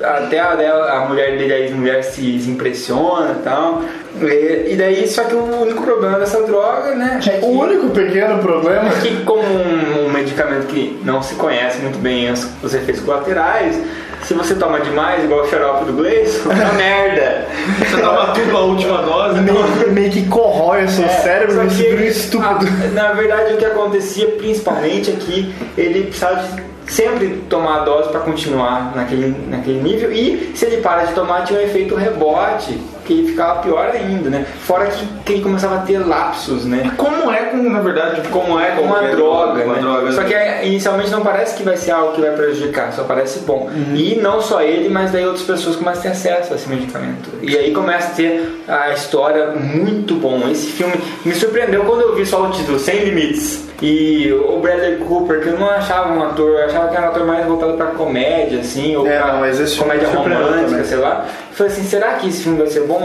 Speaker 3: até a, dela- a mulher dele, a mulher se, se impressiona e tal. E, e daí, só que o único problema dessa droga, né? é que-
Speaker 4: O único pequeno problema
Speaker 3: é que como um, um medicamento que não se conhece muito bem os, os efeitos colaterais, se você toma demais, igual o xarope do Gleison, é uma merda.
Speaker 2: Você tava tudo a última dose.
Speaker 4: meio, que- meio que corrói o seu cérebro
Speaker 3: É, Só
Speaker 4: e
Speaker 3: que
Speaker 4: se vira um
Speaker 3: ele-
Speaker 4: estúpido.
Speaker 3: Ah, na verdade, o que acontecia principalmente é que ele precisava de sempre tomar a dose para continuar naquele, naquele nível e se ele para de tomar tinha um efeito rebote que ficava pior ainda, né? Fora que, que ele começava a ter lapsos, né?
Speaker 2: Como é, como, na verdade,
Speaker 3: Como é com uma droga,
Speaker 2: Uma
Speaker 3: né?
Speaker 2: droga.
Speaker 3: Só que é, inicialmente não parece que vai ser algo que vai prejudicar, só parece bom. E não só ele, mas daí outras pessoas começam a ter acesso a esse medicamento. E aí começa a ter a história muito bom. Esse filme me surpreendeu quando eu vi só o título, Sem Limites. E o Bradley Cooper, que eu não achava um ator, eu achava que era um ator mais voltado pra comédia, assim, ou
Speaker 4: É,
Speaker 3: pra
Speaker 4: não, mas esse filme
Speaker 3: comédia
Speaker 4: me surpreendeu
Speaker 3: romântica,
Speaker 4: também.
Speaker 3: sei lá. Eu Falei assim, será que esse filme vai ser bom?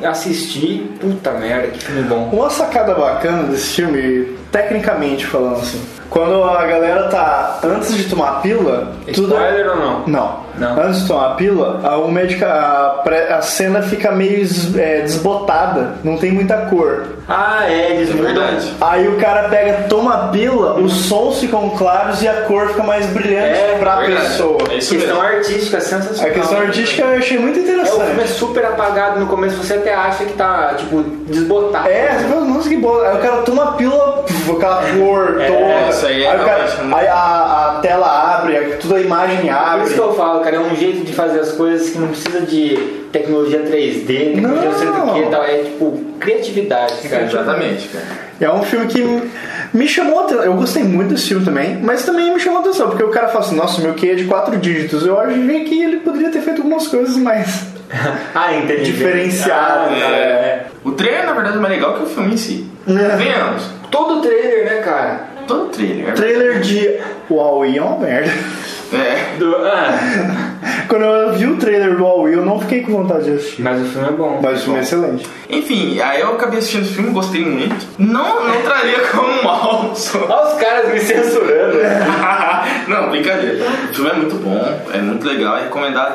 Speaker 3: E assisti, puta merda, que filme bom.
Speaker 4: Uma sacada bacana desse filme, tecnicamente falando assim, quando a galera tá antes de tomar a pílula, tudo é-
Speaker 3: Spoiler ou não?
Speaker 4: Não.
Speaker 3: Não.
Speaker 4: Antes de tomar a pílula, a, o médica, a, pré- a cena fica meio es- é, desbotada, não tem muita cor.
Speaker 3: Ah, é, eles mudam.
Speaker 2: verdade.
Speaker 4: Aí o cara pega, toma a pílula, os sons ficam claros e a cor fica mais brilhante
Speaker 3: É,
Speaker 4: pra
Speaker 2: verdade.
Speaker 4: pessoa.
Speaker 2: É isso
Speaker 3: questão
Speaker 2: mesmo.
Speaker 3: artística
Speaker 4: A
Speaker 3: sensacional. né,
Speaker 4: questão artística eu achei muito
Speaker 3: É, o filme é
Speaker 4: interessante.
Speaker 3: super apagado no começo, você até acha que tá, tipo, desbotado.
Speaker 4: É, as pessoas, nossa, que boa. Aí o cara toma a pílula, puf, aquela cor toda.
Speaker 2: isso aí é
Speaker 4: aí o cara,
Speaker 2: realmente muito-
Speaker 4: aí a, a tela abre, tudo a imagem
Speaker 3: Por
Speaker 4: abre.
Speaker 3: isso que eu falo, cara, é um jeito de fazer as coisas que não precisa de tecnologia 3D, tecnologia não sei do que e tal. É tipo criatividade, cara.
Speaker 2: Exatamente, cara.
Speaker 4: É um filme que me chamou a atenção. Eu gostei muito desse filme também, mas também me chamou a atenção, porque o cara fala assim, nossa, meu QI é de quatro dígitos. Eu acho que ele poderia ter feito algumas coisas mais
Speaker 3: Ah, entendi.
Speaker 4: diferenciadas.
Speaker 3: Ah,
Speaker 4: né?
Speaker 3: é.
Speaker 2: O trailer, na verdade, é mais legal que o filme em si.
Speaker 4: É.
Speaker 2: Venhamos.
Speaker 3: Todo trailer, né, cara?
Speaker 2: Todo trailer.
Speaker 4: Trailer de Uau, e é uma merda. <laughs>
Speaker 2: É.
Speaker 3: Do- ah.
Speaker 4: Quando eu vi o trailer do All Will, eu não fiquei com vontade de assistir.
Speaker 3: Mas o filme é bom.
Speaker 4: Mas o filme é excelente.
Speaker 2: Enfim, aí eu acabei assistindo esse filme, gostei muito. Não, não traria como um mal. só-
Speaker 3: Olha os caras me censurando.
Speaker 2: <laughs> não, brincadeira. O filme é muito bom, é muito legal, é recomendado.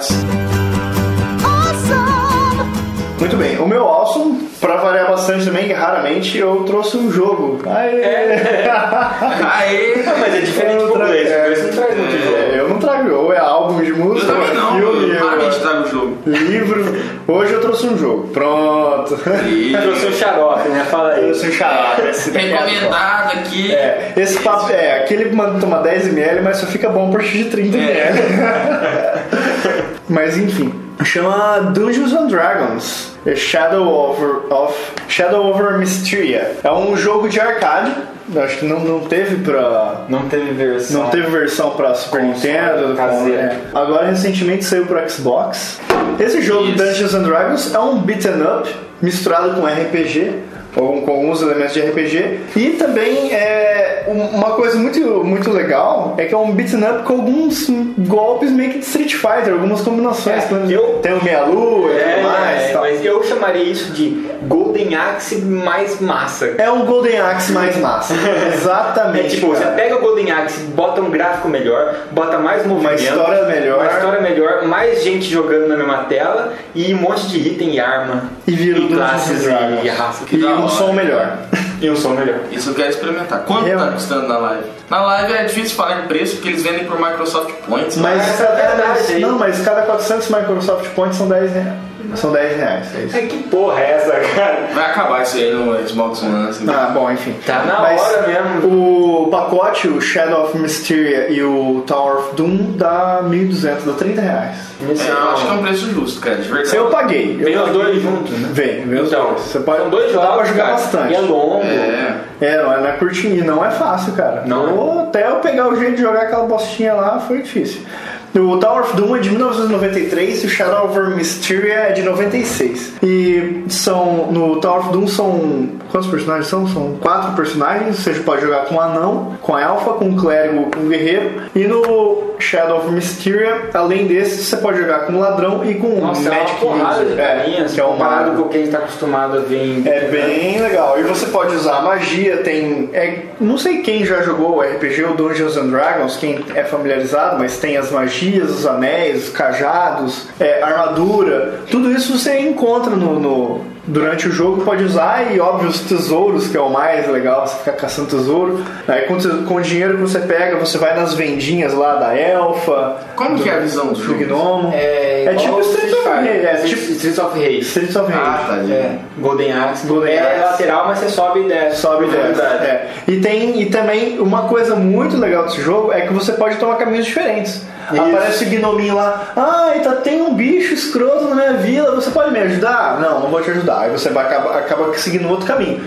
Speaker 4: Muito bem, o meu awesome, pra variar bastante também, que raramente eu trouxe um jogo. Aê!
Speaker 2: É. Aê!
Speaker 3: Ah, mas é diferente do inglês,
Speaker 4: É.
Speaker 3: porque isso não traz um muito jogo.
Speaker 4: É, <laughs> eu não trago, ou é álbum de
Speaker 2: Eu
Speaker 4: música, ou
Speaker 2: também
Speaker 4: é
Speaker 2: não,
Speaker 4: filme,
Speaker 2: eu
Speaker 4: ou
Speaker 2: raramente
Speaker 4: é
Speaker 2: trago o jogo.
Speaker 4: livro. Hoje eu trouxe um jogo. Pronto.
Speaker 2: E
Speaker 3: Eu trouxe um xarope, né? Fala aí.
Speaker 4: <laughs> Eu sou xará, esse daqui é
Speaker 2: recomendado aqui.
Speaker 4: É, esse papo é, aquele manda tomar 10ml, mas só fica bom a partir de 30ml. mas enfim, chama Dungeons and Dragons. É Shadow over of Shadow over Mysteria. É um jogo de arcade. Eu Acho que não, não teve pra.
Speaker 3: Não teve versão.
Speaker 4: Não teve versão pra Super Nintendo.
Speaker 3: caseiro.
Speaker 4: é. Agora recentemente saiu pro Xbox. Esse jogo
Speaker 2: Isso.
Speaker 4: Dungeons and Dragons é um beaten up misturado com RPG. ou Com alguns elementos de RPG. E também é um- uma coisa muito, muito legal é que é um beaten up com alguns golpes meio que de Street Fighter, algumas combinações. né?
Speaker 3: É, eu-
Speaker 4: Tem o meia-lua e
Speaker 3: É,
Speaker 4: tudo mais.
Speaker 3: é,
Speaker 4: tal.
Speaker 3: mas eu chamaria isso de Golden Axe mais massa.
Speaker 4: É um Golden Axe mais
Speaker 3: <laughs>
Speaker 4: massa.
Speaker 3: É
Speaker 4: Exatamente.
Speaker 3: tipo, você
Speaker 4: cara.
Speaker 3: pega o Golden Axe, bota um gráfico melhor, bota mais
Speaker 4: uma
Speaker 3: movimento,
Speaker 4: história melhor
Speaker 3: uma história melhor, mais gente jogando na mesma tela e um monte de item e arma.
Speaker 4: e vira o
Speaker 3: e
Speaker 4: Dungeons
Speaker 3: classes
Speaker 4: and Dragons.
Speaker 3: e raça.
Speaker 2: Que
Speaker 4: E
Speaker 2: da
Speaker 4: um
Speaker 2: hora.
Speaker 4: som melhor.
Speaker 3: E um som melhor.
Speaker 2: Isso eu quero experimentar. Quanto
Speaker 4: Eu-
Speaker 2: tá custando na live? Na live é difícil falar de preço porque eles vendem por Microsoft Points.
Speaker 4: Mas,
Speaker 3: Mas é verdade, hein?
Speaker 4: não, mas cada 400 Microsoft Points são 10 reais. São 10 reais, é isso.
Speaker 3: É, que porra é essa, cara?
Speaker 2: Vai acabar isso aí no Xbox One. Assim.
Speaker 4: Ah, bom, enfim.
Speaker 3: Tá na
Speaker 4: Mas
Speaker 3: hora mesmo.
Speaker 4: O pacote, o Shadow of Mysteria e o Tower of Doom dá 1.200, dá 30 reais.
Speaker 2: É, eu acho que é um preço justo, cara, de verdade.
Speaker 4: Eu paguei. Eu
Speaker 3: Vem os
Speaker 4: paguei.
Speaker 3: dois juntos, né?
Speaker 4: Vem, vem os
Speaker 3: Então,
Speaker 4: dois. Então, Você pode,
Speaker 3: são dois
Speaker 4: dá
Speaker 3: jogos,
Speaker 4: pra jogar
Speaker 3: cara,
Speaker 4: bastante.
Speaker 3: E é longo.
Speaker 2: É.
Speaker 4: É, não é, não é curtinho, e não é fácil, cara.
Speaker 3: Não é.
Speaker 4: Eu- Até eu pegar o jeito de jogar aquela bostinha lá foi difícil. O Tower of Doom é de 1993 e o Shadow over Mysteria é de 96. E são. No Tower of Doom são. Quantos personagens são? São quatro personagens. Você pode jogar com um anão, com a elfa, com um clérigo, com um guerreiro. E no Shadow of Mysteria, além desse, você pode jogar com um ladrão e com um
Speaker 3: Nossa, é uma
Speaker 4: Magic
Speaker 3: porrada de
Speaker 4: User, é,
Speaker 3: carinhas,
Speaker 4: que é um
Speaker 3: comparado
Speaker 4: mago.
Speaker 3: com o que a gente tá acostumado a ver em...
Speaker 4: É bem legal. E você pode usar magia, tem. é- não sei quem já jogou o RPG ou Dungeons and Dragons, quem é familiarizado, mas tem as magias, os anéis, os cajados, é, armadura. Tudo isso você encontra no. no- Durante o jogo pode usar e óbvio os tesouros, que é o mais legal, você fica caçando tesouro. Aí com, te- com o dinheiro que você pega, você vai nas vendinhas lá da elfa.
Speaker 2: Como que é a visão do
Speaker 4: do
Speaker 2: jogo?
Speaker 4: gnomo.
Speaker 3: É, igual
Speaker 4: tipo
Speaker 3: o
Speaker 4: Streets of
Speaker 3: Fighter.
Speaker 4: Rage, é tipo-
Speaker 3: né? Streets of Rage.
Speaker 4: Streets of Rage.
Speaker 2: Ah, tá,
Speaker 3: É, Golden Axe.
Speaker 4: Golden
Speaker 3: é
Speaker 4: Axe.
Speaker 3: lateral, mas você sobe e desce.
Speaker 4: Sobe e
Speaker 3: Na
Speaker 4: desce.
Speaker 3: verdade.
Speaker 4: É. E, tem, e também uma coisa muito legal desse jogo é que você pode tomar caminhos diferentes.
Speaker 3: Isso.
Speaker 4: Aparece o gnominho lá, ah, tá, tem um bicho escroto na minha vila, você pode me ajudar? Não, não vou te ajudar. Aí você vai, acaba, acaba seguindo outro caminho.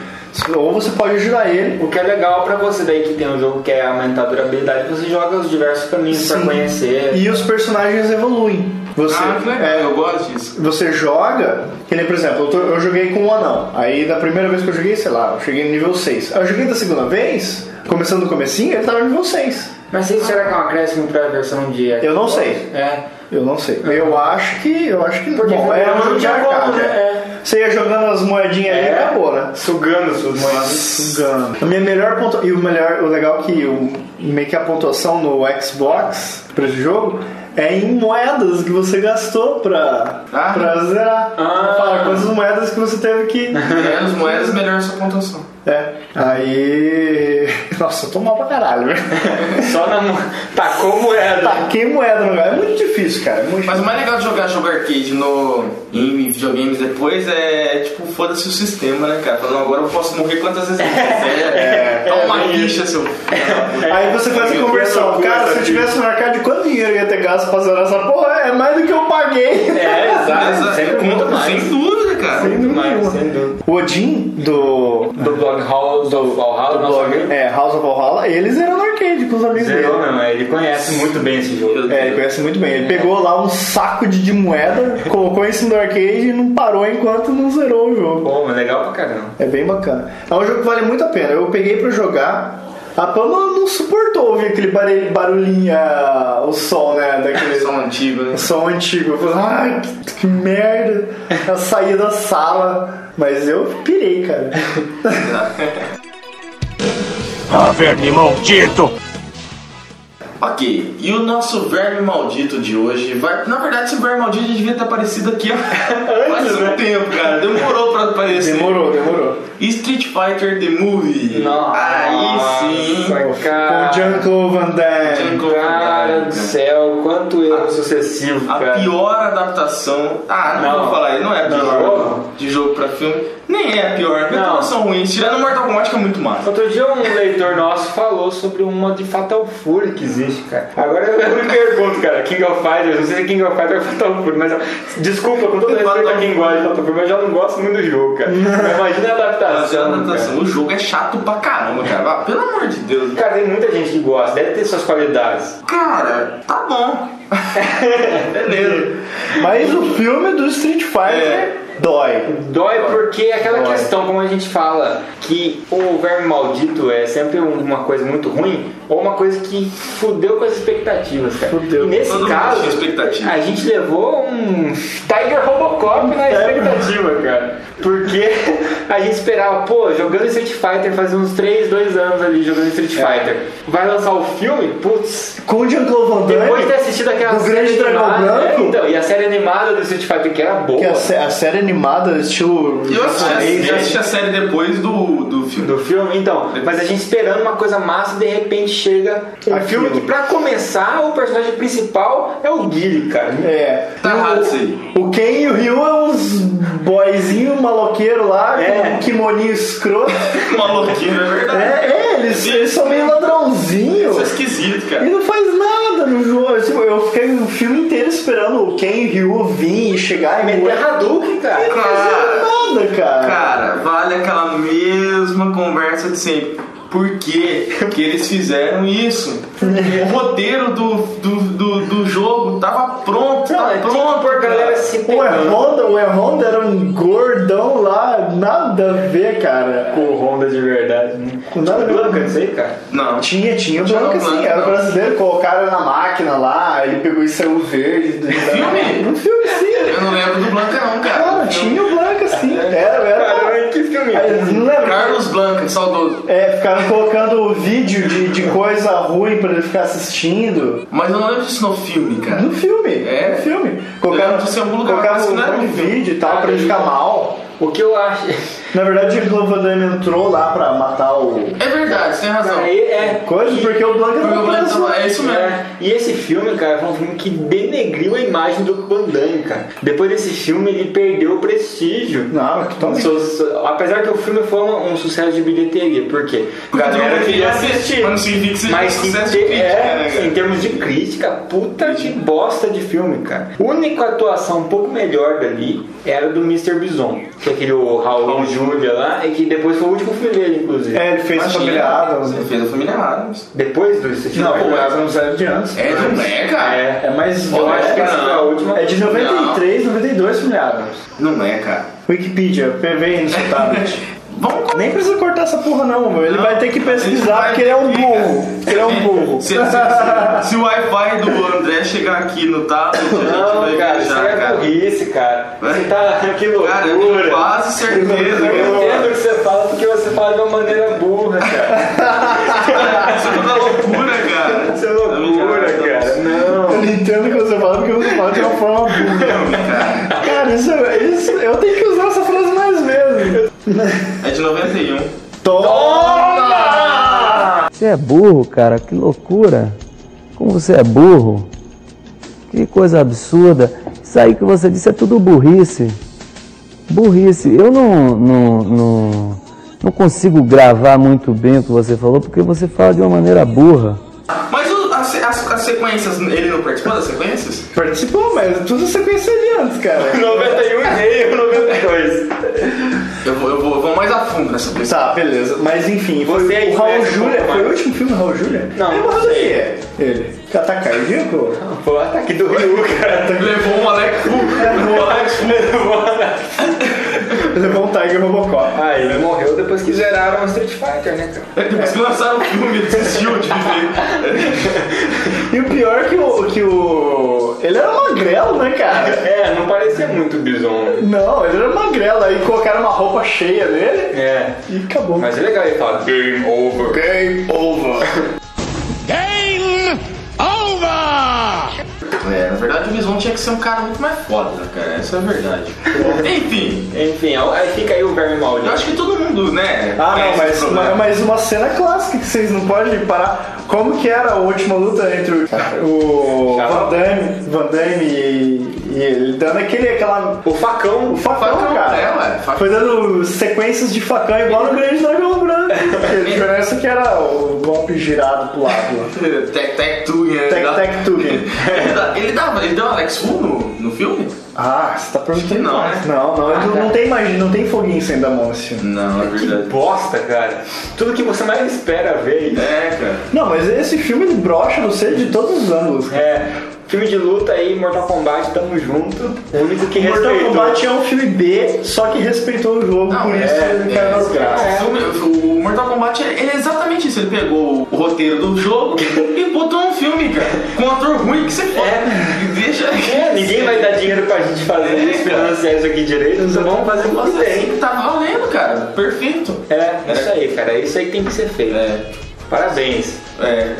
Speaker 4: Ou você pode ajudar ele.
Speaker 3: O que é legal pra você daí que tem um jogo que é aumentar a durabilidade, você joga os diversos caminhos pra
Speaker 4: Sim.
Speaker 3: conhecer.
Speaker 4: E os personagens evoluem. Você,
Speaker 2: Ah, que legal,
Speaker 4: é,
Speaker 2: eu gosto disso.
Speaker 4: você joga, que nem por exemplo, eu, tô- eu joguei com um anão. Aí da primeira vez que eu joguei, sei lá, eu cheguei no nível 6. Aí eu joguei da segunda vez, começando no comecinho, ele tava no nível 6.
Speaker 3: Mas isso será que é um acréscimo pra versão de
Speaker 4: Eu não sei.
Speaker 3: É.
Speaker 4: Eu não sei. Eu acho que. Eu acho que não.
Speaker 3: Porque
Speaker 4: Bom,
Speaker 3: foi
Speaker 4: era um
Speaker 3: um
Speaker 4: jogo de
Speaker 3: jogo,
Speaker 4: arcade.
Speaker 3: né?
Speaker 4: é. Você ia jogando as moedinhas ali e
Speaker 3: É.
Speaker 4: acabou, né?
Speaker 3: Sugando suas moedas.
Speaker 4: Sugando. A minha melhor pontua... E o melhor, o legal é que o, meio que a pontuação no Xbox pra esse jogo é em moedas que você gastou pra,
Speaker 2: Ah.
Speaker 4: pra zerar.
Speaker 3: Ah.
Speaker 4: Fala quantas moedas que você teve
Speaker 3: <laughs>
Speaker 4: que.
Speaker 2: Menos moedas, melhor essa pontuação.
Speaker 4: é. Aí. <laughs> Nossa, eu tô mal pra caralho,
Speaker 3: <laughs>
Speaker 4: né? velho.
Speaker 3: Só na <laughs> Tá mo... Tacou moeda.
Speaker 4: Taquei moeda no lugar. É muito difícil, cara. É muito
Speaker 2: Mas o mais legal de jogar jogo arcade no, em videogames depois é, tipo, foda-se o sistema, né, cara? Falando, agora eu posso morrer quantas
Speaker 3: <laughs>
Speaker 2: vezes eu quiser. É, uma guicha, seu.
Speaker 4: Aí você faz a
Speaker 3: Meu
Speaker 4: conversão.
Speaker 3: Deus,
Speaker 4: Cara, se eu
Speaker 3: essa
Speaker 4: tivesse no arcade, quanto dinheiro eu ia ter gasto pra zerar essa porra? É mais do que eu paguei.
Speaker 3: É, exato. Sempre muito
Speaker 2: Conta,
Speaker 3: mais.
Speaker 2: sem dúvida, cara.
Speaker 3: Muito mais,
Speaker 4: nenhuma.
Speaker 3: sem dúvida.
Speaker 4: O Odin do.
Speaker 3: Do blog House do Valhalla, nosso amigo.
Speaker 4: É, House of Valhalla, ele zerou no arcade com os amigos
Speaker 3: Zerou, né?
Speaker 4: dele.
Speaker 3: É, não, ele conhece muito bem esse jogo.
Speaker 4: É, ele conhece muito bem. Ele pegou lá um saco de, de moeda, colocou em cima do arcade e não parou enquanto não zerou o jogo.
Speaker 3: Pô, mas é legal pra caramba.
Speaker 4: É bem bacana. É um jogo que vale muito a pena. Eu peguei pra jogar. A Pamela não suportou ouvir aquele barulho, barulhinho, ah, o som, né? Daquele
Speaker 2: São antigo, né?
Speaker 4: som antigo. Eu falei, ai, que, que merda. Eu saí da sala. Mas eu pirei, cara.
Speaker 2: Ok, e o nosso verme maldito de hoje vai. Na verdade, esse verme maldito já devia ter aparecido aqui há <laughs> faz um
Speaker 4: né?
Speaker 2: tempo, cara. Demorou pra aparecer.
Speaker 4: Demorou, demorou.
Speaker 2: E Street Fighter The Movie.
Speaker 3: Nossa,
Speaker 2: Aí sim.
Speaker 3: cara.
Speaker 2: Ah.
Speaker 4: Com o Jean-Claude Van Damme.
Speaker 2: Jean-Claude Van
Speaker 3: Cara
Speaker 2: Damme,
Speaker 3: do
Speaker 2: cara.
Speaker 3: céu, quanto erro sucessivo,
Speaker 2: A
Speaker 3: cara.
Speaker 2: pior adaptação. Ah, não,
Speaker 3: Não.
Speaker 2: vou falar, não é a
Speaker 3: Não,
Speaker 2: pior.
Speaker 3: não.
Speaker 2: De jogo pra filme. Nem é a pior, porque
Speaker 3: Não.
Speaker 2: todas são ruins. Tirando Mortal Kombat, que é muito massa.
Speaker 3: Outro dia um leitor nosso falou sobre uma de Fatal Fury que existe, cara. Agora eu me pergunto, cara, King of Fighters, não sei se é King of Fighters ou Fatal Fury, mas desculpa, com todo respeito a quem gosta de Fatal Fury, mas eu já não gosto muito do
Speaker 2: <laughs>
Speaker 3: jogo, cara. Mas imagina a
Speaker 2: Mas a
Speaker 3: adaptação,
Speaker 2: adaptação, o jogo é chato pra caramba, cara. Ah, pelo amor de Deus.
Speaker 3: cara. Cara, tem muita gente que gosta, deve ter suas qualidades.
Speaker 2: Cara, tá
Speaker 3: <laughs>
Speaker 2: bom. Beleza.
Speaker 4: Mas o filme do Street Fighter
Speaker 2: É.
Speaker 4: dói.
Speaker 3: Dói porque é aquela
Speaker 4: Dói.
Speaker 3: questão, como a gente fala, que o verme maldito é sempre um- uma coisa muito ruim ou uma coisa que fudeu com as expectativas, cara.
Speaker 4: Fudeu.
Speaker 3: E nesse
Speaker 2: Todo mundo
Speaker 3: caso,
Speaker 2: tinha expectativa.
Speaker 3: a gente levou um Tiger Robocop na expectativa, cara. Porque a gente esperava, pô, jogando Street Fighter fazia uns 3, 2 anos ali jogando Street
Speaker 4: É.
Speaker 3: Fighter. Vai lançar o filme? Putz,
Speaker 4: Com o Jean-Claude Van Damme.
Speaker 3: depois de ter assistido aquela
Speaker 4: do Grande Dragão
Speaker 3: animada,
Speaker 4: Branco?
Speaker 3: é, então, e a série animada do Street Fighter que era boa.
Speaker 4: Que a, sé- a série animada, estilo.
Speaker 2: Eu assisti, a-
Speaker 4: japonês,
Speaker 2: eu
Speaker 4: né?
Speaker 2: assisti a série depois do, do filme.
Speaker 3: do filme, então. Mas a gente esperando uma coisa massa, de repente chega um filme que, pra começar, o personagem principal é o Guile, cara.
Speaker 4: É.
Speaker 2: Tá
Speaker 4: E o-
Speaker 2: errado isso aí.
Speaker 4: O Ken e o Ryu é uns boyzinho maloqueiro lá,
Speaker 3: É.
Speaker 4: com um kimoninho escroto.
Speaker 2: Maluquinho, é
Speaker 4: é,
Speaker 2: verdade.
Speaker 4: é, eles, eles são meio ladrãozinho.
Speaker 2: Isso é esquisito,
Speaker 4: E
Speaker 2: cara.
Speaker 4: não faz nada no jogo. Tipo, eu fiquei o filme inteiro esperando o Ken e o Ryu vir e chegar e
Speaker 3: Meter
Speaker 4: morrer.
Speaker 3: Hadouken, cara.
Speaker 2: Cara,
Speaker 4: Nada, cara.
Speaker 2: cara, vale aquela mesma conversa de sempre. Por que, que eles fizeram isso? O roteiro do, do, do, do jogo tava pronto,
Speaker 3: Não,
Speaker 2: tá
Speaker 3: é
Speaker 2: pronto.
Speaker 3: pronto por
Speaker 2: cara.
Speaker 3: galera se
Speaker 4: O
Speaker 3: pegando.
Speaker 4: E-Honda, o E-Honda era um gordão lá, nada a ver, cara.
Speaker 3: O Honda de verdade, né?
Speaker 4: Com nada a ver.
Speaker 3: Blanca, não sei, cara.
Speaker 2: Não,
Speaker 4: Tinha, tinha o
Speaker 2: Tinha
Speaker 4: branco
Speaker 2: um branco,
Speaker 4: assim, era
Speaker 2: não.
Speaker 4: brasileiro, colocaram na máquina lá, ele pegou e saiu verde. do-
Speaker 2: filme?
Speaker 4: No filme sim,
Speaker 2: eu não lembro do Blanca não, cara.
Speaker 4: cara, tinha o branco assim, era, era.
Speaker 3: Caramba, que filme.
Speaker 4: Aí, Não lembro.
Speaker 2: Carlos Blanca, saudoso.
Speaker 4: É, ficaram colocando o vídeo de, de coisa ruim pra ele ficar assistindo.
Speaker 2: Mas eu não lembro disso no filme, cara.
Speaker 4: No filme,
Speaker 2: É.
Speaker 4: no filme.
Speaker 2: Eu
Speaker 4: Colocaram,
Speaker 2: lembro disso em algum lugar,
Speaker 4: colocaram
Speaker 2: mas
Speaker 4: um
Speaker 2: não era
Speaker 4: monte de
Speaker 2: no filme.
Speaker 4: vídeo e tal pra ele ficar mal.
Speaker 3: O que eu acho.
Speaker 4: Na verdade, o Jean-Claude Van Damme entrou lá pra matar o.
Speaker 2: É verdade, você tem razão.
Speaker 3: Aí é.
Speaker 4: Coisa, porque o Blanca
Speaker 2: Porque o
Speaker 4: não
Speaker 2: Blanca
Speaker 4: apareceu.
Speaker 2: tava- É isso mesmo.
Speaker 3: É, E esse filme, cara, foi um filme que denegriu a imagem do Van Damme, cara. Depois desse filme, ele perdeu o
Speaker 2: é
Speaker 3: prestígio.
Speaker 4: Não, é mas que toma.
Speaker 3: Su- su- Apesar que o filme foi um, um sucesso de bilheteria, por quê? A galera queria assistir.
Speaker 2: Mas não significa que seja
Speaker 3: Mas
Speaker 2: um
Speaker 3: em,
Speaker 2: sucesso
Speaker 3: te-
Speaker 2: de crítica,
Speaker 3: é,
Speaker 2: né, cara?
Speaker 3: em termos de crítica, puta que bosta de filme, cara. Única atuação um pouco melhor dali era do Mr. Bison, que é aquele o Raul, Júlia lá, e que depois foi o último filme dele, inclusive.
Speaker 4: É, ele fez né? a
Speaker 2: Imagina,
Speaker 4: família
Speaker 3: né?
Speaker 4: Adams.
Speaker 2: Você fez a família Adams.
Speaker 3: Depois do Street
Speaker 4: Não,
Speaker 3: Fighter.
Speaker 4: o Adams era de antes.
Speaker 2: É, não é, cara.
Speaker 4: É, mas
Speaker 2: Eu acho que
Speaker 3: essa
Speaker 2: não.
Speaker 3: foi a última.
Speaker 4: É de 93, 92 filme Adams.
Speaker 2: Não é, cara.
Speaker 4: Wikipedia, PV aí no seu <laughs> tablet.
Speaker 2: Vamos
Speaker 4: Nem precisa cortar essa porra não, meu. Ele
Speaker 2: Não,
Speaker 4: vai ter que pesquisar porque ele é um
Speaker 2: vai-
Speaker 4: burro. Ele é um burro.
Speaker 2: Se, se- se- se o Wi-Fi do André chegar aqui no tablet, a gente vai
Speaker 3: Não, cara, isso
Speaker 2: viajar,
Speaker 3: é
Speaker 2: cara.
Speaker 3: burrice, cara. Você tá. <laughs> Que
Speaker 2: Cara, eu tenho
Speaker 3: loucura.
Speaker 2: quase certeza.
Speaker 3: Eu
Speaker 2: cara.
Speaker 3: entendo o que você fala porque você fala de uma maneira burra, cara.
Speaker 2: Isso é toda loucura, cara.
Speaker 3: Isso é loucura, cara. Não.
Speaker 4: Eu entendo o que você fala porque você fala de uma forma burra. <laughs>
Speaker 2: É,
Speaker 4: Cara, isso, é- isso eu tenho que usar essa frase mais vezes.
Speaker 2: É de 91.
Speaker 4: Toma!
Speaker 10: Você é burro, cara, que loucura! Como você é burro! Que coisa absurda! Isso aí que você disse é tudo burrice. Burrice. Eu não, não, não, não consigo gravar muito bem o que você falou porque você fala de uma maneira burra.
Speaker 2: Mas o- as, as- as sequências, ele não participou das sequências?
Speaker 4: Participou, mas tudo sequência de antes, cara.
Speaker 3: 91 e meio, 92.
Speaker 2: Eu vou, eu vou, eu vou mais a fundo nessa questão.
Speaker 4: Tá, beleza. Mas enfim, é foi
Speaker 3: Você aí
Speaker 4: o Raul
Speaker 3: conhece um
Speaker 4: Júlia.
Speaker 3: pouco
Speaker 4: Foi
Speaker 3: mais.
Speaker 4: o último filme do Raul Júlia?
Speaker 3: Não,
Speaker 4: Ele morreu
Speaker 3: não
Speaker 4: do
Speaker 3: sei.
Speaker 4: quê? Ele. Tá cardíaco?
Speaker 3: Pô, ataque do Rio, cara.
Speaker 2: um Levou um Alex Fu.
Speaker 3: Pô,
Speaker 4: Levou um Tiger Robocop.
Speaker 3: Ah, ele morreu depois que zeraram o Street Fighter, né, cara?
Speaker 2: Depois É que lançaram o filme, ele desistiu de viver.
Speaker 4: E o pior é que o, que o. Ele era magrelo, né, cara?
Speaker 3: É, não parecia muito bison.
Speaker 4: Não, ele era magrelo. Aí colocaram uma roupa cheia nele
Speaker 3: É.
Speaker 4: e acabou.
Speaker 3: Mas é legal ele falar Game Over.
Speaker 4: Game over.
Speaker 2: É, na verdade o Bison tinha que ser um cara muito mais foda, né, cara? Essa é a verdade. Enfim,
Speaker 3: Enfim, aí fica aí o verme
Speaker 2: eu
Speaker 3: maldito.
Speaker 2: acho que todo mundo, né?
Speaker 4: Ah, não,
Speaker 2: conhece
Speaker 4: mas,
Speaker 2: esse problema.
Speaker 4: mas- mas uma cena clássica que vocês não podem parar. Como que era a última luta entre o, o
Speaker 3: Já.
Speaker 4: Van Damme, Van Damme e, e ele dando aquele, aquela...
Speaker 3: O facão.
Speaker 4: O facão,
Speaker 2: Facão,
Speaker 4: cara.
Speaker 2: é, ué, facão.
Speaker 4: Foi dando sequências de facão igual no Grande Dragão Branco. Porque a diferença é que era o golpe girado pro lado. lá.
Speaker 2: Tec Tec Tug, né?
Speaker 4: Tec, tec, tug.
Speaker 2: <laughs> Ele dá- Ele dava, ele deu Alex Fu no, no filme?
Speaker 4: Ah, você tá perguntando
Speaker 2: Não,
Speaker 4: demais.
Speaker 2: né?
Speaker 4: Não, não, não,
Speaker 3: Ah, tá.
Speaker 4: tem mais, não tem foguinho sem da mão assim. esse filme.
Speaker 2: Não, é
Speaker 3: Que bosta, cara. Tudo que você mais espera ver. né? isso.
Speaker 2: É, cara.
Speaker 4: Não, mas esse filme ele brocha você de todos os ângulos. cara.
Speaker 3: É. Filme de luta aí, Mortal Kombat, tamo junto. O único que
Speaker 4: Mortal
Speaker 3: respeitou.
Speaker 4: Kombat é um filme B, só que respeitou o jogo, por isso
Speaker 2: é,
Speaker 4: ele
Speaker 2: é,
Speaker 4: caiu nas
Speaker 2: é,
Speaker 4: graças.
Speaker 2: o filme- O Mortal Kombat ele- ele é exatamente isso. Ele pegou o roteiro do
Speaker 4: <laughs>
Speaker 2: jogo e botou um filme, cara. Com um ator ruim que
Speaker 4: É.
Speaker 2: você pode. E Deixa.
Speaker 3: É, ninguém vai dar dinheiro pra gente fazer
Speaker 2: É,
Speaker 3: isso,
Speaker 2: cara.
Speaker 3: financiar isso aqui direito, então vamos fazer o que
Speaker 2: Nossa,
Speaker 3: tem.
Speaker 2: assim, tá valendo, cara. Perfeito.
Speaker 3: É, isso aí, cara. É isso aí que tem que ser feito.
Speaker 2: É.
Speaker 3: Parabéns.
Speaker 2: É.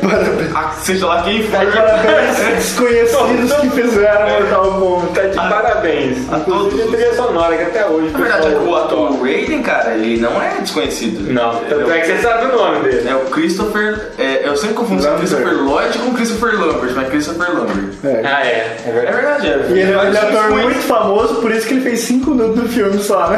Speaker 2: Ah, seja lá quem for. <laughs>
Speaker 4: Parabéns desconhecidos que fizeram
Speaker 2: É.
Speaker 4: Mortal Kombat.
Speaker 3: Tá de parabéns.
Speaker 2: <laughs> a
Speaker 3: Inclusive
Speaker 2: todos.
Speaker 3: a trilha sonora que até hoje.
Speaker 2: Na verdade,
Speaker 4: É
Speaker 3: pessoal-
Speaker 2: o ator Raiden, cara, ele não é desconhecido.
Speaker 3: Não,
Speaker 2: Ele
Speaker 3: tanto é que você sabe o nome dele.
Speaker 2: É o Christopher. é, eu sempre confundo
Speaker 4: Lambert.
Speaker 2: Christopher Lloyd com Christopher Lambert, mas Christopher Lambert.
Speaker 3: Ah, é. É
Speaker 2: É
Speaker 3: verdade.
Speaker 2: verdade, é.
Speaker 4: E ele é um
Speaker 2: Mas
Speaker 4: ator
Speaker 2: isso-
Speaker 4: muito famoso, por isso que ele fez 5 minutos do filme só, né?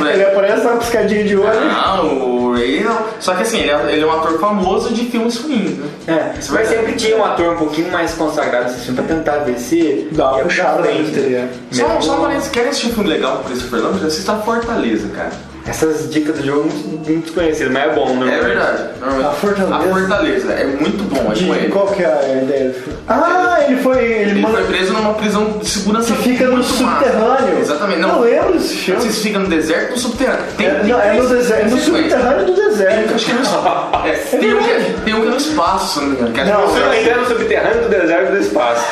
Speaker 2: É.
Speaker 4: <laughs> Ele aparece na piscadinha de olho.
Speaker 2: Ah, o Ray não. Só que assim, ele é, ele é um ator famoso de filmes ruins, né?
Speaker 3: É,
Speaker 2: Isso é
Speaker 3: mas
Speaker 2: verdade.
Speaker 3: sempre tinha um ator um pouquinho mais consagrado nesse filme pra tentar ver se
Speaker 4: Dá
Speaker 2: Ah,
Speaker 4: uma
Speaker 3: ia pra
Speaker 4: puxada
Speaker 3: frente.
Speaker 4: na trilha.
Speaker 2: Só,
Speaker 3: Mesmo-
Speaker 2: só parece que quer assistir um filme legal com Christopher Lambert, assista a Fortaleza, cara.
Speaker 3: Essas dicas do jogo muito, muito conhecidas, mas é bom, né?
Speaker 2: É verdade. normalmente.
Speaker 4: A Fortaleza.
Speaker 2: A Fortaleza, é muito bom, é com
Speaker 4: De-
Speaker 2: ele.
Speaker 4: Qual que é a ideia do filme? Ah, ele foi. Ele,
Speaker 2: Ele
Speaker 4: manda.
Speaker 2: foi preso numa prisão de segurança
Speaker 4: Que fica no
Speaker 2: muito massa.
Speaker 4: subterrâneo.
Speaker 2: Exatamente, não.
Speaker 4: Eu lembro desse
Speaker 2: Não
Speaker 4: filme.
Speaker 2: sei se fica no deserto ou subterrâneo. Tem,
Speaker 4: É,
Speaker 2: tem
Speaker 4: não, é
Speaker 2: três-
Speaker 4: no, deserto, é no
Speaker 2: três sequências.
Speaker 4: subterrâneo do deserto.
Speaker 2: Acho que é no espaço. É, tem, um que, tem um que é no espaço, se não me engano. que é
Speaker 4: Não,
Speaker 2: no-
Speaker 3: Se eu não me engano, subterrâneo do deserto do espaço.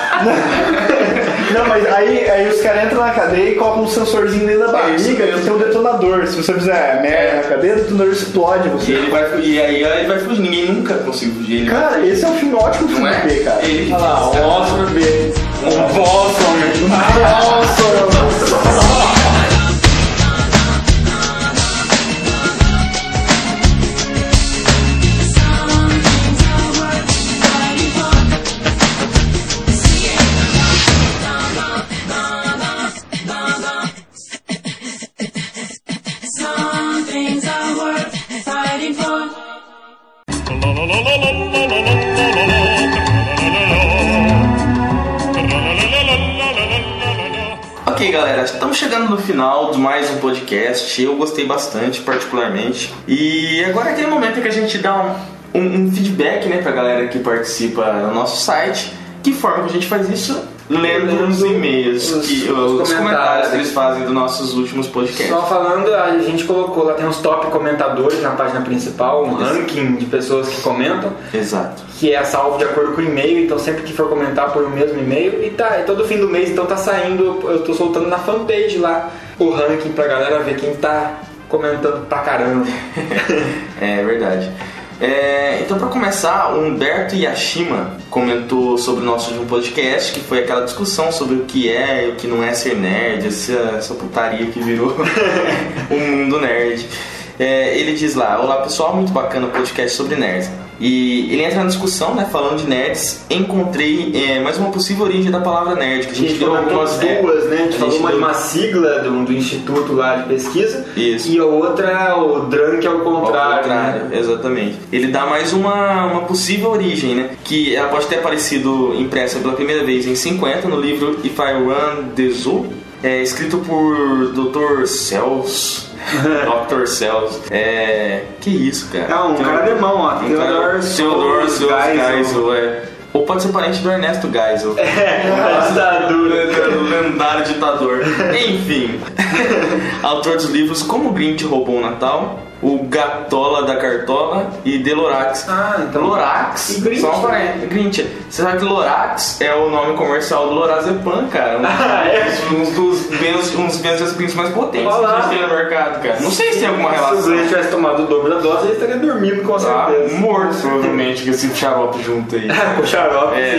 Speaker 4: Não, mas aí, aí os caras entram na cadeia e colocam um sensorzinho dentro
Speaker 2: É isso
Speaker 4: da barriga que
Speaker 2: mesmo.
Speaker 4: tem um detonador. Se você fizer merda na cadeia, o detonador explode
Speaker 2: E,
Speaker 4: você.
Speaker 2: ele vai, fu- e aí ele vai fugir. Ninguém nunca conseguiu fugir. Ele
Speaker 4: Cara, esse é um filme ótimo
Speaker 2: não
Speaker 4: filme
Speaker 2: é?
Speaker 4: B, cara.
Speaker 2: Ele que
Speaker 4: Olha lá,
Speaker 2: fez, cara.
Speaker 3: Nossa, bebê. Um bóssono.
Speaker 4: Nossa!
Speaker 2: <laughs> Ok, galera, estamos chegando no final de mais um podcast. Eu gostei bastante, particularmente. E agora é aquele momento em que a gente dá um, um- um feedback, né, pra galera que participa no nosso site. Que forma que a gente faz isso? Lendo os e-mails,
Speaker 3: os-
Speaker 2: que- os,
Speaker 3: os
Speaker 2: comentários,
Speaker 3: comentários.
Speaker 2: que eles fazem dos nossos últimos podcasts.
Speaker 3: Só falando, a gente colocou lá, tem uns top comentadores na página principal, um ranking de pessoas que comentam,
Speaker 2: Exato.
Speaker 3: que é salvo de acordo com o e-mail, então sempre que for comentar põe o mesmo e-mail e tá, é todo fim do mês, então tá saindo, eu tô soltando na fanpage lá o ranking pra galera ver quem tá comentando pra caramba.
Speaker 2: É verdade. É, então, para começar, o Humberto Yashima comentou sobre o nosso último podcast, que foi aquela discussão sobre o que é e o que não é ser nerd, essa, essa putaria que virou <laughs> o mundo nerd. É, ele diz lá: Olá pessoal, muito bacana o podcast sobre nerds. E ele entra na discussão, né, falando de nerds. Encontrei é, mais uma possível origem da palavra nerd, que a
Speaker 3: A
Speaker 2: gente,
Speaker 3: gente
Speaker 2: deu
Speaker 3: comentou as
Speaker 2: algumas é,
Speaker 3: duas, né? A gente
Speaker 2: a
Speaker 3: falou
Speaker 2: gente
Speaker 3: uma,
Speaker 2: deu-
Speaker 3: uma sigla do, do instituto lá de pesquisa
Speaker 2: Isso.
Speaker 3: e a outra é o DRAN, que é
Speaker 2: Ao
Speaker 3: o contrário.
Speaker 2: contrário,
Speaker 3: né?
Speaker 2: exatamente. Ele dá mais uma, uma possível origem, né? Que ela pode ter aparecido impressa pela primeira vez em 50 no livro If I Run the Zoo, é, escrito por Dr. <laughs> Cells. Dr. Cells. É. Que isso, cara?
Speaker 3: É um
Speaker 2: Tem
Speaker 3: cara alemão, ó.
Speaker 2: um cara-
Speaker 3: Theodor
Speaker 2: Theodor Cells
Speaker 3: Geisel.
Speaker 2: Geisel, é. Ou pode ser parente do Ernesto Geisel. <laughs>
Speaker 3: É, ditadura.
Speaker 2: Lendário ditador. Enfim. <laughs> Autor dos livros Como o Grinch Roubou o Natal, O Gatola da Cartola e Delorax.
Speaker 3: Ah, então-
Speaker 2: Lorax.
Speaker 3: E Grinch. né?
Speaker 2: Só um parente. Grinch. Você sabe que Lorax é o nome comercial do Lorazepam, cara. Um,
Speaker 3: <laughs> Ah, é?
Speaker 2: um dos bens, um dos bens aspirantes mais potentes
Speaker 3: Olha
Speaker 2: que a
Speaker 3: lá.
Speaker 2: gente tem no mercado, cara. Não sei se tem alguma relação.
Speaker 3: Se o Glenn tivesse tomado o dobro da dose, ele estaria dormindo com
Speaker 2: Tá
Speaker 3: certeza.
Speaker 2: morto, provavelmente, com esse xarope junto aí.
Speaker 3: com xarope,
Speaker 2: É.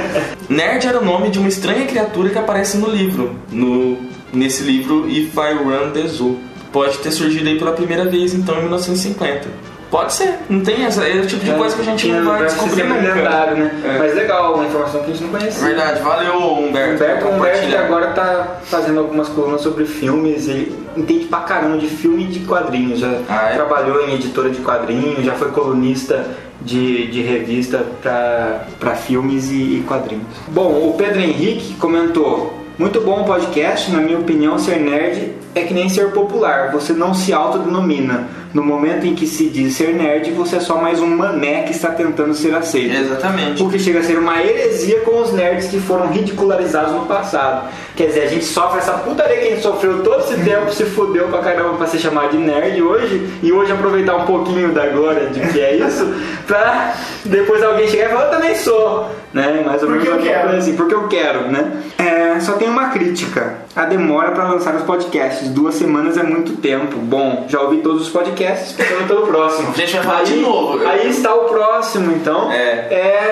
Speaker 2: <laughs> Nerd era o nome de uma estranha criatura que aparece no livro, no, nesse livro If I Run the Zoo. Pode ter surgido aí pela primeira vez, então, em 1950. Pode ser, não tem essa, é o tipo de coisa que a gente não vai descobrir
Speaker 3: sempre
Speaker 2: nunca.
Speaker 3: lendário, um né?
Speaker 2: É.
Speaker 3: Mas legal, uma informação que a gente não conhecia.
Speaker 2: Verdade, valeu Humberto. por
Speaker 3: Humberto, Humberto que
Speaker 2: compartilhar.
Speaker 3: um agora tá fazendo algumas colunas sobre filmes, ele entende pra caramba de filme e de quadrinhos, já
Speaker 2: Ah, é?
Speaker 3: trabalhou em editora de quadrinhos, já foi colunista de, de revista pra, pra filmes e, e quadrinhos. Bom, o Pedro Henrique comentou, muito bom o podcast, na minha opinião ser nerd é que nem ser popular, você não se autodenomina. No momento em que se diz ser nerd, você é só mais um mané que está tentando ser aceito.
Speaker 2: Exatamente.
Speaker 3: O que chega a ser uma heresia com os nerds que foram ridicularizados no passado. Quer dizer, a gente sofre essa putaria que a gente sofreu todo esse tempo, se fudeu pra caramba pra ser chamado de nerd hoje, e hoje aproveitar um pouquinho da glória de que é isso, <laughs> pra depois alguém chegar e falar, eu também sou, né? Mais ou
Speaker 4: Porque
Speaker 3: menos
Speaker 4: eu
Speaker 3: alguma
Speaker 4: quero.
Speaker 3: coisa assim, porque eu quero, né? É, só tem uma crítica. A demora pra lançar os podcasts. Duas semanas é muito tempo. Bom, já ouvi todos os podcasts, esperando pelo próximo.
Speaker 4: <laughs>
Speaker 2: A gente vai falar de
Speaker 3: Aí-
Speaker 2: novo. né?
Speaker 3: Aí está o próximo, então.
Speaker 2: É.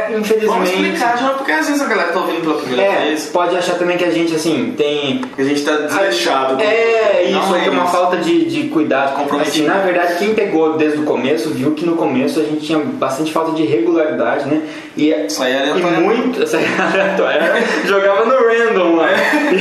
Speaker 3: É, infelizmente.
Speaker 2: Vamos explicar, já, porque às vezes a galera tá ouvindo pela primeira
Speaker 3: É,
Speaker 2: vez.
Speaker 3: pode achar também que a gente, assim, tem.
Speaker 2: que A gente tá desleixado.
Speaker 3: É,
Speaker 2: né? Não
Speaker 3: isso, tem uma falta de, de cuidado.
Speaker 2: Comprometimento.
Speaker 3: Assim, na verdade, quem pegou desde o começo viu que no começo a gente tinha bastante falta de regularidade, né? E
Speaker 2: Isso aí é
Speaker 3: e
Speaker 2: aleatório.
Speaker 3: muito. <laughs> essa era aleatória. é, Jogava no random lá.
Speaker 2: É.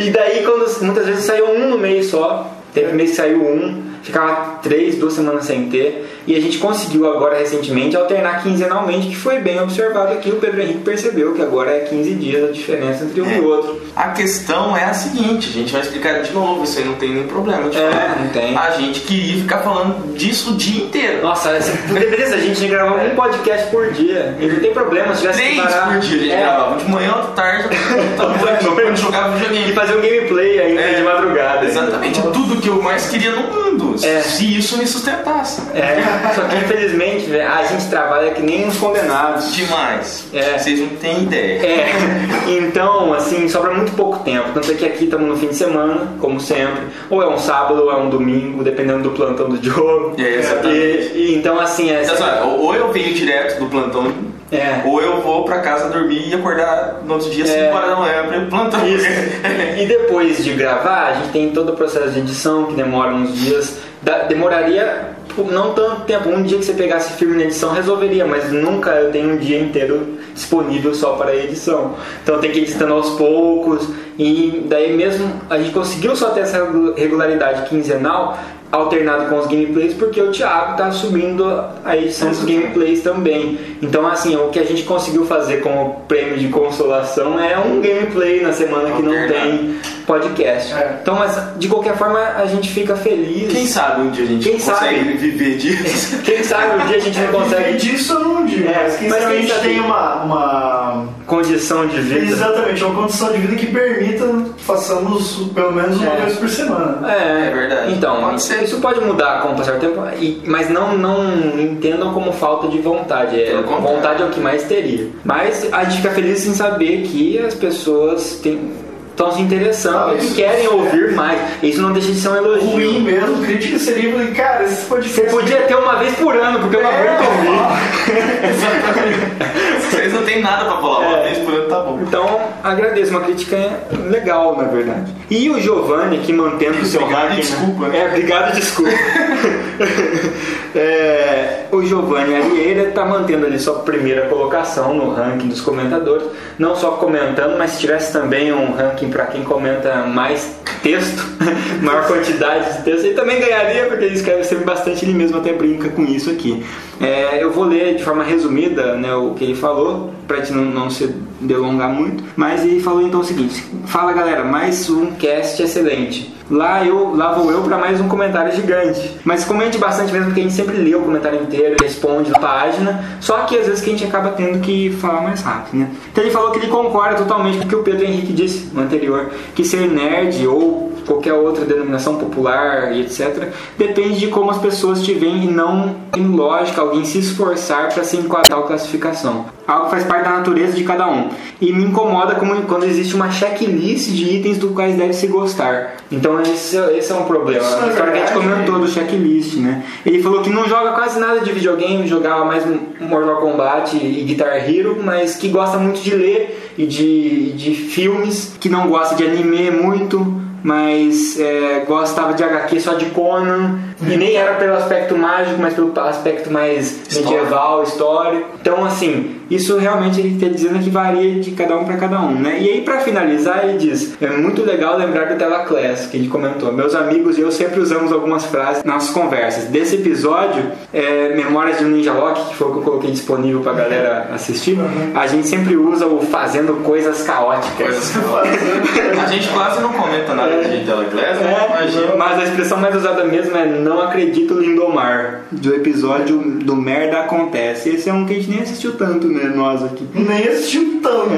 Speaker 3: E, e daí, quando muitas vezes saiu um no meio só,
Speaker 2: É.
Speaker 3: teve mês que saiu um, ficava três, duas semanas sem ter. E a gente conseguiu agora recentemente alternar quinzenalmente, que foi bem observado aqui. O Pedro Henrique percebeu que agora é 15 dias a diferença entre um
Speaker 2: É.
Speaker 3: e outro.
Speaker 2: A questão é a seguinte, a gente vai explicar de novo, isso aí não tem nenhum problema. de
Speaker 3: É,
Speaker 2: falar.
Speaker 3: não tem.
Speaker 2: A gente queria ficar falando disso o dia inteiro.
Speaker 3: Nossa, essa- <laughs> beleza, a gente gravava um podcast por dia. E não tem problema, se tivesse que
Speaker 2: Três
Speaker 3: parar.
Speaker 2: por dia a gente
Speaker 3: É.
Speaker 2: gravava, de manhã, de tarde,
Speaker 3: noite.
Speaker 2: quando jogava
Speaker 3: E
Speaker 2: videogame.
Speaker 3: fazer um gameplay ainda
Speaker 2: É.
Speaker 3: de madrugada. assim. ainda.
Speaker 2: Exatamente, é tudo que eu mais queria no mundo,
Speaker 3: É.
Speaker 2: se isso me sustentasse.
Speaker 3: É, só que infelizmente velho, a gente trabalha que nem uns condenados.
Speaker 2: Demais.
Speaker 3: É.
Speaker 2: Vocês não têm ideia.
Speaker 3: É, então assim, sobra muito pouco tempo. Tanto é que aqui estamos no fim de semana, como sempre. Ou é um sábado, ou é um domingo, dependendo do plantão do <laughs> Diogo.
Speaker 2: É, exatamente.
Speaker 3: E, e então assim, é.
Speaker 2: Então, assim, ou eu venho direto do plantão,
Speaker 3: É.
Speaker 2: ou eu vou pra casa dormir e acordar no outro dia, 5
Speaker 3: É.
Speaker 2: horas da manhã, pra ir pro plantão. <laughs>
Speaker 3: Isso. E depois de gravar, a gente tem todo o processo de edição que demora uns dias. Da- demoraria não tanto tempo. Um dia que você pegasse firme na edição resolveria, mas nunca eu tenho um dia inteiro disponível só para a edição. Então tem que ir editando aos poucos. E daí mesmo a gente conseguiu só ter essa regularidade quinzenal alternado com os gameplays, porque o Thiago tá assumindo a edição dos gameplays também. Então, assim, o que a gente conseguiu fazer como prêmio de consolação é um gameplay na semana que não tem podcast. Então, mas de qualquer forma, a gente fica feliz.
Speaker 2: É. Quem sabe um dia a gente
Speaker 3: Quem
Speaker 2: consegue
Speaker 3: sabe?
Speaker 2: viver disso.
Speaker 3: <laughs> Quem sabe um dia a gente
Speaker 11: E
Speaker 3: não consegue
Speaker 11: disso eu não digo, né?
Speaker 3: É,
Speaker 11: mas quem
Speaker 3: mas
Speaker 11: sabe a
Speaker 3: quem
Speaker 11: gente
Speaker 3: sabe?
Speaker 11: tem uma, uma-
Speaker 3: condição de vida.
Speaker 11: Exatamente, uma condição de vida que permita façamos pelo menos uma
Speaker 3: É.
Speaker 11: vez por semana.
Speaker 3: É,
Speaker 2: É verdade.
Speaker 3: Então,
Speaker 2: Pode
Speaker 3: isso,
Speaker 2: ser.
Speaker 3: isso pode mudar com o passar do tempo, e- mas não, não entendam como falta de vontade. É,
Speaker 2: Pelo contrário.
Speaker 3: vontade é o que mais teria. Mas a gente fica feliz em saber que as pessoas estão se interessando
Speaker 11: Ah,
Speaker 3: e que
Speaker 11: isso-
Speaker 3: querem
Speaker 11: isso é.
Speaker 3: ouvir mais. Isso não deixa de ser um elogio.
Speaker 11: Ruim mesmo, crítica seria, cara, esse podcast.
Speaker 3: Você podia ter uma vez por ano, porque eu
Speaker 4: tá
Speaker 2: É.
Speaker 3: não aguento ouvir.
Speaker 2: Vocês não tem nada pra falar,
Speaker 3: É.
Speaker 2: uma vez por ano tá bom.
Speaker 3: Então, agradeço, uma crítica legal, na verdade. E o Giovanni, que mantendo o seu
Speaker 2: Obrigado e
Speaker 3: ranking,
Speaker 2: desculpa, né?
Speaker 3: É, obrigado e desculpa. <laughs> É, o Giovanni Arieira tá mantendo ali sua primeira colocação no ranking dos comentadores. Não só comentando, mas se tivesse também um ranking para quem comenta mais texto, <laughs> maior quantidade de texto, ele também ganharia, porque ele escreve sempre bastante, ele mesmo até brinca com isso aqui. É, eu vou ler de forma resumida né, o que ele falou, para gente não, não ser delongar muito. Mas ele falou então o seguinte: Fala galera, mais um cast excelente. Lá eu, lá vou eu para mais um comentário gigante. Mas comente bastante mesmo, porque a gente sempre lê o comentário inteiro, responde na página. Só que às vezes que a gente acaba tendo que falar mais rápido, né? Então ele falou que ele concorda totalmente com o que o Pedro Henrique disse no anterior, que ser nerd ou qualquer outra denominação popular e etc. Depende de como as pessoas te veem e não tem lógica alguém se esforçar para se enquadrar em tal classificação. Algo que faz parte da natureza de cada um. E me incomoda como- quando existe uma checklist de itens do quais deve se gostar. Então esse, esse é um problema.
Speaker 4: Isso é
Speaker 3: A história que a gente
Speaker 4: verdade,
Speaker 3: comentou do checklist, né? Ele falou que não joga quase nada de videogame, jogava mais um Mortal Kombat e Guitar Hero, mas que gosta muito de ler e de, de filmes, que não gosta de anime muito, mas é, gostava de HQ só de Conan, e nem era pelo aspecto mágico, mas pelo aspecto mais medieval, histórico. Então, assim, isso realmente ele está dizendo que varia de cada um para cada um, né? E aí, para finalizar, ele diz: é muito legal lembrar do Telaclass, que ele comentou. Meus amigos e eu sempre usamos algumas frases nas conversas. Desse episódio, é, Memórias de um Ninja Lock, que foi o que eu coloquei disponível para galera assistir, a gente sempre usa o fazendo coisas caóticas.
Speaker 2: A gente quase não comenta nada de Teleclass, né? Imagina.
Speaker 3: É, Mas a expressão mais usada mesmo é não acredito Lindomar, do episódio do Merda Acontece. Esse é um que a gente nem assistiu tanto, né? Nós aqui.
Speaker 4: Nem assistiu tanto.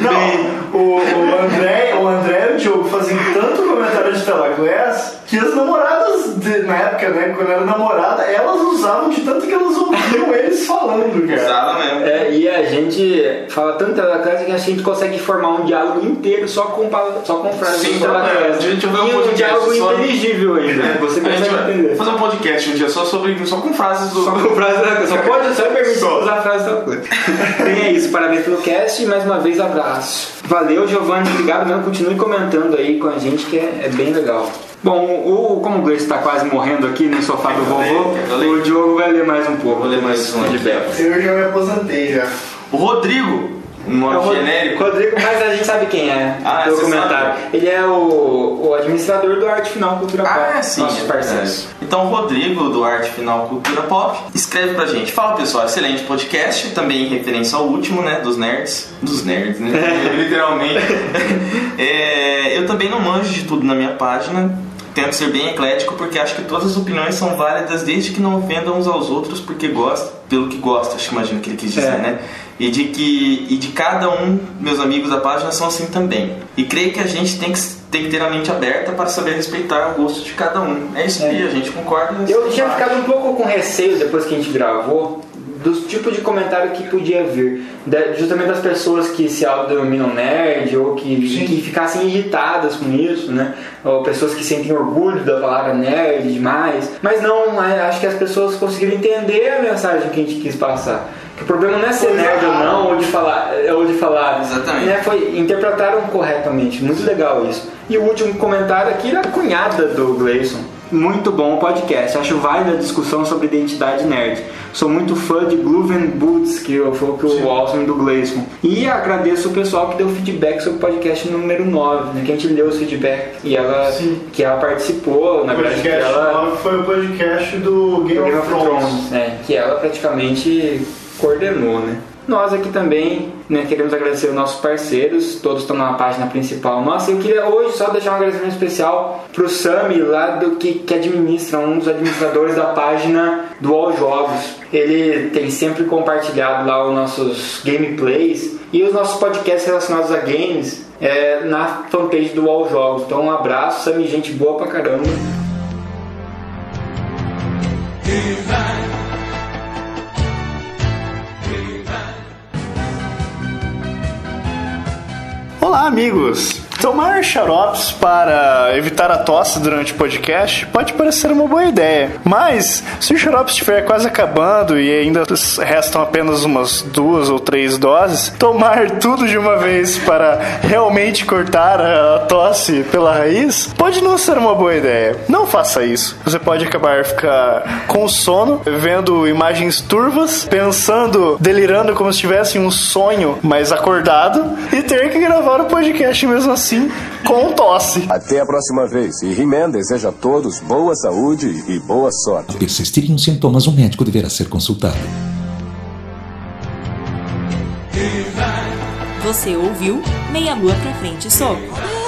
Speaker 4: Não, o, o André, o André e o Diogo faziam tanto comentário de Telaglass que as namoradas, de- na época, né, quando era namorada, elas usavam de tanto que elas ouviam <laughs> eles falando, cara.
Speaker 2: né?
Speaker 3: É, e a gente fala tanto Telaclass que a gente consegue formar um diálogo inteiro só com, pala- só com frases
Speaker 2: Sim,
Speaker 3: de
Speaker 2: então, é,
Speaker 3: Telaclass.
Speaker 2: a gente vai
Speaker 3: E um É, diálogo inteligível ainda. Você
Speaker 2: É. a gente
Speaker 3: consegue
Speaker 2: vai
Speaker 3: entender.
Speaker 2: fazer um podcast um dia só sobre só com frases do
Speaker 3: Só com frases da Só pode, só é permitido
Speaker 2: Só.
Speaker 3: usar a frase da coisa. <laughs> Bem, é isso. Parabéns pelo cast e mais uma vez abraço. Valeu, Giovanni. Obrigado mesmo. Continue comentando aí com a gente que é, é bem legal. Bom, o, como o Gleice está quase morrendo aqui no sofá do vovô, o Diogo vai ler mais um pouco. Vou ler mais um de Bebas.
Speaker 4: Eu já me aposentei já.
Speaker 2: O Rodrigo, um nome
Speaker 3: É o Rod-
Speaker 2: genérico.
Speaker 3: Rodrigo, mas a gente sabe quem é.
Speaker 2: Ah,
Speaker 3: pelo
Speaker 2: você
Speaker 3: comentário. Ele é o, o administrador do Arte Final Cultura Pop.
Speaker 2: É, sim,
Speaker 3: Nossos
Speaker 2: é
Speaker 3: parceiros.
Speaker 2: verdade. Então, Rodrigo, do Arte Final Cultura Pop, escreve pra gente. Fala, pessoal, excelente podcast, também em referência ao último, né, dos nerds. Dos nerds, né? <laughs> Literalmente. <laughs> É, eu também não manjo de tudo na minha página. Tento ser bem eclético porque acho que todas as opiniões são válidas desde que não ofendam uns aos outros porque gosta, pelo que gosta, acho que imagino que ele quis dizer,
Speaker 3: É.
Speaker 2: né? E de que e de cada um, meus amigos da página são assim também. E creio que a gente tem que, tem que ter a mente aberta para saber respeitar o gosto de cada um. É isso aí, a gente concorda.
Speaker 3: Eu tinha ficado um pouco com receio depois que a gente gravou do tipo de comentário que podia vir, Da- justamente das pessoas que se autodenominam nerd ou que, que ficassem irritadas com isso, né? Ou pessoas que sentem orgulho da palavra nerd demais. Mas não, a- acho que as pessoas conseguiram entender a mensagem que a gente quis passar. Que o problema não é ser nerd ou não, ou de falar, ou de falar. Exatamente. Foi, interpretaram corretamente, muito legal isso. E o último comentário aqui da cunhada do Gleison. Muito bom o podcast. Acho válida a discussão sobre identidade nerd. Sou muito fã de Gloven Boots, que eu- foi o que o Alson do Gleison. E agradeço o pessoal que deu feedback sobre o podcast número 9, né? Que a gente leu os feedback e ela que ela participou, na
Speaker 4: O
Speaker 3: verdade que
Speaker 4: podcast
Speaker 3: ela
Speaker 4: 9 foi o podcast do Game,
Speaker 3: Game
Speaker 4: of Thrones.
Speaker 3: né? Que ela praticamente coordenou, né? Nós aqui também né, queremos agradecer os nossos parceiros, todos estão na página principal nossa. Eu queria hoje só deixar um agradecimento especial pro Sami lá do que, que administra, um dos administradores da página do All Jogos. Ele tem sempre compartilhado lá os nossos gameplays e os nossos podcasts relacionados a games é, na fanpage do All Jogos. Então um abraço, Sami, gente boa pra caramba.
Speaker 4: Olá, amigos! Tomar xaropes para evitar a tosse durante o podcast pode parecer uma boa ideia, mas se o xarope estiver quase acabando e ainda restam apenas umas duas ou três doses, tomar tudo de uma vez para realmente cortar a tosse pela raiz pode não ser uma boa ideia. Não faça isso. Você pode acabar ficar com sono, vendo imagens turvas, pensando, delirando como se estivesse em um sonho, mas acordado, e ter que gravar o podcast mesmo assim, com tosse.
Speaker 5: Até a próxima vez. E He-Man deseja a todos boa saúde e boa sorte.
Speaker 10: Persistirem os sintomas, um médico deverá ser consultado.
Speaker 1: Você ouviu Meia Lua pra Frente Soco.